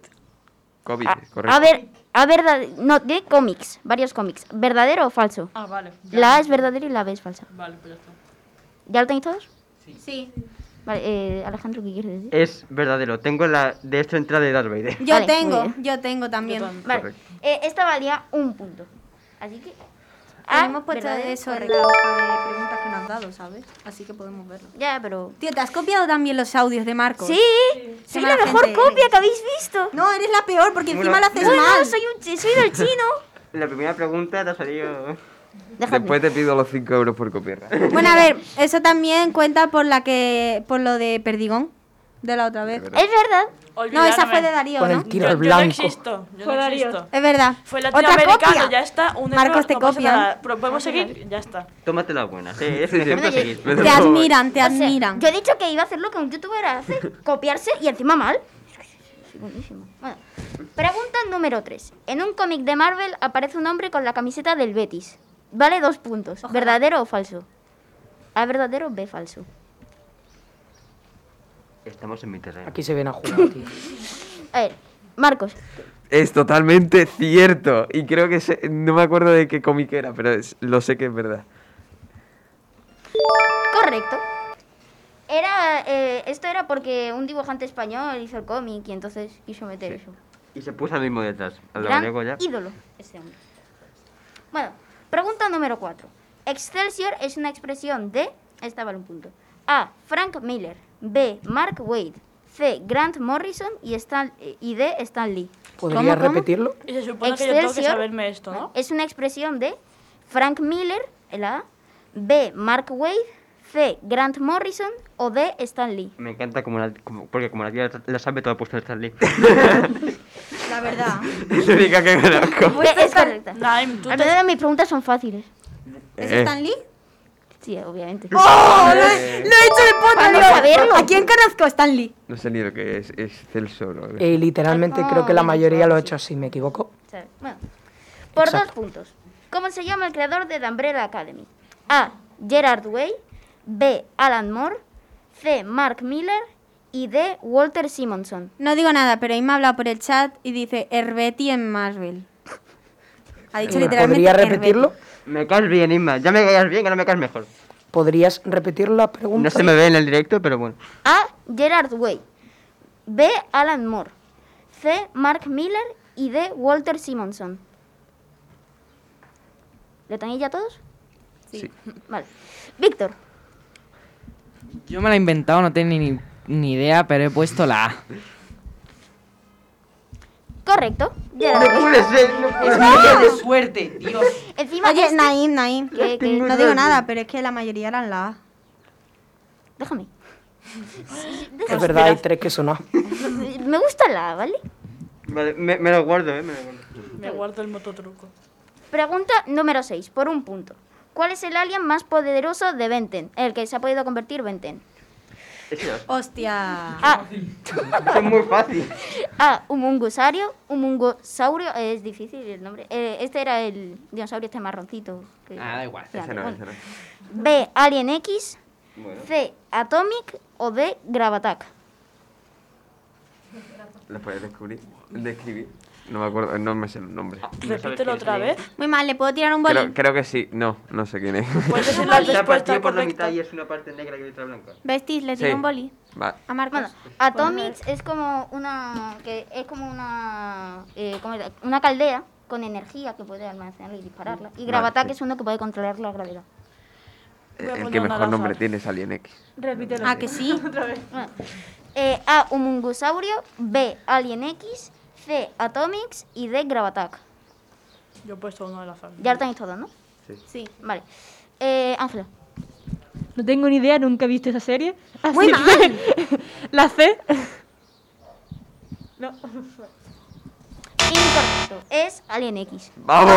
[SPEAKER 6] COVID,
[SPEAKER 3] Ah,
[SPEAKER 6] correcto.
[SPEAKER 1] A ver, a verdad, no, de cómics, varios cómics. ¿Verdadero o falso?
[SPEAKER 7] Ah, vale. ya.
[SPEAKER 1] La A es verdadera y la B es falsa.
[SPEAKER 7] Vale, pues ya está.
[SPEAKER 1] ¿Ya lo tenéis todos?
[SPEAKER 3] Sí.
[SPEAKER 1] Vale, eh, Alejandro, ¿qué quieres decir?
[SPEAKER 5] Es verdadero. Tengo la de esta entrada de Darth Vader.
[SPEAKER 3] Yo
[SPEAKER 1] Vale, muy
[SPEAKER 3] tengo,
[SPEAKER 1] bien.
[SPEAKER 3] yo tengo también.
[SPEAKER 1] Vale,
[SPEAKER 5] Correcto.
[SPEAKER 1] eh, esta valía un punto. Así que... A,
[SPEAKER 3] Hemos puesto
[SPEAKER 1] verdadero,
[SPEAKER 3] eso en la
[SPEAKER 1] correcto.
[SPEAKER 3] hoja de preguntas que nos has dado, ¿sabes? Así que podemos verlo.
[SPEAKER 1] Ya, pero...
[SPEAKER 3] Tío, ¿te has copiado también los audios de Marco?
[SPEAKER 1] Sí,
[SPEAKER 3] Qué
[SPEAKER 1] soy
[SPEAKER 3] mala
[SPEAKER 1] la mejor
[SPEAKER 3] gente
[SPEAKER 1] copia
[SPEAKER 3] eres.
[SPEAKER 1] que habéis visto.
[SPEAKER 3] No, eres la peor porque encima lo haces
[SPEAKER 1] Bueno,
[SPEAKER 3] mal.
[SPEAKER 1] soy, un, chi- soy del chino.
[SPEAKER 5] La primera pregunta te ha salido.
[SPEAKER 6] Después te pido los 5 euros por copiar.
[SPEAKER 3] Bueno, a ver, eso también cuenta por la que por lo de Perdigón de la otra vez.
[SPEAKER 1] Es verdad.
[SPEAKER 3] No, esa
[SPEAKER 7] Olvidarme.
[SPEAKER 3] fue de Darío,
[SPEAKER 8] Con el
[SPEAKER 3] ¿no?
[SPEAKER 8] tiro
[SPEAKER 7] yo,
[SPEAKER 8] al
[SPEAKER 7] yo no
[SPEAKER 8] blanco.
[SPEAKER 7] existo, yo
[SPEAKER 2] Fue
[SPEAKER 7] no
[SPEAKER 2] Darío.
[SPEAKER 7] existo.
[SPEAKER 3] Es verdad.
[SPEAKER 7] Fue
[SPEAKER 3] Otra
[SPEAKER 7] latinoamericano,
[SPEAKER 3] copia.
[SPEAKER 7] ya está. Un
[SPEAKER 3] Marcos
[SPEAKER 7] error,
[SPEAKER 3] te
[SPEAKER 7] no pasa
[SPEAKER 3] copia.
[SPEAKER 7] nada. Pero podemos seguir, ya está.
[SPEAKER 5] Tómate la buena. Sí, es un
[SPEAKER 6] sí.
[SPEAKER 5] ejemplo a
[SPEAKER 1] Oye,
[SPEAKER 5] seguir.
[SPEAKER 3] Te admiran, te
[SPEAKER 1] O sea,
[SPEAKER 3] admiran.
[SPEAKER 1] yo he dicho que iba a hacer lo que un youtuber hace, copiarse y encima mal. Buenísimo. Bueno, pregunta número 3. En un cómic de Marvel aparece un hombre con la camiseta del Betis. Vale dos puntos.
[SPEAKER 3] Ojalá.
[SPEAKER 1] ¿Verdadero o falso? A verdadero, B falso.
[SPEAKER 5] Estamos en mi terreno.
[SPEAKER 8] Aquí se viene a jugar, tío.
[SPEAKER 1] A ver, Marcos.
[SPEAKER 6] Es totalmente cierto. Y creo que sé- no me acuerdo de qué cómic era, pero es- lo sé que es verdad.
[SPEAKER 1] Correcto. Era, eh, esto era porque un dibujante español hizo el cómic y entonces quiso meter eso.
[SPEAKER 5] Y se puso al mismo detrás. Al
[SPEAKER 1] Gran
[SPEAKER 5] gallego ya.
[SPEAKER 1] ídolo ese hombre. Bueno, pregunta número 4. Excelsior es una expresión de... Esta vale un punto. A. Frank Miller. B. Mark Wade. C. Grant Morrison y, Stan- y D. Stan Lee.
[SPEAKER 8] ¿Podrías
[SPEAKER 1] ¿Cómo, cómo?
[SPEAKER 8] repetirlo?
[SPEAKER 7] Y se supone que yo tengo que
[SPEAKER 1] Excelsior.
[SPEAKER 7] saberme esto, ¿no?
[SPEAKER 1] Es una expresión de Frank Miller, el A. B. Mark Wade. C. Grant Morrison o D. Stan Lee.
[SPEAKER 5] Me encanta como la, como- porque como la tía la sabe todo puesto en Stanley.
[SPEAKER 3] La verdad.
[SPEAKER 5] es la única que conozco.
[SPEAKER 1] Eh, es correcta.
[SPEAKER 7] Naim, tú
[SPEAKER 1] Al
[SPEAKER 7] te...
[SPEAKER 1] menos mis preguntas son fáciles.
[SPEAKER 3] ¿Es
[SPEAKER 6] Eh.
[SPEAKER 3] Stan Lee?
[SPEAKER 1] Sí, obviamente.
[SPEAKER 3] ¡Oh! Lo he, lo he hecho de puta,
[SPEAKER 1] Para
[SPEAKER 3] Dios.
[SPEAKER 1] saberlo.
[SPEAKER 3] ¿A quién conozco Stan Lee?
[SPEAKER 6] No sé ni lo que es. Es Celso. ¿no?
[SPEAKER 8] Eh, literalmente
[SPEAKER 1] Ah,
[SPEAKER 8] creo que la mayoría lo ha hecho
[SPEAKER 1] sí.
[SPEAKER 8] así, me equivoco.
[SPEAKER 1] ¿sabes? Bueno, por dos
[SPEAKER 8] Exacto.
[SPEAKER 1] puntos. ¿Cómo se llama el creador de The Umbrella Academy? A. Gerard Way. B. Alan Moore. C. Mark Miller. Y D. Walter Simonson.
[SPEAKER 3] No digo nada, pero ahí me ha hablado por el chat y dice Herbeti en Marvel. Ha dicho literalmente.
[SPEAKER 8] ¿Podrías
[SPEAKER 3] Herbeti.
[SPEAKER 8] repetirlo?
[SPEAKER 5] Me caes bien, Inma. Ya me caes bien, ahora me caes mejor.
[SPEAKER 8] ¿Podrías repetir la pregunta?
[SPEAKER 5] No se me ve en el directo, pero bueno.
[SPEAKER 1] A. Gerard Way. B. Alan Moore. C. Mark Miller. Y D. Walter Simonson. ¿Lo tenéis ya todos?
[SPEAKER 6] Sí.
[SPEAKER 1] Vale. Víctor.
[SPEAKER 4] Yo me la he inventado, no tengo ni, ni idea, pero he puesto la A.
[SPEAKER 1] Correcto. Gerard
[SPEAKER 5] No
[SPEAKER 1] Way.
[SPEAKER 5] puede ser, no puede
[SPEAKER 4] Es
[SPEAKER 5] ser.
[SPEAKER 4] de suerte, Dios.
[SPEAKER 1] Encima,
[SPEAKER 3] Oye,
[SPEAKER 1] este-
[SPEAKER 3] Naim, Naim.
[SPEAKER 1] Que- que-
[SPEAKER 3] No digo nada, pero es que la mayoría eran la A.
[SPEAKER 1] Déjame.
[SPEAKER 8] Es verdad, hay tres que son A.
[SPEAKER 1] Me gusta la, A, ¿vale?
[SPEAKER 5] Vale, me, me lo guardo, eh. Me lo guardo.
[SPEAKER 7] Me guardo el mototruco.
[SPEAKER 1] Pregunta número 6, por un punto. ¿Cuál es el alien más poderoso de Venten? El que se ha podido convertir Venten.
[SPEAKER 3] Hostia.
[SPEAKER 5] Es muy fácil.
[SPEAKER 1] A. Humungosaurio. Humungosaurio. Es difícil el nombre. Eh, este era el dinosaurio este marroncito. que-
[SPEAKER 4] Ah, da igual, ese
[SPEAKER 1] Vale,
[SPEAKER 4] no,
[SPEAKER 1] bueno.
[SPEAKER 4] ese no.
[SPEAKER 1] B. Alien X.
[SPEAKER 4] Bueno.
[SPEAKER 1] C. Atomic. O D. Gravatak.
[SPEAKER 6] ¿Lo puedes descubrir? Mm. Describir. No me acuerdo, no me sé el nombre.
[SPEAKER 7] Repítelo otra vez.
[SPEAKER 3] Muy mal, ¿le puedo tirar un bolín?
[SPEAKER 6] Creo, creo que sí. No, no sé quién es.
[SPEAKER 5] Pues,
[SPEAKER 3] ¿Puedes decir la
[SPEAKER 5] Se ha partido
[SPEAKER 3] respuesta
[SPEAKER 5] por la
[SPEAKER 3] correcta?
[SPEAKER 5] mitad y es una parte negra y otra blanca.
[SPEAKER 3] Vestis, le tiro
[SPEAKER 6] Sí.
[SPEAKER 3] un boli.
[SPEAKER 6] Va.
[SPEAKER 3] A Marcos.
[SPEAKER 1] Atomic es como una que es como una eh, ¿cómo era? una caldea con energía que puede almacenarla y dispararla. Y
[SPEAKER 6] Vale,
[SPEAKER 1] Gravatak
[SPEAKER 6] sí.
[SPEAKER 1] es uno que puede controlar la gravedad.
[SPEAKER 6] El que mejor nombre tiene es Alien X.
[SPEAKER 1] Repítelo. Ah, que sí. Otra vez. A. Humungosaurio. B. Alien X. C. Atomics. Y D. Gravatak.
[SPEAKER 7] Yo he puesto uno de la familia.
[SPEAKER 1] Ya lo tenéis todo, ¿no?
[SPEAKER 5] Sí.
[SPEAKER 1] Sí. Vale. Eh, Ángela.
[SPEAKER 2] No tengo ni idea, nunca he visto esa serie. así
[SPEAKER 1] Muy
[SPEAKER 2] que-
[SPEAKER 1] mal.
[SPEAKER 2] la C.
[SPEAKER 7] No.
[SPEAKER 1] Incorrecto. Es Alien X.
[SPEAKER 6] ¡Vamos!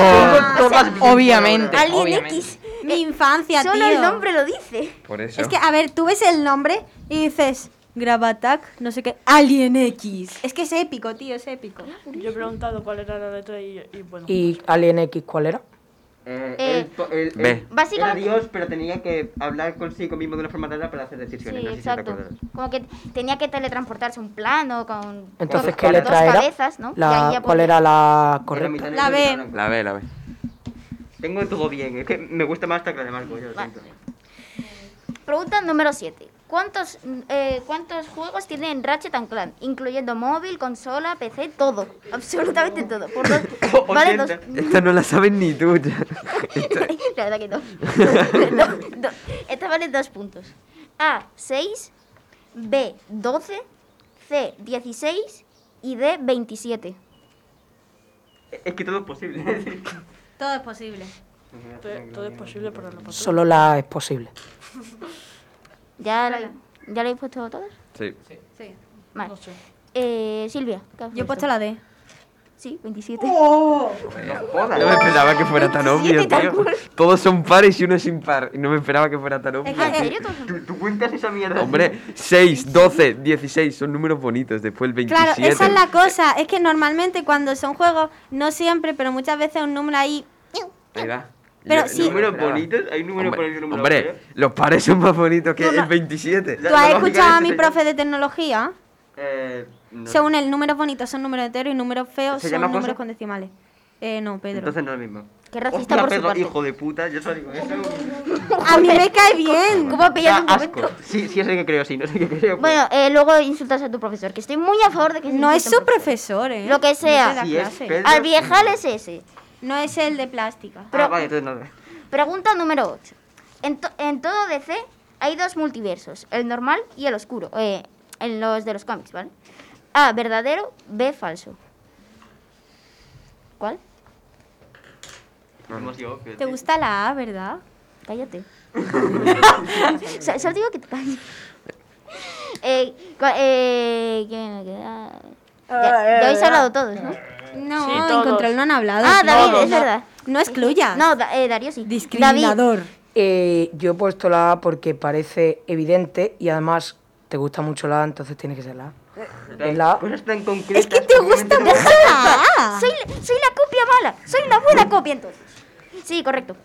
[SPEAKER 1] O sea,
[SPEAKER 4] obviamente.
[SPEAKER 1] Alien
[SPEAKER 4] obviamente.
[SPEAKER 1] X.
[SPEAKER 3] Mi infancia,
[SPEAKER 1] Solo
[SPEAKER 3] tío.
[SPEAKER 1] el nombre lo dice.
[SPEAKER 6] Por eso.
[SPEAKER 3] Es que, a ver, tú ves el nombre y dices, Gravatak, no sé qué, Alien X. Es que es épico, tío, es épico.
[SPEAKER 7] Yo he preguntado cuál era la letra y, y bueno.
[SPEAKER 8] ¿Y Alien X cuál era?
[SPEAKER 5] Eh,
[SPEAKER 7] Eh,
[SPEAKER 5] él po- él-
[SPEAKER 8] Ve.
[SPEAKER 5] él era
[SPEAKER 1] Básicamente-
[SPEAKER 5] Dios, pero tenía que hablar consigo mismo de una forma rara para hacer decisiones.
[SPEAKER 1] Sí,
[SPEAKER 5] no sé si te
[SPEAKER 1] exacto.
[SPEAKER 5] acuerdas.
[SPEAKER 1] Como que tenía que teletransportarse a un plano con
[SPEAKER 8] Entonces,
[SPEAKER 1] dos-
[SPEAKER 8] ¿qué letra
[SPEAKER 1] dos
[SPEAKER 8] era?
[SPEAKER 1] cabezas, ¿no? Y
[SPEAKER 8] La-
[SPEAKER 1] ahí ya
[SPEAKER 8] ¿Cuál
[SPEAKER 1] podía-
[SPEAKER 8] era la
[SPEAKER 5] Era
[SPEAKER 8] correcta?
[SPEAKER 5] mitad
[SPEAKER 1] La
[SPEAKER 5] negro y
[SPEAKER 1] B.
[SPEAKER 5] mitad blanco.
[SPEAKER 6] La B, la B.
[SPEAKER 5] Tengo todo bien, es que me gusta más esta clase de Marco, yo lo siento.
[SPEAKER 1] Pregunta número 7. ¿Cuántos, mm, eh, ¿Cuántos juegos tienen Ratchet and Clank? Incluyendo móvil, consola, PC, todo. Absolutamente todo. Por dos, vale, dos.
[SPEAKER 6] Esta no la sabes ni tú. ya. Esta-
[SPEAKER 1] La verdad que no. No, no. Esta vale dos puntos. A, 6. B, 12. C, 16. Y D, 27.
[SPEAKER 5] Es que todo es posible.
[SPEAKER 3] Todo es posible.
[SPEAKER 7] Todo, todo es posible para la patata.
[SPEAKER 8] Solo la es posible.
[SPEAKER 1] ¿Ya, la- ¿ya lo habéis puesto todos?
[SPEAKER 6] Sí.
[SPEAKER 3] Sí.
[SPEAKER 1] Vale. Eh, Silvia, ¿qué has
[SPEAKER 3] Yo he puesto la D. Oh.
[SPEAKER 1] Sí, 27.
[SPEAKER 6] No me esperaba que fuera tan obvio, tío. Todos son pares y uno es impar. Y no me esperaba que fuera tan obvio.
[SPEAKER 1] Ah, ¿En serio? todos son-
[SPEAKER 5] ¿Tú, tú cuentas esa mierda?
[SPEAKER 6] Hombre, 6, 12, 16 son números bonitos. Después el 27.
[SPEAKER 3] Claro, esa es la cosa. Es que normalmente cuando son juegos, no siempre, pero muchas veces un número ahí.
[SPEAKER 6] Ahí va.
[SPEAKER 3] Pero
[SPEAKER 6] Yo-
[SPEAKER 3] sí.
[SPEAKER 6] yo me lo
[SPEAKER 5] números
[SPEAKER 6] esperaba.
[SPEAKER 5] bonitos, hay números por el número ¿eh?
[SPEAKER 6] Hombre,
[SPEAKER 5] feo.
[SPEAKER 6] los pares son más bonitos que el 27.
[SPEAKER 3] ¿Tú has escuchado a mi profe de tecnología?
[SPEAKER 5] Eh, no.
[SPEAKER 3] Según él, números bonitos son números enteros y números feos
[SPEAKER 5] ¿Se
[SPEAKER 3] son
[SPEAKER 5] llama
[SPEAKER 3] números
[SPEAKER 5] cosa?
[SPEAKER 3] con decimales. Eh, no, Pedro.
[SPEAKER 5] Entonces no es el mismo.
[SPEAKER 1] Qué racista
[SPEAKER 5] Hostia,
[SPEAKER 1] por su
[SPEAKER 5] Pedro,
[SPEAKER 1] parte.
[SPEAKER 5] hijo de puta, yo solo digo eso.
[SPEAKER 3] A mí me cae bien.
[SPEAKER 1] ¿Cómo ha pillado
[SPEAKER 5] Da
[SPEAKER 1] un
[SPEAKER 5] asco. Sí, sí, es el que creo, sí, no sé qué creo. pero-
[SPEAKER 1] Bueno,
[SPEAKER 5] pues
[SPEAKER 1] eh, luego insultas a tu profesor, que estoy muy a favor de que se
[SPEAKER 3] No es
[SPEAKER 1] insulte a
[SPEAKER 3] su
[SPEAKER 1] un profesor.
[SPEAKER 3] profesor, ¿eh?
[SPEAKER 1] Lo que
[SPEAKER 3] No te
[SPEAKER 1] sea.
[SPEAKER 3] da
[SPEAKER 5] Si es
[SPEAKER 3] clase.
[SPEAKER 5] Pedro-
[SPEAKER 1] Al viejal es ese.
[SPEAKER 3] No es el de plástica.
[SPEAKER 5] Ah, vale, entonces no.
[SPEAKER 1] Pregunta número 8. En, to- en todo DC hay dos multiversos, el normal y el oscuro, eh, en los de los cómics, ¿vale? A, verdadero, B, falso. ¿Cuál?
[SPEAKER 5] Hemos llegado, pero-
[SPEAKER 3] Te gusta la A, ¿verdad?
[SPEAKER 1] Cállate. So- Solo digo que te calles. Eh, cu- eh, ¿quién me queda? Ya, ya habéis hablado todos, ¿no?
[SPEAKER 3] No,
[SPEAKER 7] Sí,
[SPEAKER 3] en
[SPEAKER 7] todos.
[SPEAKER 3] control no han hablado.
[SPEAKER 1] Ah,
[SPEAKER 3] tío.
[SPEAKER 1] David, es
[SPEAKER 3] No,
[SPEAKER 1] verdad.
[SPEAKER 3] No excluyas.
[SPEAKER 1] No, Da- eh, Darío sí. David,
[SPEAKER 3] Discriminador.
[SPEAKER 8] Eh, yo he puesto la A porque parece evidente y además te gusta mucho la A, entonces tiene que ser la A. Es la A.
[SPEAKER 5] Cosas tan concretas.
[SPEAKER 3] que te gusta mucho la A.
[SPEAKER 1] soy, la- soy la copia mala. Soy la buena copia, entonces. Sí, correcto.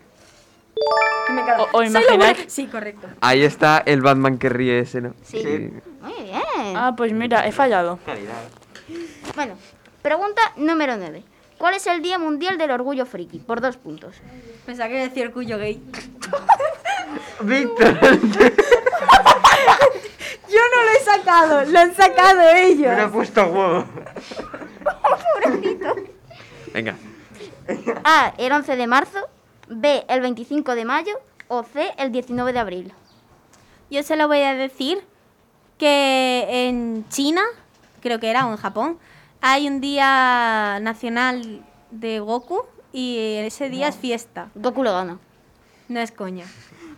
[SPEAKER 7] O, o
[SPEAKER 3] Soy la buena-
[SPEAKER 7] imaginar.
[SPEAKER 3] Sí, correcto.
[SPEAKER 6] Ahí está el Batman que ríe ese, ¿no?
[SPEAKER 1] Sí. Muy bien.
[SPEAKER 7] Ah, pues mira, he fallado.
[SPEAKER 5] Calidad.
[SPEAKER 1] Bueno, pregunta número 9. ¿Cuál es el Día Mundial del Orgullo Friki? Por dos puntos.
[SPEAKER 3] Pensaba que iba a decir cuyo gay.
[SPEAKER 5] Víctor,
[SPEAKER 3] Yo no lo he sacado, lo han sacado ellos.
[SPEAKER 5] me lo he puesto a huevo.
[SPEAKER 6] Venga.
[SPEAKER 1] A, el 11 de marzo. B, el 25 de mayo. O C, el 19 de abril.
[SPEAKER 3] Yo se lo voy a decir que en China, creo que era, o en Japón, hay un día nacional de Goku y ese día es fiesta.
[SPEAKER 1] Goku lo gana.
[SPEAKER 3] No es coña.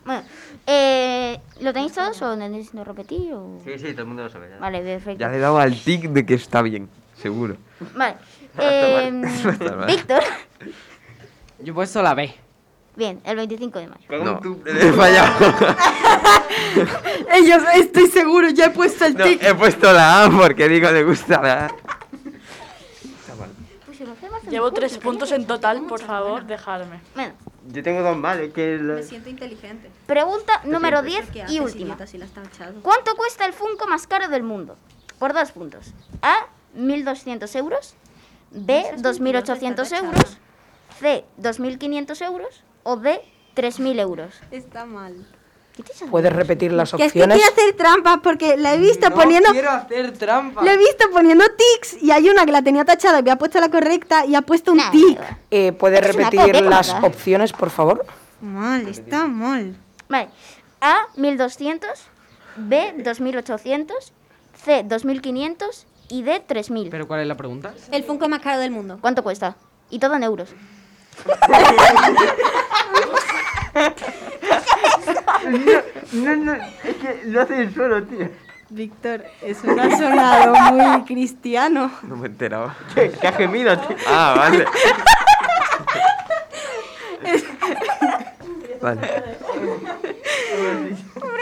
[SPEAKER 1] Bueno, eh, ¿lo tenéis todos o no necesito repetir? o?
[SPEAKER 5] Sí, sí, todo el mundo lo sabe. ya.
[SPEAKER 1] Vale, perfecto.
[SPEAKER 6] Ya le he dado al tic de que está bien, seguro.
[SPEAKER 1] Vale. Eh,
[SPEAKER 6] Está mal.
[SPEAKER 1] Víctor,
[SPEAKER 4] Yo he puesto la B.
[SPEAKER 1] Bien, el 25 de mayo.
[SPEAKER 6] No. He fallado.
[SPEAKER 15] Ellos, estoy seguro, ya he puesto el
[SPEAKER 6] No,
[SPEAKER 15] tic.
[SPEAKER 6] he puesto la A porque digo le gusta la A.
[SPEAKER 3] Pues
[SPEAKER 7] Llevo tres puntos en total, por favor, dejadme.
[SPEAKER 1] Bueno,
[SPEAKER 5] Yo tengo dos males, que es la-
[SPEAKER 1] siento
[SPEAKER 15] inteligente.
[SPEAKER 1] Pregunta
[SPEAKER 5] Te
[SPEAKER 1] número
[SPEAKER 5] sientes.
[SPEAKER 1] 10 y última.
[SPEAKER 15] Si la has tachado.
[SPEAKER 1] ¿Cuánto cuesta el Funko más caro del mundo? Por dos puntos. A, 1.200 euros. B, 2.800 euros. C, 2.500 euros. O D, 3.000 euros.
[SPEAKER 3] Está mal.
[SPEAKER 8] ¿Puedes repetir las
[SPEAKER 3] Que es que
[SPEAKER 8] opciones?
[SPEAKER 3] quiero hacer trampas porque la he visto
[SPEAKER 4] No
[SPEAKER 3] poniendo.
[SPEAKER 4] quiero hacer trampa.
[SPEAKER 3] La he visto poniendo tics y hay una que la tenía tachada y me ha puesto la correcta y ha puesto un tic.
[SPEAKER 8] Eh, ¿Puedes
[SPEAKER 3] Es una
[SPEAKER 8] repetir
[SPEAKER 3] copia
[SPEAKER 8] las
[SPEAKER 3] colada.
[SPEAKER 8] opciones, por favor?
[SPEAKER 3] Mal, está mal.
[SPEAKER 1] Vale. A, 1.200. B, 2.800. C, 2.500. Y D, 3.000.
[SPEAKER 4] ¿Pero cuál es la pregunta?
[SPEAKER 1] El Funko más caro del mundo. ¿Cuánto cuesta? Y todo en euros.
[SPEAKER 5] No, no, es que lo hace el solo, tío.
[SPEAKER 15] Víctor, es un sonado muy cristiano.
[SPEAKER 6] No me he enterado.
[SPEAKER 5] Que ha gemido, tío.
[SPEAKER 6] Ah, vale.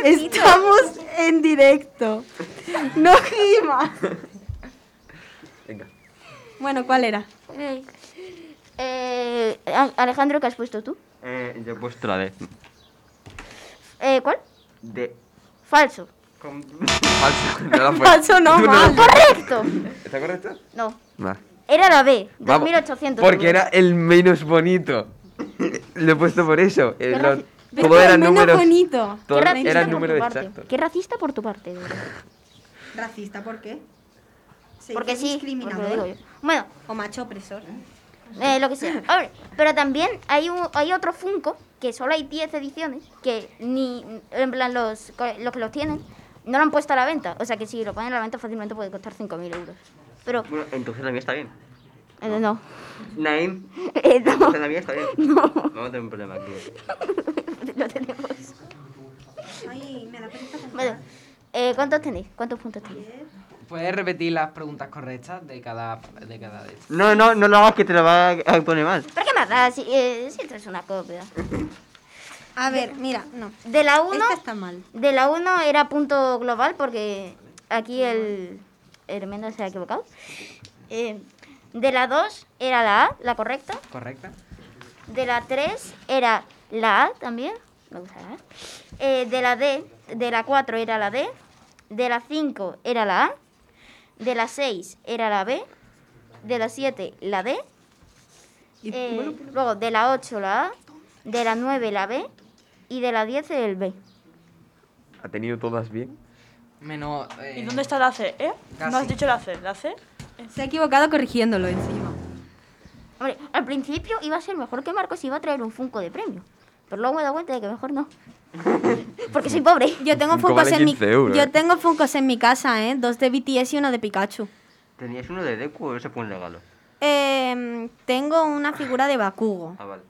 [SPEAKER 15] Estamos en directo.
[SPEAKER 3] No gima.
[SPEAKER 6] Venga.
[SPEAKER 3] Bueno, ¿cuál era?
[SPEAKER 1] Eh, A- Alejandro, ¿qué has puesto tú?
[SPEAKER 5] Eh, yo he puesto la D.
[SPEAKER 1] Eh, ¿Cuál?
[SPEAKER 5] D.
[SPEAKER 1] Falso.
[SPEAKER 6] Falso. No la fue.
[SPEAKER 1] Falso, no,
[SPEAKER 6] Tú
[SPEAKER 1] mal.
[SPEAKER 6] la fue.
[SPEAKER 1] Correcto.
[SPEAKER 6] ¿Está correcto?
[SPEAKER 1] No.
[SPEAKER 6] Va.
[SPEAKER 1] Era la B,
[SPEAKER 6] Vamos,
[SPEAKER 1] 2800.
[SPEAKER 6] Porque era eh, el menos bonito. Lo he puesto por eso. Eh,
[SPEAKER 1] Qué
[SPEAKER 6] lo-
[SPEAKER 1] raci-
[SPEAKER 3] Pero
[SPEAKER 6] todo
[SPEAKER 3] que
[SPEAKER 6] era
[SPEAKER 3] el menos
[SPEAKER 6] números.
[SPEAKER 3] bonito.
[SPEAKER 6] todo
[SPEAKER 1] Qué racista
[SPEAKER 6] era
[SPEAKER 1] por
[SPEAKER 6] números
[SPEAKER 1] tu parte.
[SPEAKER 6] exactos.
[SPEAKER 1] Qué racista por tu parte. de verdad.
[SPEAKER 3] ¿Racista por qué? Se
[SPEAKER 1] Porque
[SPEAKER 3] dice
[SPEAKER 1] sí,
[SPEAKER 3] discriminador.
[SPEAKER 1] porque lo digo yo. Bueno.
[SPEAKER 3] O macho opresor.
[SPEAKER 1] Eh, lo que sea. A ver, pero también hay, un- hay otro Funko que solo hay 10 ediciones que ni. En plan, los, co- los que los tienen no lo han puesto a la venta. O sea que si lo ponen a la venta fácilmente puede costar 5.000 euros. Pero.
[SPEAKER 5] Bueno, entonces la mía está bien.
[SPEAKER 1] eh, no.
[SPEAKER 5] Naim.
[SPEAKER 1] Eh, no.
[SPEAKER 5] Entonces la mía está bien.
[SPEAKER 1] No.
[SPEAKER 5] Vamos a tener un problema aquí.
[SPEAKER 1] Lo tenemos.
[SPEAKER 3] Ay, me da pereza.
[SPEAKER 1] Bueno, eh, ¿cuántos tenéis? ¿Cuántos puntos tenéis?
[SPEAKER 4] ¿Puedes repetir las preguntas correctas de cada de cada de estas?
[SPEAKER 5] No, no, no lo hagas que te lo va a poner mal.
[SPEAKER 1] ¿Pero qué más da si, eh, si esto es una copia?
[SPEAKER 3] A ver, mira, no.
[SPEAKER 1] De la 1
[SPEAKER 3] Esta está mal.
[SPEAKER 1] De la 1 era punto global porque aquí el Hermendo se ha equivocado. Eh, de la 2 era la A, la correcta.
[SPEAKER 4] ¿Correcta?
[SPEAKER 1] De la 3 era la A también. Me gusta la A. Eh, de la D, de la 4 era la D. De la 5 era la A. De la 6 era la B. De la 7 la D. Eh, luego de la 8 la A. De la 9 la B. Y de la 10 el B.
[SPEAKER 6] ¿Ha tenido todas bien?
[SPEAKER 4] Menos.
[SPEAKER 7] ¿Y dónde está la C, eh?
[SPEAKER 4] Casi.
[SPEAKER 7] ¿No has dicho la C? ¿La C?
[SPEAKER 3] Se ha equivocado corrigiéndolo encima.
[SPEAKER 1] Hombre, al principio iba a ser mejor que Marcos y iba a traer un Funko de premio. Pero luego me he dado cuenta de que mejor no. Porque soy pobre.
[SPEAKER 3] Yo tengo
[SPEAKER 6] Funko
[SPEAKER 3] funcos
[SPEAKER 6] vale
[SPEAKER 3] en mi
[SPEAKER 6] 15 euros, eh.
[SPEAKER 3] Yo tengo funcos en mi casa, ¿eh? Dos de BTS y uno de Pikachu.
[SPEAKER 5] ¿Tenías uno de Deku o ese fue un regalo?
[SPEAKER 3] Em, tengo una figura de Bakugo
[SPEAKER 5] Ah, vale.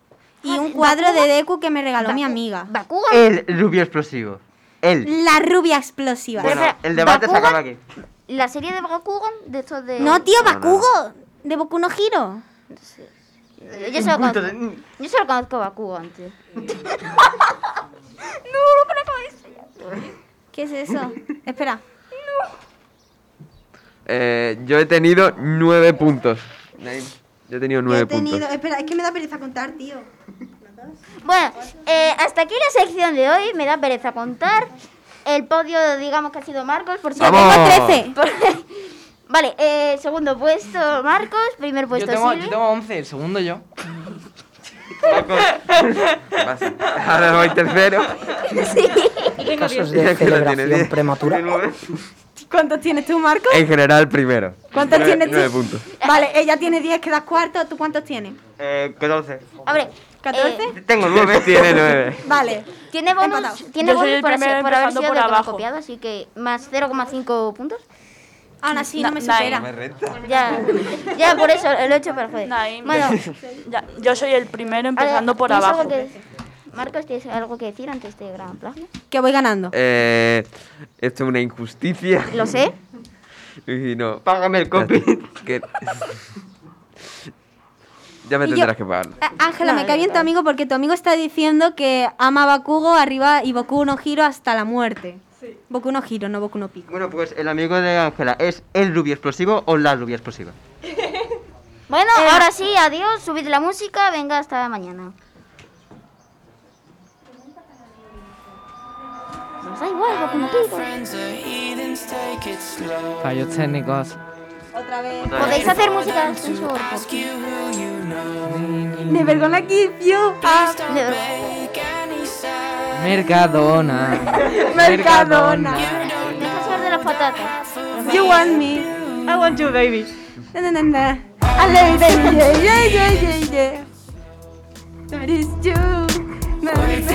[SPEAKER 3] y un cuadro de Deku que me regaló mi amiga.
[SPEAKER 1] Bakugo.
[SPEAKER 5] El rubio explosivo. Él.
[SPEAKER 3] La rubia explosiva.
[SPEAKER 5] Bueno, el debate se
[SPEAKER 1] Bakugan-
[SPEAKER 5] acaba aquí.
[SPEAKER 1] La serie de Bakugan, de estos de...
[SPEAKER 3] No, tío,
[SPEAKER 5] Ah, No, no, no.
[SPEAKER 3] Bakugo. De Boku no Hiro.
[SPEAKER 1] Eh, Yo solo
[SPEAKER 5] Punto
[SPEAKER 1] conozco,
[SPEAKER 5] de-
[SPEAKER 1] yo solo conozco Bakugan, tío.
[SPEAKER 3] ¿Qué es eso? Espera.
[SPEAKER 6] Eh, yo he tenido nueve puntos. Naim, Yo he tenido nueve puntos.
[SPEAKER 3] Espera, es que me da pereza contar, tío.
[SPEAKER 1] Bueno, eh, hasta aquí la sección de hoy. Me da pereza contar. El podio, digamos que ha sido Marcos, por si
[SPEAKER 4] ¡Vamos!
[SPEAKER 1] Por- vale, eh, segundo puesto Marcos, primer
[SPEAKER 4] Yo
[SPEAKER 1] puesto
[SPEAKER 4] tengo,
[SPEAKER 1] Silvi.
[SPEAKER 4] yo tengo 11, el segundo yo.
[SPEAKER 6] Vas. Ahora voy tercero.
[SPEAKER 8] Casos
[SPEAKER 6] diez.
[SPEAKER 8] de
[SPEAKER 6] Que lo tiene
[SPEAKER 8] celebración
[SPEAKER 6] diez.
[SPEAKER 8] prematura.
[SPEAKER 3] ¿Cuántos tienes tú, Marco?
[SPEAKER 6] En general, primero.
[SPEAKER 3] ¿Cuántos
[SPEAKER 6] Nueve-
[SPEAKER 3] tienes tú?
[SPEAKER 6] Nueve puntos.
[SPEAKER 3] Vale, ella tiene 10, quedas cuarto. ¿Tú cuántos tienes?
[SPEAKER 5] Eh, 14.
[SPEAKER 1] Hombre, Eh,
[SPEAKER 3] ¿14?
[SPEAKER 5] Tengo nueve.
[SPEAKER 6] Tiene nueve.
[SPEAKER 3] Vale.
[SPEAKER 1] Tiene bonus,
[SPEAKER 3] Empatados.
[SPEAKER 1] tiene
[SPEAKER 7] Yo soy
[SPEAKER 1] bonus
[SPEAKER 7] el
[SPEAKER 1] por, haber-
[SPEAKER 7] primero
[SPEAKER 1] por haber
[SPEAKER 7] empezando
[SPEAKER 1] sido
[SPEAKER 7] por
[SPEAKER 1] de que lo ha
[SPEAKER 7] abajo.
[SPEAKER 1] copiado, así que más 0,5 puntos.
[SPEAKER 3] Aún así, no me
[SPEAKER 7] Na-
[SPEAKER 3] supera.
[SPEAKER 7] Naim.
[SPEAKER 1] Ya, ya por eso lo he hecho para joder.
[SPEAKER 7] Naim.
[SPEAKER 1] Bueno,
[SPEAKER 7] Ya, yo soy el primero empezando
[SPEAKER 1] Ale,
[SPEAKER 7] por
[SPEAKER 1] ¿tienes
[SPEAKER 7] abajo.
[SPEAKER 1] algo que decir? Marcos, ¿tienes algo que decir antes de gran plagio?
[SPEAKER 3] Que voy ganando.
[SPEAKER 6] Eh, esto es una injusticia.
[SPEAKER 1] Lo sé.
[SPEAKER 6] Y no.
[SPEAKER 5] Págame el copy.
[SPEAKER 6] Que- Ya me
[SPEAKER 3] Y yo-
[SPEAKER 6] tendrás que pagar.
[SPEAKER 3] Ah, Ángela, me
[SPEAKER 15] Vale,
[SPEAKER 3] cae bien tu
[SPEAKER 15] vale.
[SPEAKER 3] amigo porque tu amigo está diciendo que ama a Bakugo arriba y Boku no giro hasta la muerte. Boku no giro, no Boku no pico.
[SPEAKER 5] Bueno, pues el amigo de Ángela, ¿es el rubio explosivo o la rubia explosiva?
[SPEAKER 1] Bueno,
[SPEAKER 3] Eh,
[SPEAKER 1] ahora sí, adiós, subid la música, venga, hasta mañana. Nos da igual, Boku no Pico.
[SPEAKER 4] Fallos técnicos.
[SPEAKER 3] Otra vez.
[SPEAKER 1] Podéis hacer música sin su orco.
[SPEAKER 15] Nevergonna give you up.
[SPEAKER 4] Mercadona.
[SPEAKER 15] Mercadona.
[SPEAKER 1] Deja saber de las patatas.
[SPEAKER 15] You want me. I want you, baby.
[SPEAKER 3] Na, na, na, na. Ale, baby, yeah, yeah, yeah, yeah, yeah. That is you. Na, na,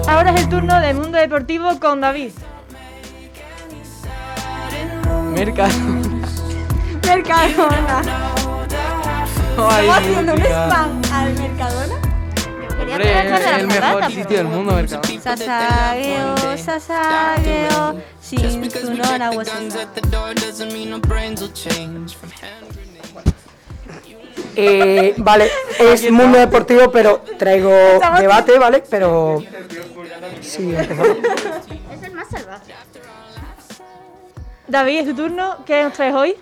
[SPEAKER 3] na.
[SPEAKER 2] Ahora es el turno de Mundo Deportivo con David.
[SPEAKER 4] Mercadona.
[SPEAKER 3] Mercadona.
[SPEAKER 4] Ay,
[SPEAKER 3] Estamos haciendo un
[SPEAKER 4] mira.
[SPEAKER 3] spam al Mercadona.
[SPEAKER 4] Hombre, es el mejor sitio del mundo, Mercadona.
[SPEAKER 3] Sasageo, sasageo, sin su nona o sin nada.
[SPEAKER 8] Eh, vale, es mundo deportivo, pero traigo debate, ¿vale? Pero. Sí, empezamos.
[SPEAKER 1] Es el más salvaje.
[SPEAKER 2] David, es tu turno. ¿Qué nos traes hoy?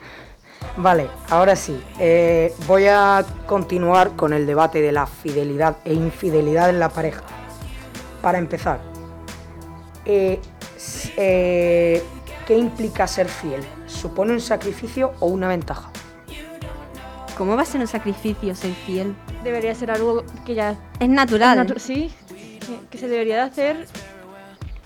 [SPEAKER 8] Vale, ahora sí. eh, voy a continuar con el debate de la fidelidad e infidelidad en la pareja. Para empezar, eh, s- eh, ¿qué implica ser fiel? ¿Supone un sacrificio o una ventaja?
[SPEAKER 3] ¿Cómo va a ser un sacrificio ser fiel?
[SPEAKER 2] Debería ser algo que ya
[SPEAKER 3] Es natural.
[SPEAKER 2] es natu- sí, que- que se debería de hacer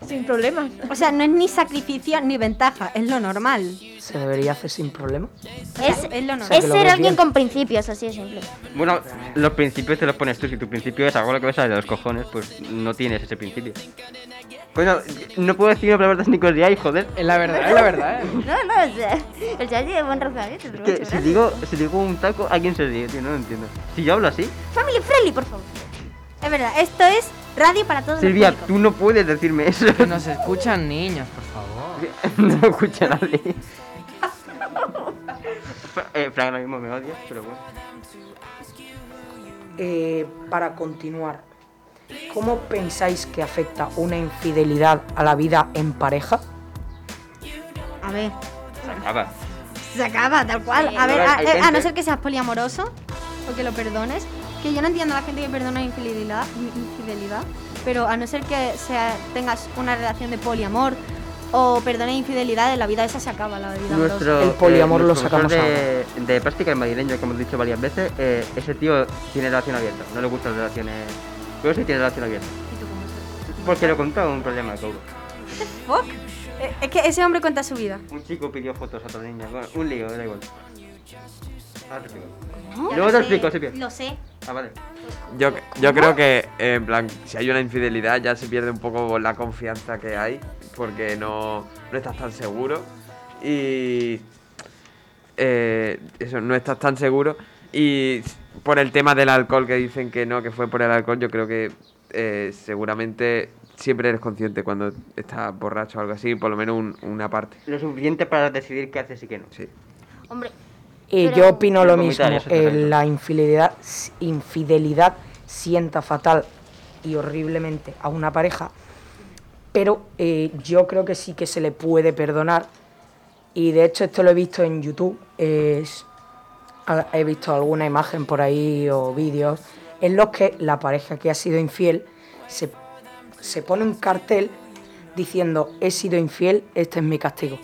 [SPEAKER 2] sin problemas.
[SPEAKER 3] O sea, no es ni sacrificio ni ventaja, es lo normal.
[SPEAKER 8] ¿Se debería hacer sin problema?
[SPEAKER 1] Es,
[SPEAKER 3] es lo
[SPEAKER 1] es
[SPEAKER 8] que lo
[SPEAKER 1] ser
[SPEAKER 8] ves
[SPEAKER 1] alguien
[SPEAKER 8] bien.
[SPEAKER 1] con principios, así de simple.
[SPEAKER 5] Bueno, los principios te los pones tú. Si tu principio es algo que me sale de los cojones, pues no tienes ese principio. Coño, no puedo decir una palabra técnica de ahí, joder.
[SPEAKER 4] Es la verdad, es la verdad. eh.
[SPEAKER 1] No, no, o sea, el Chachi tiene buen razonamiento. pero
[SPEAKER 5] Que
[SPEAKER 1] mucho
[SPEAKER 5] si
[SPEAKER 1] gracias.
[SPEAKER 5] digo, si digo un taco, alguien se ríe, tío, no lo entiendo. Si yo hablo así,
[SPEAKER 1] Family friendly, por favor.
[SPEAKER 3] Es verdad, esto es radio para todos. los
[SPEAKER 5] Silvia,
[SPEAKER 3] públicos.
[SPEAKER 5] tú no puedes decirme eso.
[SPEAKER 4] Que nos escuchan niños, por favor.
[SPEAKER 5] no escucha nadie. Fra- eh, Fran ahora mismo me odia, pero bueno.
[SPEAKER 8] Eh, para continuar, ¿cómo pensáis que afecta una infidelidad a la vida en pareja?
[SPEAKER 3] A ver,
[SPEAKER 5] Acaba.
[SPEAKER 3] se acaba, tal cual. A
[SPEAKER 5] Sí.
[SPEAKER 3] ver,
[SPEAKER 5] Hay
[SPEAKER 3] a,
[SPEAKER 5] gente-
[SPEAKER 3] a no ser que seas poliamoroso o que lo perdones, que yo no entiendo a la gente que perdona infidelidad, infidelidad pero a no ser que sea, tengas una relación de poliamor o perdone infidelidad, en la vida esa se acaba, la vida
[SPEAKER 5] Nuestro,
[SPEAKER 3] amorosa.
[SPEAKER 8] El poliamor
[SPEAKER 5] eh,
[SPEAKER 8] lo
[SPEAKER 5] nuestro
[SPEAKER 8] sacamos
[SPEAKER 5] profesor de, de práctica en madrileño, como he dicho varias veces, eh, ese tío tiene relación abierta. No le gustan las relaciones. Pero sí tiene relación abierta. Porque lo contó un problema que hubo.
[SPEAKER 3] Fuck. Eh, Es que ese hombre cuenta su vida.
[SPEAKER 5] Un chico pidió fotos a otra niña. Bueno, un lío, da igual. Ahora te explico.
[SPEAKER 3] Ya
[SPEAKER 5] Luego
[SPEAKER 3] lo
[SPEAKER 5] te
[SPEAKER 3] sé,
[SPEAKER 5] explico, Silvia.
[SPEAKER 3] Lo sé.
[SPEAKER 5] Ah, vale.
[SPEAKER 6] Yo, yo creo que, eh, en plan, si hay una infidelidad ya se pierde un poco la confianza que hay, porque no, no estás tan seguro. Y... eh, eso, no estás tan seguro. Y por el tema del alcohol, que dicen que no, que fue por el alcohol, yo creo que eh, seguramente siempre eres consciente cuando estás borracho o algo así, por lo menos un- una parte.
[SPEAKER 5] Lo suficiente para decidir qué haces y qué no.
[SPEAKER 6] Sí.
[SPEAKER 1] Hombre,
[SPEAKER 8] Eh,
[SPEAKER 1] Pero-
[SPEAKER 8] yo opino lo
[SPEAKER 5] Vomitar,
[SPEAKER 8] mismo.
[SPEAKER 5] eso te
[SPEAKER 8] Eh,
[SPEAKER 5] sale.
[SPEAKER 8] la infidelidad, infidelidad sienta fatal y horriblemente a una pareja, pero eh, yo creo que sí que se le puede perdonar. Y de hecho esto lo he visto en YouTube. es- a- he visto alguna imagen por ahí o vídeos en los que la pareja que ha sido infiel se, se pone un cartel diciendo he sido infiel, este es mi castigo.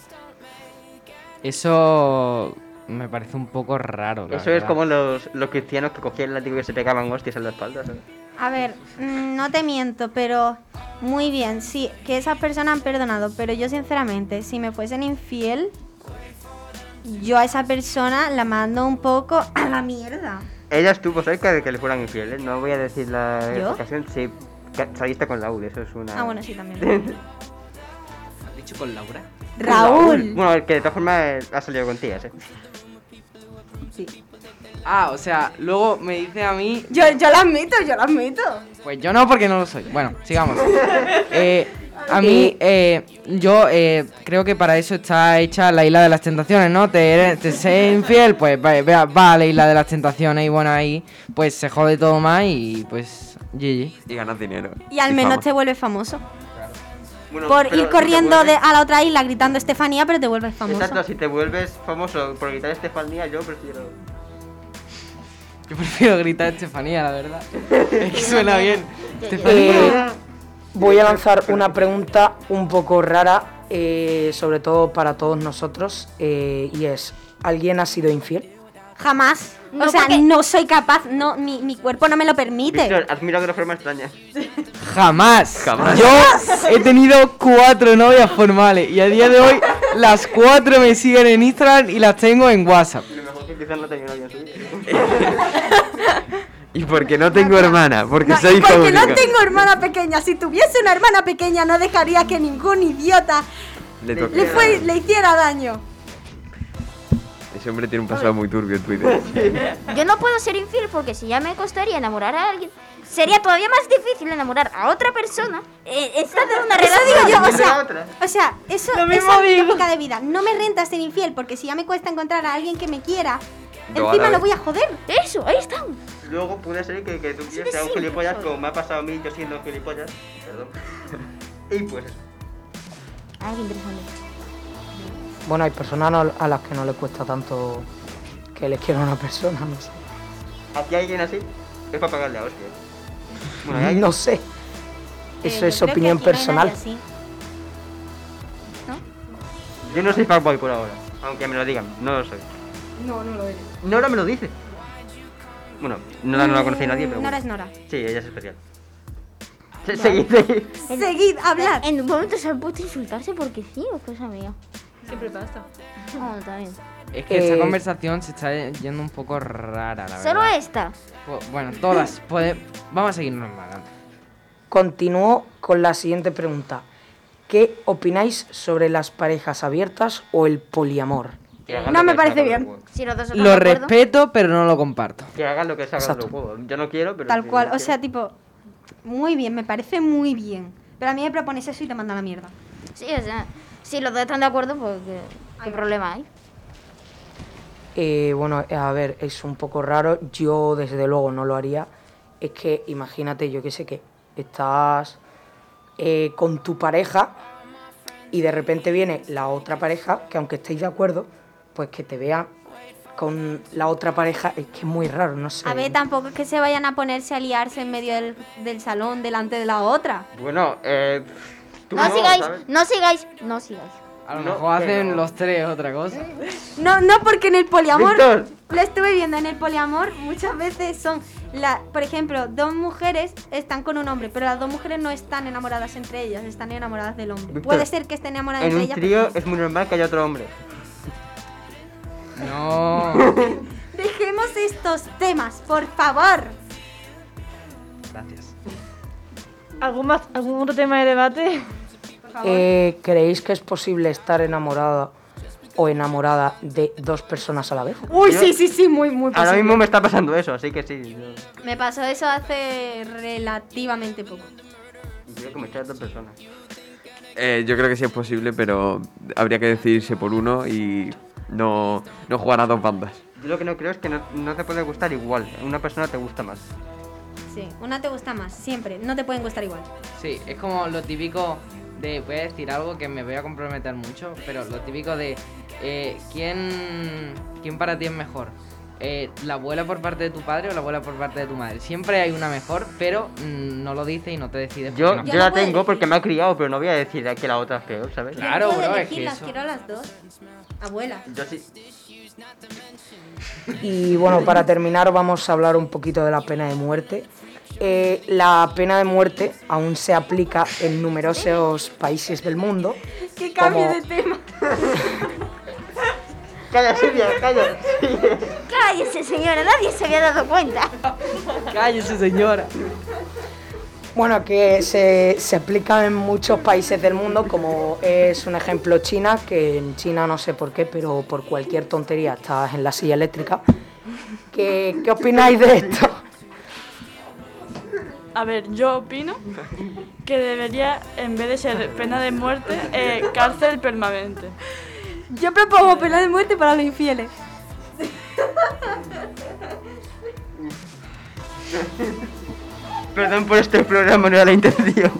[SPEAKER 4] Eso me parece un poco raro. la
[SPEAKER 5] Eso es
[SPEAKER 4] verdad.
[SPEAKER 5] como los, los cristianos que cogían el látigo y se pegaban hostias en la espalda. ¿sabes?
[SPEAKER 3] A ver, mm, no te miento, pero muy bien, sí, que esas personas han perdonado, pero yo sinceramente, si me fuesen infiel, yo a esa persona la mando un poco a la mierda.
[SPEAKER 5] Ella estuvo cerca de que le fueran infieles. No voy a decir la
[SPEAKER 3] ¿Yo?
[SPEAKER 5] ocasión. Sí, ca- saliste con Raúl, eso es una.
[SPEAKER 3] Ah, bueno, sí, también.
[SPEAKER 4] ¿Has dicho con Laura?
[SPEAKER 3] Raúl.
[SPEAKER 5] Bueno, que de todas formas eh, ha salido con tías, ¿eh?
[SPEAKER 4] Ah, o sea, luego me dice a mí
[SPEAKER 15] Yo, yo la admito, yo la admito.
[SPEAKER 4] Pues yo no, porque no lo soy. Bueno, sigamos. Eh, A mí, eh, yo eh, creo que para eso está hecha la isla de las tentaciones, ¿no? Te, eres- te sé infiel, pues va, va- va a la isla de las tentaciones y bueno, ahí pues se jode todo más y pues GG.
[SPEAKER 6] Y ganas dinero.
[SPEAKER 3] Y al menos
[SPEAKER 6] fama.
[SPEAKER 3] te vuelves famoso.
[SPEAKER 5] Bueno,
[SPEAKER 3] por
[SPEAKER 5] pero
[SPEAKER 3] ir
[SPEAKER 5] te
[SPEAKER 3] corriendo de,
[SPEAKER 5] vuelves-
[SPEAKER 3] a la otra isla gritando Estefanía, pero te vuelves famoso.
[SPEAKER 5] Exacto, si te vuelves famoso por gritar Estefanía, yo prefiero.
[SPEAKER 4] Yo prefiero gritar Estefanía, la verdad. Es que suena bien.
[SPEAKER 8] Eh,
[SPEAKER 4] Estefanía.
[SPEAKER 8] voy a lanzar una pregunta un poco rara, eh, sobre todo para todos nosotros, eh, y es, ¿alguien ha sido infiel?
[SPEAKER 3] Jamás. o sea, no soy capaz, no, mi, mi cuerpo no me lo permite.
[SPEAKER 5] Víctor, admiro de una forma extraña.
[SPEAKER 4] Jamás.
[SPEAKER 5] Jamás.
[SPEAKER 4] Yo he tenido cuatro novias formales y a día de hoy las cuatro me siguen en Instagram y las tengo en WhatsApp.
[SPEAKER 5] Lo mejor que quizás no tenía novia suya.
[SPEAKER 6] Y porque no tengo hermana, porque
[SPEAKER 3] No,
[SPEAKER 6] soy
[SPEAKER 3] y
[SPEAKER 6] hijo
[SPEAKER 3] porque no
[SPEAKER 6] único.
[SPEAKER 3] tengo hermana pequeña. Si tuviese una hermana pequeña, no dejaría que ningún idiota
[SPEAKER 6] Le toqué.
[SPEAKER 3] le, fue- le hiciera daño.
[SPEAKER 6] Ese hombre tiene un pasado muy turbio en Twitter.
[SPEAKER 1] Yo no puedo ser infiel porque si ya me costaría enamorar a alguien, sería todavía más difícil enamorar a otra persona. Eh, estando en una
[SPEAKER 3] Eso
[SPEAKER 1] relación.
[SPEAKER 3] digo yo, o sea, o sea, eso esa es mi lógica de vida. No me renta ser infiel porque si ya me cuesta encontrar a alguien que me quiera,
[SPEAKER 6] Yo a
[SPEAKER 3] encima
[SPEAKER 6] la
[SPEAKER 3] lo
[SPEAKER 6] vez.
[SPEAKER 3] voy a joder. Eso, ahí estamos.
[SPEAKER 5] Luego puede ser que, que tú quieras
[SPEAKER 3] Sí,
[SPEAKER 5] ser un
[SPEAKER 3] sí,
[SPEAKER 5] gilipollas,
[SPEAKER 3] por favor.
[SPEAKER 5] como me ha pasado a mí, yo siendo un gilipollas. Perdón. Y pues eso.
[SPEAKER 8] Bueno, hay personas no- a las que no les cuesta tanto que les quiera una persona, no sé.
[SPEAKER 5] Aquí hay alguien así, es para pagarle a hostia. Bueno,
[SPEAKER 8] No sé. Eso
[SPEAKER 5] Eh, yo
[SPEAKER 8] es
[SPEAKER 5] creo que
[SPEAKER 8] opinión
[SPEAKER 5] aquí no hay
[SPEAKER 8] personal.
[SPEAKER 5] nadie Yo no soy fanboy por ahora, aunque me lo digan, no lo soy.
[SPEAKER 15] No, no lo eres.
[SPEAKER 5] Nora me lo dice. Bueno, Nora no la conoce nadie, pero.
[SPEAKER 3] Mm, Nora
[SPEAKER 5] bueno.
[SPEAKER 3] es Nora.
[SPEAKER 5] Sí, ella es especial. Se-
[SPEAKER 1] Vale.
[SPEAKER 5] Seguid, seguid.
[SPEAKER 3] Seguid, hablad.
[SPEAKER 1] En un momento se han puesto a insultarse porque sí, o cosa mía.
[SPEAKER 15] Siempre pasa.
[SPEAKER 1] Oh, también.
[SPEAKER 4] Es que esta
[SPEAKER 1] Eh,
[SPEAKER 4] conversación se está yendo un poco rara, la verdad.
[SPEAKER 1] Solo esta.
[SPEAKER 4] Bu- Bueno, todas. puede- Vamos a seguir normal.
[SPEAKER 8] Continúo con la siguiente pregunta. ¿Qué opináis sobre las parejas abiertas o el poliamor?
[SPEAKER 5] No me parece bien.
[SPEAKER 1] Si los dos
[SPEAKER 4] Lo respeto, pero no lo comparto.
[SPEAKER 5] Que hagan lo que se haga
[SPEAKER 4] Exacto.
[SPEAKER 5] los juegos. Yo no quiero, pero.
[SPEAKER 3] Tal
[SPEAKER 5] si
[SPEAKER 3] cual,
[SPEAKER 5] ellos
[SPEAKER 3] o sea, tipo, muy bien, me parece muy bien. Pero a mí me propones eso y te manda a la mierda.
[SPEAKER 1] Sí, o sea, si los dos están de acuerdo, pues qué, qué problema hay.
[SPEAKER 8] Eh, bueno, eh, a ver, es un poco raro. Yo, desde luego, no lo haría. Es que, imagínate, yo qué sé qué, estás eh, con tu pareja y de repente viene la otra pareja, que aunque estéis de acuerdo, pues que te vea con la otra pareja, es que es muy raro, no sé.
[SPEAKER 3] A ver, tampoco es que se vayan a ponerse a liarse en medio del, del salón delante de la otra.
[SPEAKER 5] quieren. Bueno, eh. tú
[SPEAKER 1] No, sigáis,
[SPEAKER 5] ¿sabes?
[SPEAKER 1] no sigáis, no sigáis.
[SPEAKER 4] A lo mejor hacen los tres otra cosa.
[SPEAKER 3] No, no, porque en el poliamor,
[SPEAKER 4] Víctor.
[SPEAKER 3] lo estuve viendo, en el poliamor muchas veces son, la, por ejemplo, dos mujeres están con un hombre, pero las dos mujeres no están enamoradas entre ellas, están enamoradas del hombre.
[SPEAKER 5] Víctor,
[SPEAKER 3] Puede ser que estén enamoradas
[SPEAKER 5] En
[SPEAKER 3] entre
[SPEAKER 5] un
[SPEAKER 3] ellas.
[SPEAKER 5] trío es muy normal que haya otro hombre.
[SPEAKER 4] No.
[SPEAKER 3] Dejemos estos temas, por favor.
[SPEAKER 4] Gracias.
[SPEAKER 2] ¿Algún, más, ¿Algún otro tema de debate?
[SPEAKER 8] Eh, ¿Creéis que es posible estar enamorada o enamorada de dos personas a la vez?
[SPEAKER 3] Uy, sí, sí, sí, muy, muy
[SPEAKER 5] Ahora mismo me está pasando eso, así que sí. Yo,
[SPEAKER 3] Me pasó eso hace relativamente poco.
[SPEAKER 5] yo creo que me estoy a dos personas.
[SPEAKER 6] Eh, yo creo que sí es posible, pero habría que decidirse por uno y no, no jugar a dos bandas.
[SPEAKER 5] Yo lo que no creo es que no, no te puede gustar igual. ¿eh? Una persona te gusta más.
[SPEAKER 3] Sí, una te gusta más, siempre. No te pueden gustar igual.
[SPEAKER 4] Sí, es como lo típico de. Voy a decir algo que me voy a comprometer mucho, pero lo típico de. eh, ¿quién, ¿Quién para ti es mejor? Eh, ¿La abuela por parte de tu padre o la abuela por parte de tu madre? Siempre hay una mejor, pero mm, no lo dices y no te decides. por
[SPEAKER 5] Yo,
[SPEAKER 4] una.
[SPEAKER 5] yo la tengo porque me ha criado, pero no voy a decir que la otra es peor, ¿sabes?
[SPEAKER 4] Claro,
[SPEAKER 3] Puedo
[SPEAKER 4] bro, es
[SPEAKER 3] elegir,
[SPEAKER 4] que
[SPEAKER 3] las
[SPEAKER 4] eso.
[SPEAKER 3] quiero a las dos. Abuela.
[SPEAKER 5] Pues Yo sí.
[SPEAKER 8] Y bueno, para terminar vamos a hablar un poquito de la pena de muerte. Eh, la pena de muerte aún se aplica en numerosos países del mundo.
[SPEAKER 3] Que
[SPEAKER 8] cambie Como- de
[SPEAKER 3] tema.
[SPEAKER 5] Calla, Silvia, calla.
[SPEAKER 1] Cállese, señora, nadie se había dado cuenta.
[SPEAKER 4] Cállese, señora.
[SPEAKER 8] Bueno, que se, se aplica en muchos países del mundo, como es un ejemplo China, que en China no sé por qué, pero por cualquier tontería estás en la silla eléctrica. ¿Qué, qué opináis de esto?
[SPEAKER 7] A ver, yo opino que debería, en vez de ser pena de muerte, eh, cárcel permanente.
[SPEAKER 13] Yo propongo pena de muerte para los infieles.
[SPEAKER 5] Perdón por este programa, no era la intención.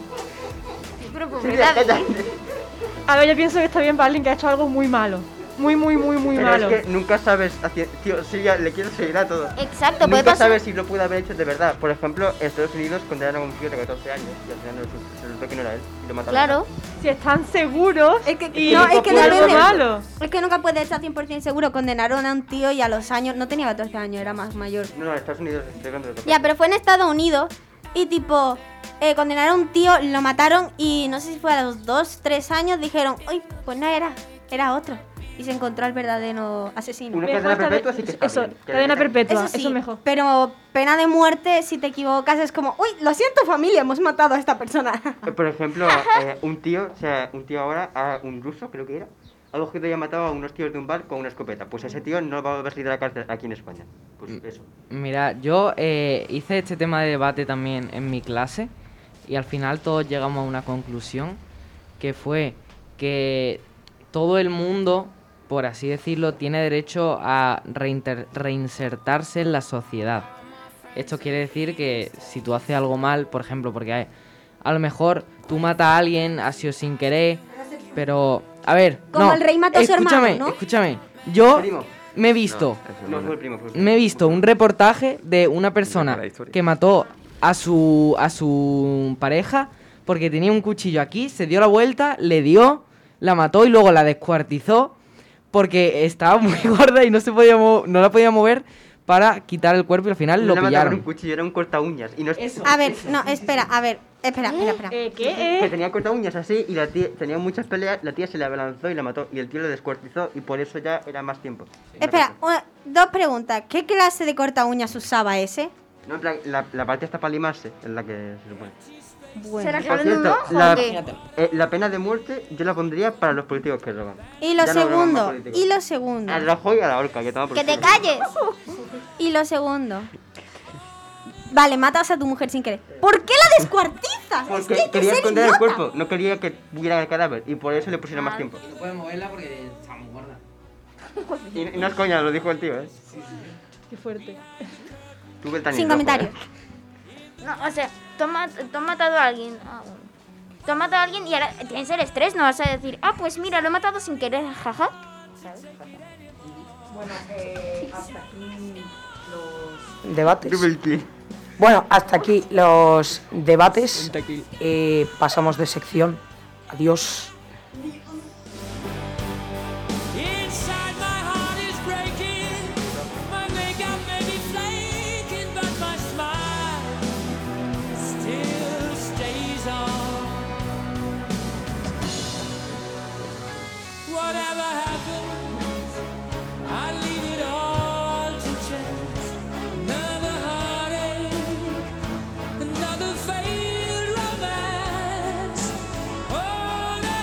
[SPEAKER 2] A ver, yo pienso que está bien para alguien que ha hecho algo muy malo. Muy, muy, muy, muy
[SPEAKER 5] Pero
[SPEAKER 2] malo.
[SPEAKER 5] es que nunca sabes hacia... Tío, Silvia, le quiero seguir a todo.
[SPEAKER 1] Exacto, puede
[SPEAKER 5] Nunca
[SPEAKER 1] pasar.
[SPEAKER 5] sabes si lo pudo haber hecho de verdad. Por ejemplo, en Estados Unidos condenaron a un tío de 14 años y al final resultó- resultó que no era él y lo mataron.
[SPEAKER 2] Si están seguros.
[SPEAKER 3] Es que,
[SPEAKER 2] y
[SPEAKER 3] no, es que
[SPEAKER 2] fue algo
[SPEAKER 3] depende.
[SPEAKER 2] malo.
[SPEAKER 3] Es que nunca puede estar 100% seguro. Condenaron a un tío y a los años. No tenía 14 años, era más mayor.
[SPEAKER 5] No, no, en Estados Unidos estoy contra el
[SPEAKER 3] Ya, pero fue en Estados Unidos y tipo. eh, condenaron a un tío, lo mataron y no sé si fue a los 2, 3 años. Dijeron, uy, pues no era, era otro. Y se encontró al verdadero asesino.
[SPEAKER 5] Una cadena perpetua sí que está
[SPEAKER 2] eso,
[SPEAKER 5] bien, que
[SPEAKER 2] cadena
[SPEAKER 5] detengan.
[SPEAKER 2] perpetua,
[SPEAKER 3] sí,
[SPEAKER 2] eso mejor.
[SPEAKER 3] Pero pena de muerte, si te equivocas, es como, uy, lo siento familia, hemos matado a esta persona.
[SPEAKER 5] Eh, Por ejemplo, eh, un tío, o sea, un tío ahora, a un ruso creo que era, ha cogido y ha matado a unos tíos de un bar con una escopeta. Pues ese tío no va a haber salido de la cárcel aquí en España. Pues eso.
[SPEAKER 4] Mira, yo eh, hice este tema de debate también en mi clase y al final todos llegamos a una conclusión que fue que todo el mundo, por así decirlo, tiene derecho a reinter- reinsertarse en la sociedad. Esto quiere decir que si tú haces algo mal, por ejemplo, porque a, a lo mejor tú matas a alguien, ha sido sin querer, pero... A ver,
[SPEAKER 3] Como
[SPEAKER 4] no,
[SPEAKER 3] el rey mató a su hermano,
[SPEAKER 4] escúchame,
[SPEAKER 3] ¿no?
[SPEAKER 4] escúchame. Yo
[SPEAKER 5] Primo.
[SPEAKER 4] me he visto...
[SPEAKER 5] No, fue el primo, fue el primo.
[SPEAKER 4] Me he visto un reportaje de una persona que mató a su a su pareja porque tenía un cuchillo aquí, se dio la vuelta, le dio, la mató y luego la descuartizó porque estaba muy gorda y no se podía mo- no la podía mover para quitar el cuerpo y al final
[SPEAKER 5] No
[SPEAKER 4] lo
[SPEAKER 5] le mataron un
[SPEAKER 4] pillaron.
[SPEAKER 5] cuchillo, era un corta uñas. Y no es-
[SPEAKER 3] a ver, no, espera, a ver, espera, espera, espera.
[SPEAKER 2] ¿Eh?
[SPEAKER 3] Eh.
[SPEAKER 5] Que tenía corta uñas así y la tía tenía muchas peleas, la tía se le abalanzó y la mató y el tío lo descuartizó y por eso ya era más tiempo.
[SPEAKER 3] Espera, una- dos preguntas. ¿Qué clase de corta uñas usaba ese?
[SPEAKER 5] No, en plan, la, la parte esta para limarse es la que se supone.
[SPEAKER 3] ¿Será
[SPEAKER 5] Por cierto, la, eh, la pena de muerte yo la pondría para los políticos que roban.
[SPEAKER 3] Y lo
[SPEAKER 5] Ya no roban más Ah,
[SPEAKER 3] segundo,
[SPEAKER 5] políticos.
[SPEAKER 3] y lo segundo.
[SPEAKER 5] Al Rajoy y a la horca, que toma por
[SPEAKER 3] ¡Que te
[SPEAKER 5] culo.
[SPEAKER 3] calles! Y lo segundo. Vale, matas a tu mujer sin querer. ¿Por qué la descuartizas? Es que hay
[SPEAKER 5] Porque
[SPEAKER 3] que
[SPEAKER 5] quería
[SPEAKER 3] ser
[SPEAKER 5] esconder el
[SPEAKER 3] idiota. Ah.
[SPEAKER 5] cuerpo, no quería que hubiera el cadáver y por eso le pusieron más tiempo.
[SPEAKER 4] No pueden moverla porque está muy gorda.
[SPEAKER 5] Y, y no es coña, lo dijo el tío, ¿eh?
[SPEAKER 2] Qué fuerte.
[SPEAKER 5] Tuve el tan
[SPEAKER 1] Sin
[SPEAKER 5] rojo,
[SPEAKER 1] comentarios.
[SPEAKER 5] ¿eh?
[SPEAKER 1] No, o sea, tú has mat- tú has matado a alguien. Ah, bueno. Tú has matado a alguien y ahora tienes el estrés, no vas a decir, ah, pues mira, lo he matado sin querer, jaja.
[SPEAKER 8] Bueno, eh, hasta aquí Debates.
[SPEAKER 5] Triple kill.
[SPEAKER 8] Bueno, hasta aquí los debates. Eh, pasamos de sección. Adiós.
[SPEAKER 9] Inside my heart is breaking. My makeup may be flaking, but my smile still stays on. Whatever happens, I leave it all to chance. Another heartache, another failed romance. Oh, na,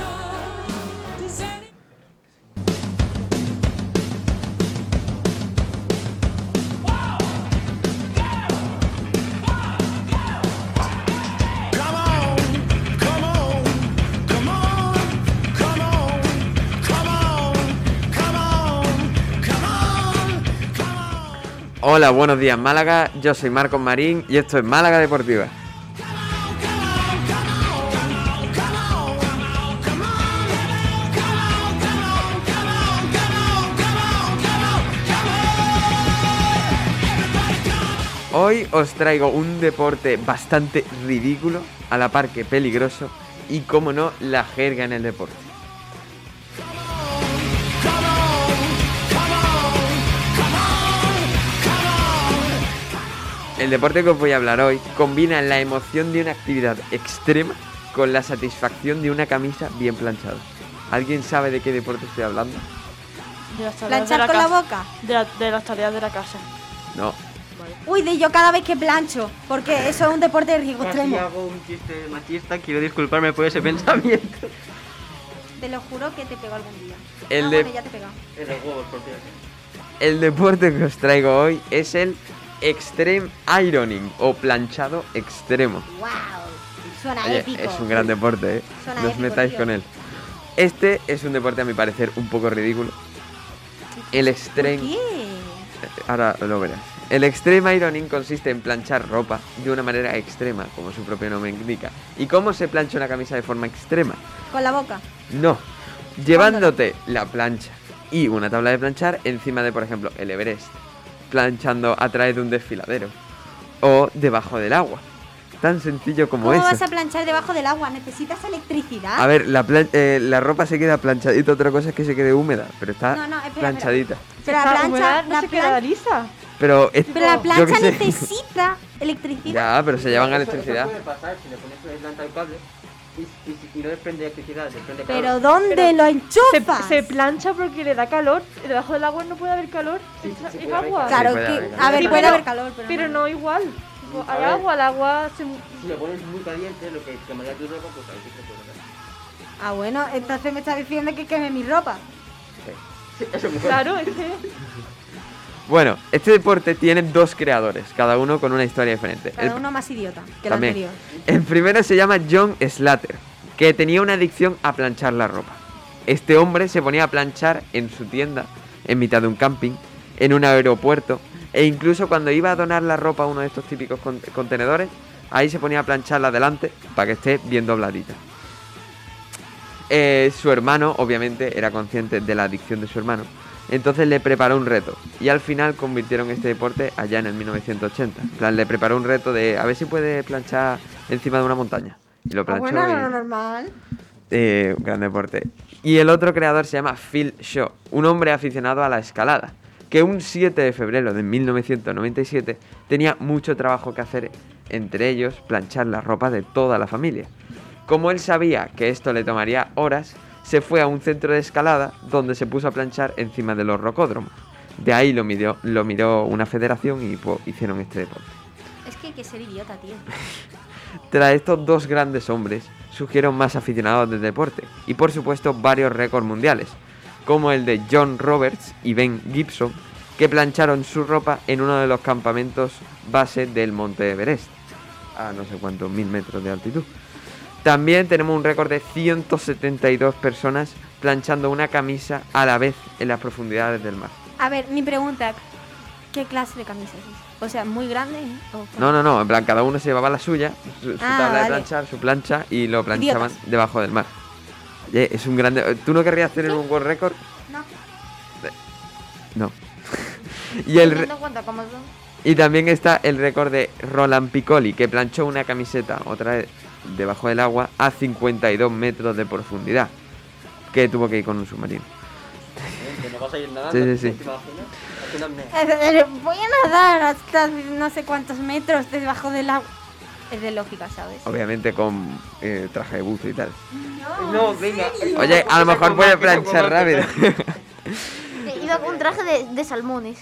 [SPEAKER 9] na. Does any- Come on, come on, come on, come on, come on, come on, come on.
[SPEAKER 6] Hola, buenos días Málaga, yo soy Marcos Marín y esto es Málaga Deportiva. Hoy os traigo un deporte bastante ridículo, a la par que peligroso y, como no, la jerga en el deporte. El deporte que os voy a hablar hoy combina la emoción de una actividad extrema con la satisfacción de una camisa bien planchada. ¿Alguien sabe de qué deporte estoy hablando?
[SPEAKER 7] De las tareas
[SPEAKER 3] ¿Planchar
[SPEAKER 7] de
[SPEAKER 3] con la
[SPEAKER 7] casa.
[SPEAKER 3] boca?
[SPEAKER 7] De, la- de las tareas de la casa.
[SPEAKER 6] No.
[SPEAKER 3] Uy, de yo cada vez que plancho, porque eso es un deporte de riesgo
[SPEAKER 5] Casi
[SPEAKER 3] extremo.
[SPEAKER 5] hago un chiste machista, quiero disculparme por ese pensamiento.
[SPEAKER 3] Te lo juro que te pego algún día.
[SPEAKER 6] El
[SPEAKER 3] Ah,
[SPEAKER 6] de-
[SPEAKER 3] bueno, ya te he pegado.
[SPEAKER 5] En los huevos, por cierto.
[SPEAKER 6] El deporte que os traigo hoy es el Extreme Ironing o planchado extremo.
[SPEAKER 16] ¡Wow! Suena
[SPEAKER 6] Oye,
[SPEAKER 16] épico.
[SPEAKER 6] es un gran deporte, ¿eh?
[SPEAKER 16] Suena
[SPEAKER 6] no os
[SPEAKER 16] épico,
[SPEAKER 6] metáis
[SPEAKER 16] tío.
[SPEAKER 6] con él. Este es un deporte, a mi parecer, un poco ridículo. El extreme. Ahora lo verás. El extreme ironing consiste en planchar ropa de una manera extrema, como su propio nombre indica. ¿Y cómo se plancha una camisa de forma extrema?
[SPEAKER 3] Con la boca.
[SPEAKER 6] No, llevándote la plancha y una tabla de planchar encima de, por ejemplo, el Everest, planchando a través de un desfiladero o debajo del agua. Tan sencillo como
[SPEAKER 3] ¿Cómo
[SPEAKER 6] eso.
[SPEAKER 3] vas a planchar debajo del agua? ¿Necesitas electricidad?
[SPEAKER 6] A ver, la, plan- eh, la ropa se queda planchadita, otra cosa es que se quede húmeda, pero está
[SPEAKER 3] No, no, espera, espera.
[SPEAKER 6] planchadita.
[SPEAKER 3] Pero la
[SPEAKER 2] Para
[SPEAKER 3] plancha,
[SPEAKER 2] humedad no
[SPEAKER 3] la
[SPEAKER 2] se queda
[SPEAKER 3] plancha,
[SPEAKER 2] lisa.
[SPEAKER 6] Pero, es-
[SPEAKER 3] pero la
[SPEAKER 6] yo
[SPEAKER 3] plancha
[SPEAKER 6] qué sé.
[SPEAKER 3] necesita electricidad.
[SPEAKER 6] Ya, pero se llevan electricidad.
[SPEAKER 5] Eso, eso puede pasar si le pones una planta al cable y, y si- y no desprende electricidad, desprende
[SPEAKER 3] Pero
[SPEAKER 5] calor.
[SPEAKER 3] ¿dónde lo enchufas?
[SPEAKER 2] Se, se plancha porque le da calor. Debajo del agua no puede haber calor. es
[SPEAKER 5] sí
[SPEAKER 2] es
[SPEAKER 5] puede haber
[SPEAKER 2] agua.
[SPEAKER 5] calor. Claro Sí puede que- haber calor. a ver,
[SPEAKER 2] Sí,
[SPEAKER 5] puede
[SPEAKER 2] pero-
[SPEAKER 5] haber calor, pero
[SPEAKER 2] Pero
[SPEAKER 5] no-
[SPEAKER 2] no igual. Tipo,
[SPEAKER 5] A
[SPEAKER 2] Hay
[SPEAKER 5] ver.
[SPEAKER 2] agua, el agua se...
[SPEAKER 5] Si lo pones muy caliente, lo que quemaría tu ropa, pues ahí sí que puede pasar.
[SPEAKER 3] Ah, bueno, entonces me está diciendo que queme mi ropa.
[SPEAKER 2] Claro, es que...
[SPEAKER 6] Bueno, este deporte tiene dos creadores, cada uno con una historia diferente. El-
[SPEAKER 3] Cada uno más idiota que el
[SPEAKER 6] También.
[SPEAKER 3] anterior.
[SPEAKER 6] El primero se llama John Slater, que tenía una adicción a planchar la ropa. Este hombre se ponía a planchar en su tienda, en mitad de un camping, en un aeropuerto, e incluso cuando iba a donar la ropa a uno de estos típicos con- contenedores, ahí se ponía a plancharla delante para que esté bien dobladita. Eh, su hermano, obviamente, era consciente de la adicción de su hermano. Entonces le preparó un reto. Y al final convirtieron este deporte allá en el 1980. En plan, le preparó un reto de a ver si puede planchar encima de una montaña. Y lo
[SPEAKER 3] Ah,
[SPEAKER 6] planchó.
[SPEAKER 3] bueno,
[SPEAKER 6] y-
[SPEAKER 3] no, no, normal.
[SPEAKER 6] eh, un gran deporte. Y el otro creador se llama Phil Shaw, un hombre aficionado a la escalada, que un 7 de febrero de 1997 tenía mucho trabajo que hacer, entre ellos planchar la ropa de toda la familia. Como él sabía que esto le tomaría horas, se fue a un centro de escalada donde se puso a planchar encima de los rocódromos. De ahí lo, midió, lo miró una federación y po, hicieron este deporte.
[SPEAKER 16] Es que hay que ser idiota, tío.
[SPEAKER 6] Tras estos dos grandes hombres, surgieron más aficionados del deporte y por supuesto varios récords mundiales, como el de John Roberts y Ben Gibson, que plancharon su ropa en uno de los campamentos base del Monte Everest, a no sé cuántos mil metros de altitud. También tenemos un récord de 172 personas planchando una camisa a la vez en las profundidades del mar.
[SPEAKER 3] A ver, mi pregunta, ¿qué clase de camisas es? O sea, muy grande o
[SPEAKER 6] No, no, no, en plan, cada uno se llevaba la suya, su, su
[SPEAKER 3] Ah,
[SPEAKER 6] tabla de
[SPEAKER 3] vale.
[SPEAKER 6] planchar, su plancha y lo planchaban
[SPEAKER 3] Idiotas.
[SPEAKER 6] debajo del mar. Oye, es un grande. ¿Tú no querrías tener un World Record?
[SPEAKER 3] No.
[SPEAKER 6] No. y, el, re-
[SPEAKER 1] Teniendo en cuenta cómo son.
[SPEAKER 6] y también está el récord de Roland Piccoli, que planchó una camiseta otra vez debajo del agua a 52 metros de profundidad, que tuvo que ir con un submarino.
[SPEAKER 5] Bien, Que no vas a ir
[SPEAKER 6] Sí,
[SPEAKER 5] nadando.
[SPEAKER 6] sí, sí.
[SPEAKER 5] ¿Te imaginas? Hace una apnea.
[SPEAKER 3] Eh, eh, Voy a nadar hasta no sé cuántos metros debajo del agua. Es de lógica, ¿sabes?
[SPEAKER 6] Obviamente con eh, traje de buzo y tal.
[SPEAKER 5] No, venga.
[SPEAKER 6] Oye, a lo mejor puede planchar
[SPEAKER 5] planchar
[SPEAKER 6] rápido.
[SPEAKER 1] Iba con un traje de, de salmones.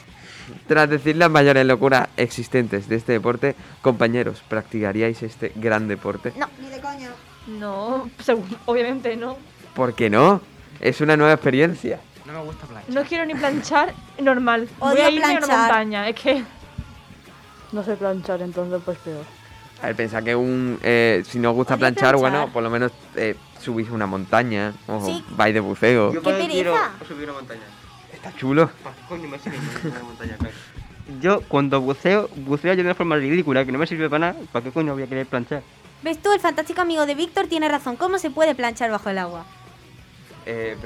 [SPEAKER 6] Tras decir las mayores locuras existentes de este deporte, compañeros, ¿practicaríais este gran deporte?
[SPEAKER 1] No.
[SPEAKER 3] Ni de coño.
[SPEAKER 2] No, seguro- obviamente no.
[SPEAKER 6] ¿Por qué no? Es una nueva experiencia.
[SPEAKER 4] No me gusta planchar.
[SPEAKER 2] No quiero ni planchar normal. Voy
[SPEAKER 3] Odio
[SPEAKER 2] a irme a una
[SPEAKER 3] planchar.
[SPEAKER 2] montaña. Es que...
[SPEAKER 7] No sé planchar, entonces pues peor.
[SPEAKER 6] A ver, pensad que un, eh, si no os gusta
[SPEAKER 7] Podría
[SPEAKER 6] planchar,
[SPEAKER 7] planchar.
[SPEAKER 6] bueno, por lo menos eh, subís una montaña o
[SPEAKER 5] Sí.
[SPEAKER 6] vais de buceo.
[SPEAKER 5] Yo cuando quiero subir una montaña.
[SPEAKER 6] Está chulo.
[SPEAKER 5] Pa' coño me sirve una montaña, claro.
[SPEAKER 17] Yo cuando buceo, buceo yo de una forma ridícula, que no me sirve para nada, ¿para qué coño voy a querer planchar?
[SPEAKER 3] ¿Ves tú? El fantástico amigo de Víctor tiene razón. ¿Cómo se puede planchar bajo el agua?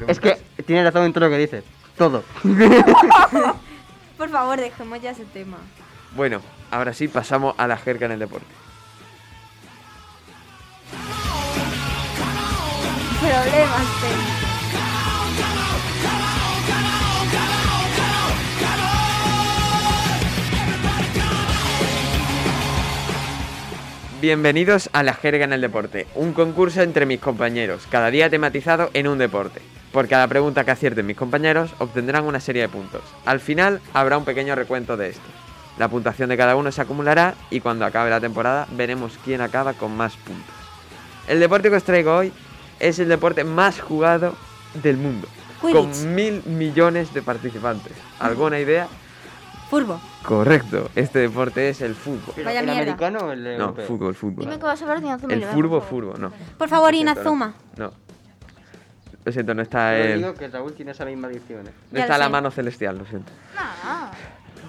[SPEAKER 17] Es que tiene razón en todo lo que dices, todo.
[SPEAKER 3] Por favor, dejemos ya ese tema.
[SPEAKER 6] Bueno, ahora sí pasamos a la jerga en el deporte.
[SPEAKER 3] Problemas técnicos.
[SPEAKER 6] Bienvenidos a La Jerga en el Deporte, un concurso entre mis compañeros, cada día tematizado en un deporte. Por cada pregunta que acierten mis compañeros, obtendrán una serie de puntos. Al final habrá un pequeño recuento de estos. La puntuación de cada uno se acumulará y cuando acabe la temporada veremos quién acaba con más puntos. El deporte que os traigo hoy es el deporte más jugado del mundo,
[SPEAKER 3] Quidditch.
[SPEAKER 6] con mil millones de participantes. ¿Alguna idea?
[SPEAKER 16] Furbo.
[SPEAKER 6] Correcto, este deporte es el fútbol.
[SPEAKER 16] Vaya
[SPEAKER 17] ¿El
[SPEAKER 16] mierda.
[SPEAKER 17] americano o el
[SPEAKER 6] No,
[SPEAKER 17] europeo?
[SPEAKER 6] fútbol, fútbol.
[SPEAKER 1] Dime que vas a hablar de Inazuma
[SPEAKER 6] El
[SPEAKER 1] Eleven,
[SPEAKER 6] furbo,
[SPEAKER 1] por favor.
[SPEAKER 6] furbo, no.
[SPEAKER 3] Por favor,
[SPEAKER 6] Lo siento,
[SPEAKER 3] Inazuma.
[SPEAKER 6] No. Lo siento, no está
[SPEAKER 17] Yo
[SPEAKER 6] el...
[SPEAKER 17] digo que Raúl tiene esa misma adicción, ¿eh?
[SPEAKER 6] No
[SPEAKER 3] Ya
[SPEAKER 6] está
[SPEAKER 3] lo
[SPEAKER 6] la
[SPEAKER 3] sé.
[SPEAKER 6] mano celestial, lo siento.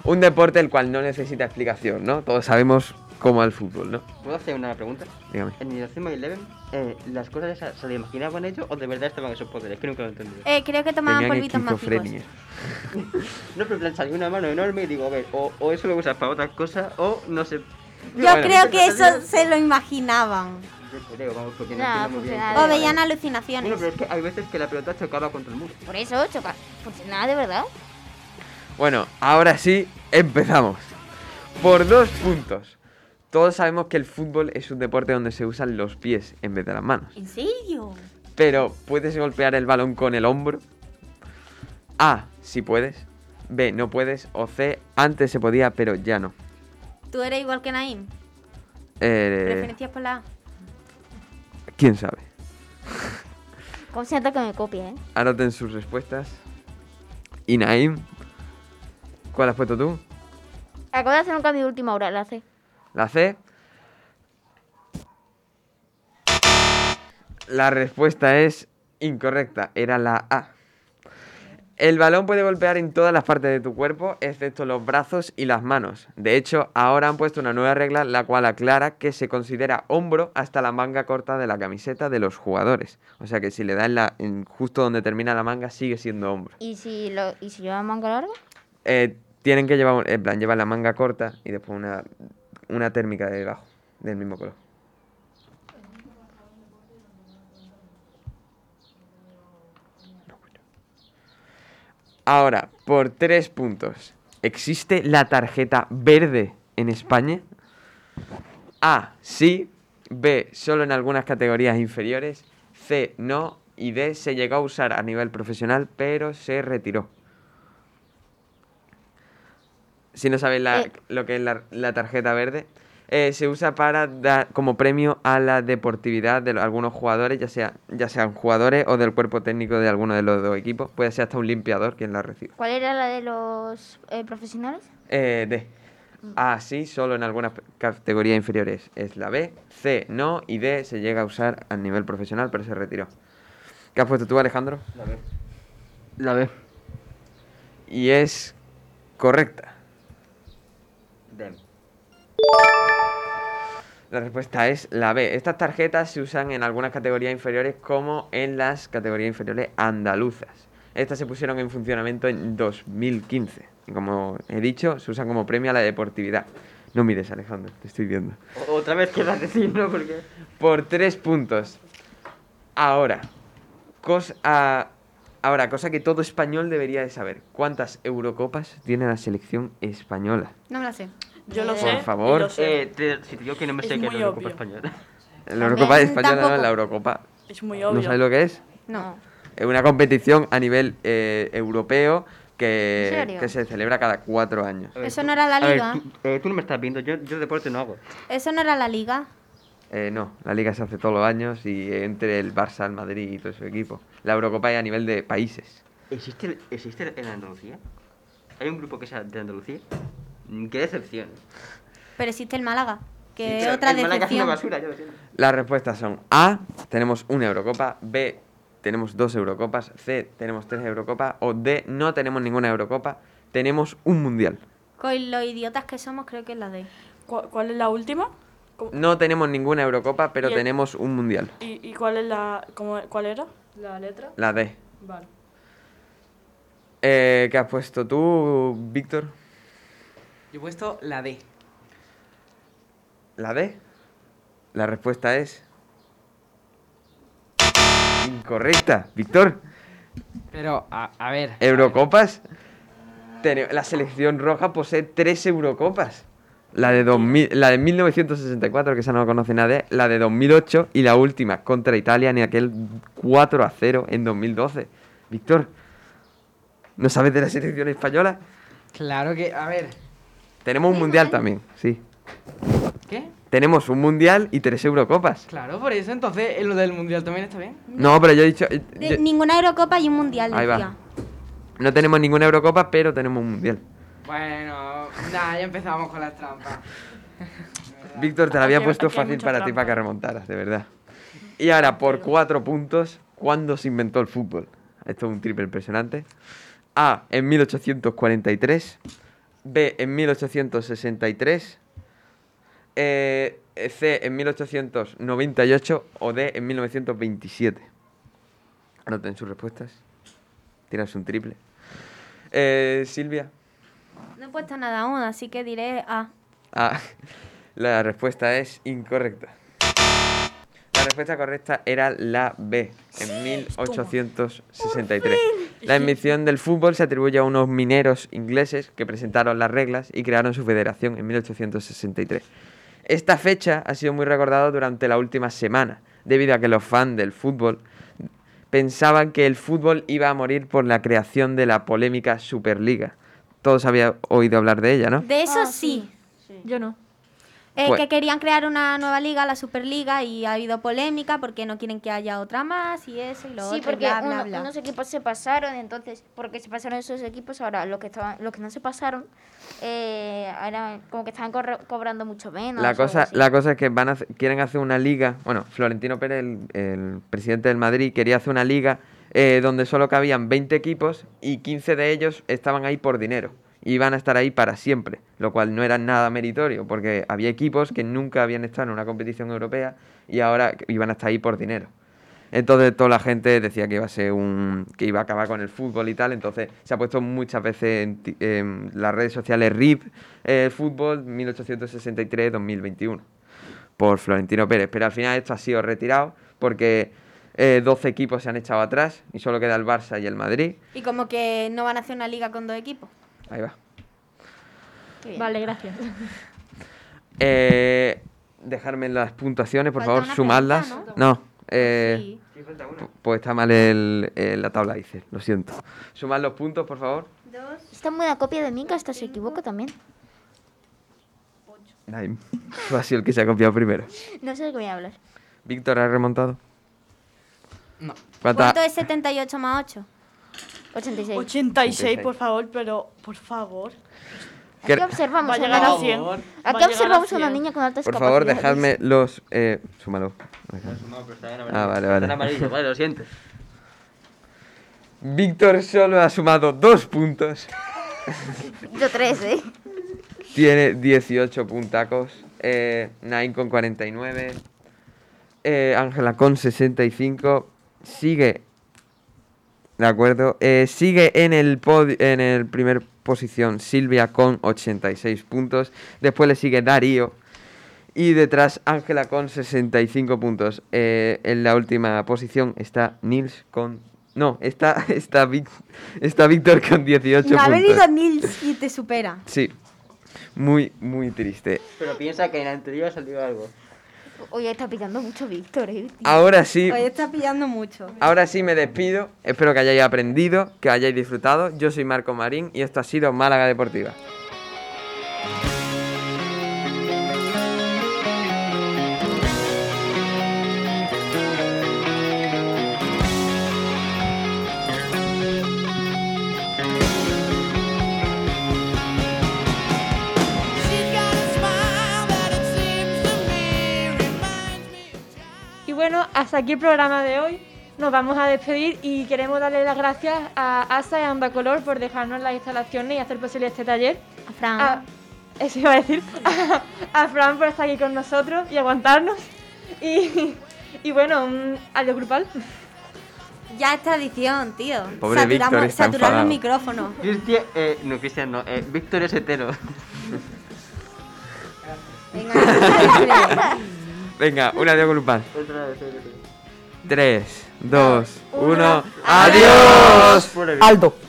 [SPEAKER 6] Un deporte el cual no necesita explicación, ¿no? Todos sabemos cómo es el fútbol, ¿no?
[SPEAKER 17] ¿Puedo hacer una pregunta?
[SPEAKER 6] Dígame.
[SPEAKER 17] En Hiroshima Eleven, eh, ¿las cosas esas se le imaginaban ellos o de verdad estaban esos poderes? Que nunca lo he entendido.
[SPEAKER 3] Eh, creo que tomaban
[SPEAKER 6] Tenían
[SPEAKER 3] polvitos mágicos.
[SPEAKER 6] esquizofrenia.
[SPEAKER 17] No, pero en plan, salió una mano enorme y digo, a ver, o, o eso lo usas para otras cosas o no sé. pues
[SPEAKER 3] Yo creo que eso se lo imaginaban.
[SPEAKER 17] Yo creo, vamos, porque
[SPEAKER 1] Nah,
[SPEAKER 17] no entiendo muy bien.
[SPEAKER 1] funcionaba.
[SPEAKER 3] O veían
[SPEAKER 17] Bueno,
[SPEAKER 3] alucinaciones.
[SPEAKER 17] pero es que hay veces que la pelota chocaba contra el muro.
[SPEAKER 1] Por eso, choca. Funcionaba de verdad.
[SPEAKER 6] Bueno, ahora sí, empezamos. Por dos puntos. Todos sabemos que el fútbol es un deporte donde se usan los pies en vez de las manos.
[SPEAKER 3] ¿En serio?
[SPEAKER 6] Pero puedes golpear el balón con el hombro. A, si puedes. B, no puedes. O C, antes se podía, pero ya no.
[SPEAKER 3] Tú eres igual que Naim.
[SPEAKER 6] Eh,
[SPEAKER 3] Referencias por la A.
[SPEAKER 6] ¿Quién sabe?
[SPEAKER 1] ¿Cómo se nota que me copia, eh?
[SPEAKER 6] Anoten sus respuestas. Y Naim, ¿cuál has puesto tú?
[SPEAKER 1] Acabo de hacer un cambio de última hora, la C.
[SPEAKER 6] La C. La respuesta es incorrecta, era la A. El balón puede golpear en todas las partes de tu cuerpo, excepto los brazos y las manos. De hecho, ahora han puesto una nueva regla, la cual aclara que se considera hombro hasta la manga corta de la camiseta de los jugadores. O sea que si le da en la, en justo donde termina la manga, sigue siendo hombro.
[SPEAKER 1] ¿Y si, lo, ¿Y si lleva manga larga?
[SPEAKER 6] Eh, tienen que llevar, en plan, llevan la manga corta y después una, una térmica debajo, del mismo color. Ahora, por tres puntos. ¿Existe la tarjeta verde en España? A, sí. B, solo en algunas categorías inferiores. C, no. Y D, se llegó a usar a nivel profesional, pero se retiró. Si no sabéis la-
[SPEAKER 1] Eh.
[SPEAKER 6] lo que es la, la tarjeta verde, eh, se usa para dar como premio a la deportividad de lo- algunos jugadores, ya, sea, ya sean jugadores o del cuerpo técnico de alguno de los dos equipos. Puede ser hasta un limpiador quien la recibe.
[SPEAKER 1] ¿Cuál era la de los eh, profesionales?
[SPEAKER 6] Eh, D. A, sí, solo en algunas p- categorías inferiores es la B. C, no. Y D, se llega a usar a nivel profesional, pero se retiró. ¿Qué has puesto tú, Alejandro?
[SPEAKER 17] La B.
[SPEAKER 6] La B. Y es correcta.
[SPEAKER 17] Damn.
[SPEAKER 6] La respuesta es la B. Estas tarjetas se usan en algunas categorías inferiores como en las categorías inferiores andaluzas. Estas se pusieron en funcionamiento en 2015. Y como he dicho, se usan como premio a la deportividad. No mires, Alejandro, te estoy viendo.
[SPEAKER 17] O- otra vez quieras decir, ¿no? Porque.
[SPEAKER 6] Por tres puntos. Ahora, cosa, ahora, cosa que todo español debería de saber. ¿Cuántas Eurocopas tiene la selección española?
[SPEAKER 3] No me la sé.
[SPEAKER 15] Yo lo
[SPEAKER 6] Por
[SPEAKER 15] sé. y
[SPEAKER 6] favor.
[SPEAKER 15] lo sé.
[SPEAKER 17] Eh, te, si te digo que no me
[SPEAKER 15] Es
[SPEAKER 17] sé qué es
[SPEAKER 15] muy
[SPEAKER 17] la Eurocopa
[SPEAKER 15] obvio.
[SPEAKER 17] Española.
[SPEAKER 6] La Eurocopa
[SPEAKER 3] También
[SPEAKER 6] española no
[SPEAKER 3] tampoco.
[SPEAKER 6] es la Eurocopa.
[SPEAKER 15] Es muy
[SPEAKER 6] ¿No
[SPEAKER 15] obvio.
[SPEAKER 6] sabes lo que es?
[SPEAKER 3] No.
[SPEAKER 6] Es una competición a nivel eh, europeo
[SPEAKER 3] ¿En
[SPEAKER 6] que,
[SPEAKER 3] serio? Eh,
[SPEAKER 6] que se celebra cada cuatro años.
[SPEAKER 17] A ver,
[SPEAKER 3] Eso
[SPEAKER 17] tú-
[SPEAKER 3] no era la
[SPEAKER 17] a ver,
[SPEAKER 3] liga.
[SPEAKER 17] tú, eh, tú no me estás viendo, yo, yo deporte no hago.
[SPEAKER 3] Eso no era la liga.
[SPEAKER 6] Eh, no, la liga se hace todos los años y entre el Barça, el Madrid y todo su equipo. La Eurocopa es a nivel de países.
[SPEAKER 17] ¿Existe, ¿Existe en Andalucía? ¿Hay un grupo que sea de Andalucía? Mm, Qué decepción.
[SPEAKER 3] Pero existe el Málaga. Que
[SPEAKER 17] Sí,
[SPEAKER 3] es Eh, otra
[SPEAKER 17] el Málaga es una
[SPEAKER 3] decepción.
[SPEAKER 17] basura, yo lo siento.
[SPEAKER 6] Las respuestas son A, tenemos una Eurocopa, B, tenemos dos Eurocopas, C, tenemos tres Eurocopas o D, no tenemos ninguna Eurocopa, tenemos un Mundial.
[SPEAKER 3] Con los idiotas que somos, creo que es la D.
[SPEAKER 15] ¿Cu- ¿Cuál es la última?
[SPEAKER 6] No tenemos ninguna Eurocopa, pero
[SPEAKER 15] Y el-
[SPEAKER 6] tenemos un Mundial.
[SPEAKER 15] ¿Y, y cuál es la cómo- cuál era? La letra.
[SPEAKER 6] La D.
[SPEAKER 15] Vale.
[SPEAKER 6] Eh, ¿Qué has puesto tú, Víctor?
[SPEAKER 4] Yo he puesto la D.
[SPEAKER 6] ¿La D? La respuesta es... Incorrecta, Víctor.
[SPEAKER 4] Pero, a, a ver.
[SPEAKER 6] ¿Eurocopas? Tene- La selección roja posee tres Eurocopas. La de, 2000, la de 1964, que esa no la conoce nadie, la de 2008 y la última contra Italia en aquel 4 a 0 en 2012. Víctor, ¿no sabes de la selección española?
[SPEAKER 4] Claro que, a ver.
[SPEAKER 6] Tenemos un mundial también, sí.
[SPEAKER 4] ¿Qué?
[SPEAKER 6] Tenemos un mundial y tres Eurocopas.
[SPEAKER 4] Claro, por eso entonces eh, lo del mundial también está bien.
[SPEAKER 6] No, pero yo he dicho... eh,
[SPEAKER 3] De
[SPEAKER 6] yo-
[SPEAKER 3] ninguna Eurocopa y un Mundial.
[SPEAKER 6] Ahí va.
[SPEAKER 3] decía.
[SPEAKER 6] No tenemos ninguna Eurocopa, pero tenemos un mundial.
[SPEAKER 4] Bueno, nada, ya empezamos con las trampas.
[SPEAKER 6] Víctor, te la había
[SPEAKER 4] Aquí-
[SPEAKER 6] puesto
[SPEAKER 4] aquí hay
[SPEAKER 6] fácil
[SPEAKER 4] mucha
[SPEAKER 6] para ti
[SPEAKER 4] trampa.
[SPEAKER 6] para que remontaras, de verdad. Y ahora, por cuatro puntos, ¿cuándo se inventó el fútbol? Esto es un triple impresionante. A, en 1843. B, en 1863. eh, C, en 1898. O D, en 1927. Anoten sus respuestas. Tiras un triple. Eh, Silvia.
[SPEAKER 3] No he puesto nada aún, así que diré A.
[SPEAKER 6] Ah, la respuesta es incorrecta. La respuesta correcta era la B, en 1863. La invención del fútbol se atribuye a unos mineros ingleses que presentaron las reglas y crearon su federación en 1863. Esta fecha ha sido muy recordada durante la última semana, debido a que los fans del fútbol pensaban que el fútbol iba a morir por la creación de la polémica Superliga. Todos habían oído hablar de ella, ¿no?
[SPEAKER 3] De eso sí.
[SPEAKER 2] Yo no.
[SPEAKER 3] Eh,
[SPEAKER 6] Bueno.
[SPEAKER 3] Que querían crear una nueva liga, la Superliga, y ha habido polémica porque no quieren que haya otra más y eso y lo
[SPEAKER 1] sí,
[SPEAKER 3] otro.
[SPEAKER 1] porque
[SPEAKER 3] bla, bla,
[SPEAKER 1] uno-
[SPEAKER 3] bla.
[SPEAKER 1] unos equipos se pasaron, entonces, porque se pasaron esos equipos, ahora los que estaban, los que no se pasaron, eh, ahora como que estaban corro- cobrando mucho menos. o
[SPEAKER 6] La
[SPEAKER 1] algo
[SPEAKER 6] cosa,
[SPEAKER 1] así.
[SPEAKER 6] la cosa es que van a hacer- quieren hacer una liga. Bueno, Florentino Pérez, el, el presidente del Madrid, quería hacer una liga eh, donde solo cabían 20 equipos y 15 de ellos estaban ahí por dinero. Y iban a estar ahí para siempre, lo cual no era nada meritorio, porque había equipos que nunca habían estado en una competición europea y ahora iban a estar ahí por dinero. Entonces toda la gente decía que iba a ser un que iba a acabar con el fútbol y tal. Entonces se ha puesto muchas veces en, ti- en las redes sociales RIP eh, fútbol 1863-2021 por Florentino Pérez. Pero al final esto ha sido retirado porque eh, 12 equipos se han echado atrás y solo queda el Barça y el Madrid.
[SPEAKER 3] Y como que no van a hacer una liga con dos equipos.
[SPEAKER 6] Ahí va.
[SPEAKER 2] Vale, gracias.
[SPEAKER 6] Eh, dejarme las puntuaciones, por favor, sumadlas. No, eh, pu- pues está mal el- eh, la tabla, dice. Lo siento. Sumad los puntos, por favor.
[SPEAKER 1] Está muy a copia de mí, que hasta se equivoca también.
[SPEAKER 6] Naim. Tú has sido el que se ha copiado primero.
[SPEAKER 1] No sé de qué voy a hablar.
[SPEAKER 6] Víctor, ¿has remontado?
[SPEAKER 4] No.
[SPEAKER 3] ¿Cuánto es 78 más 8?
[SPEAKER 1] 86.
[SPEAKER 7] 86, por favor, pero por favor.
[SPEAKER 6] Que-
[SPEAKER 1] observamos
[SPEAKER 7] Va a
[SPEAKER 1] a
[SPEAKER 7] llegar
[SPEAKER 1] una
[SPEAKER 7] a
[SPEAKER 1] niña-
[SPEAKER 7] 100.
[SPEAKER 1] Aquí
[SPEAKER 7] Va a llegar a
[SPEAKER 1] observamos a una
[SPEAKER 7] 100.
[SPEAKER 1] niña con altas
[SPEAKER 6] Por favor,
[SPEAKER 1] capacidades.
[SPEAKER 6] dejadme los... Eh, súmalo. Ah, vale, vale.
[SPEAKER 17] Está en amarillo, vale, lo siento.
[SPEAKER 6] Víctor solo ha sumado dos puntos.
[SPEAKER 1] Yo tres, ¿eh?
[SPEAKER 6] Tiene 18 puntacos. Eh, Nain con 49. Eh, Ángela con 65. Sigue. De acuerdo. Eh, sigue en el, podi- en el primer posición Silvia con 86 puntos. Después le sigue Darío. Y detrás Ángela con 65 puntos. Eh, en la última posición está Nils con... No, está, está, Vic- está Víctor con 18
[SPEAKER 3] No, ha
[SPEAKER 6] puntos.
[SPEAKER 3] venido Nils y te supera.
[SPEAKER 6] Sí. Muy, muy triste.
[SPEAKER 17] Pero piensa que en la anterior salió algo.
[SPEAKER 1] Oye, está picando mucho Víctor, ¿eh?
[SPEAKER 6] Ahora sí,
[SPEAKER 3] Hoy está pillando mucho.
[SPEAKER 6] ahora sí me despido. Espero que hayáis aprendido, que hayáis disfrutado. Yo soy Marco Marín y esto ha sido Málaga Deportiva.
[SPEAKER 2] Y bueno, hasta aquí el programa de hoy. Nos vamos a despedir y queremos darle las gracias a ASA y a Andacolor por dejarnos las instalaciones y hacer posible este taller. A
[SPEAKER 3] Fran.
[SPEAKER 2] eso iba a decir. A, Fran por estar aquí con nosotros y aguantarnos. Y, y bueno, un adiós grupal.
[SPEAKER 3] Ya es tradición, tío.
[SPEAKER 6] Pobre
[SPEAKER 3] Saturamos-
[SPEAKER 6] Víctor, está
[SPEAKER 3] saturar los
[SPEAKER 6] enfadado.
[SPEAKER 3] micrófonos.
[SPEAKER 17] Cristian, eh, no, Cristian no, eh, Víctor es hetero.
[SPEAKER 6] Venga, un adiós grupal.
[SPEAKER 17] Otra vez, otra vez.
[SPEAKER 6] 3, 2, 1.
[SPEAKER 17] ¡Adiós!
[SPEAKER 6] ¡Adiós!
[SPEAKER 17] Aldo.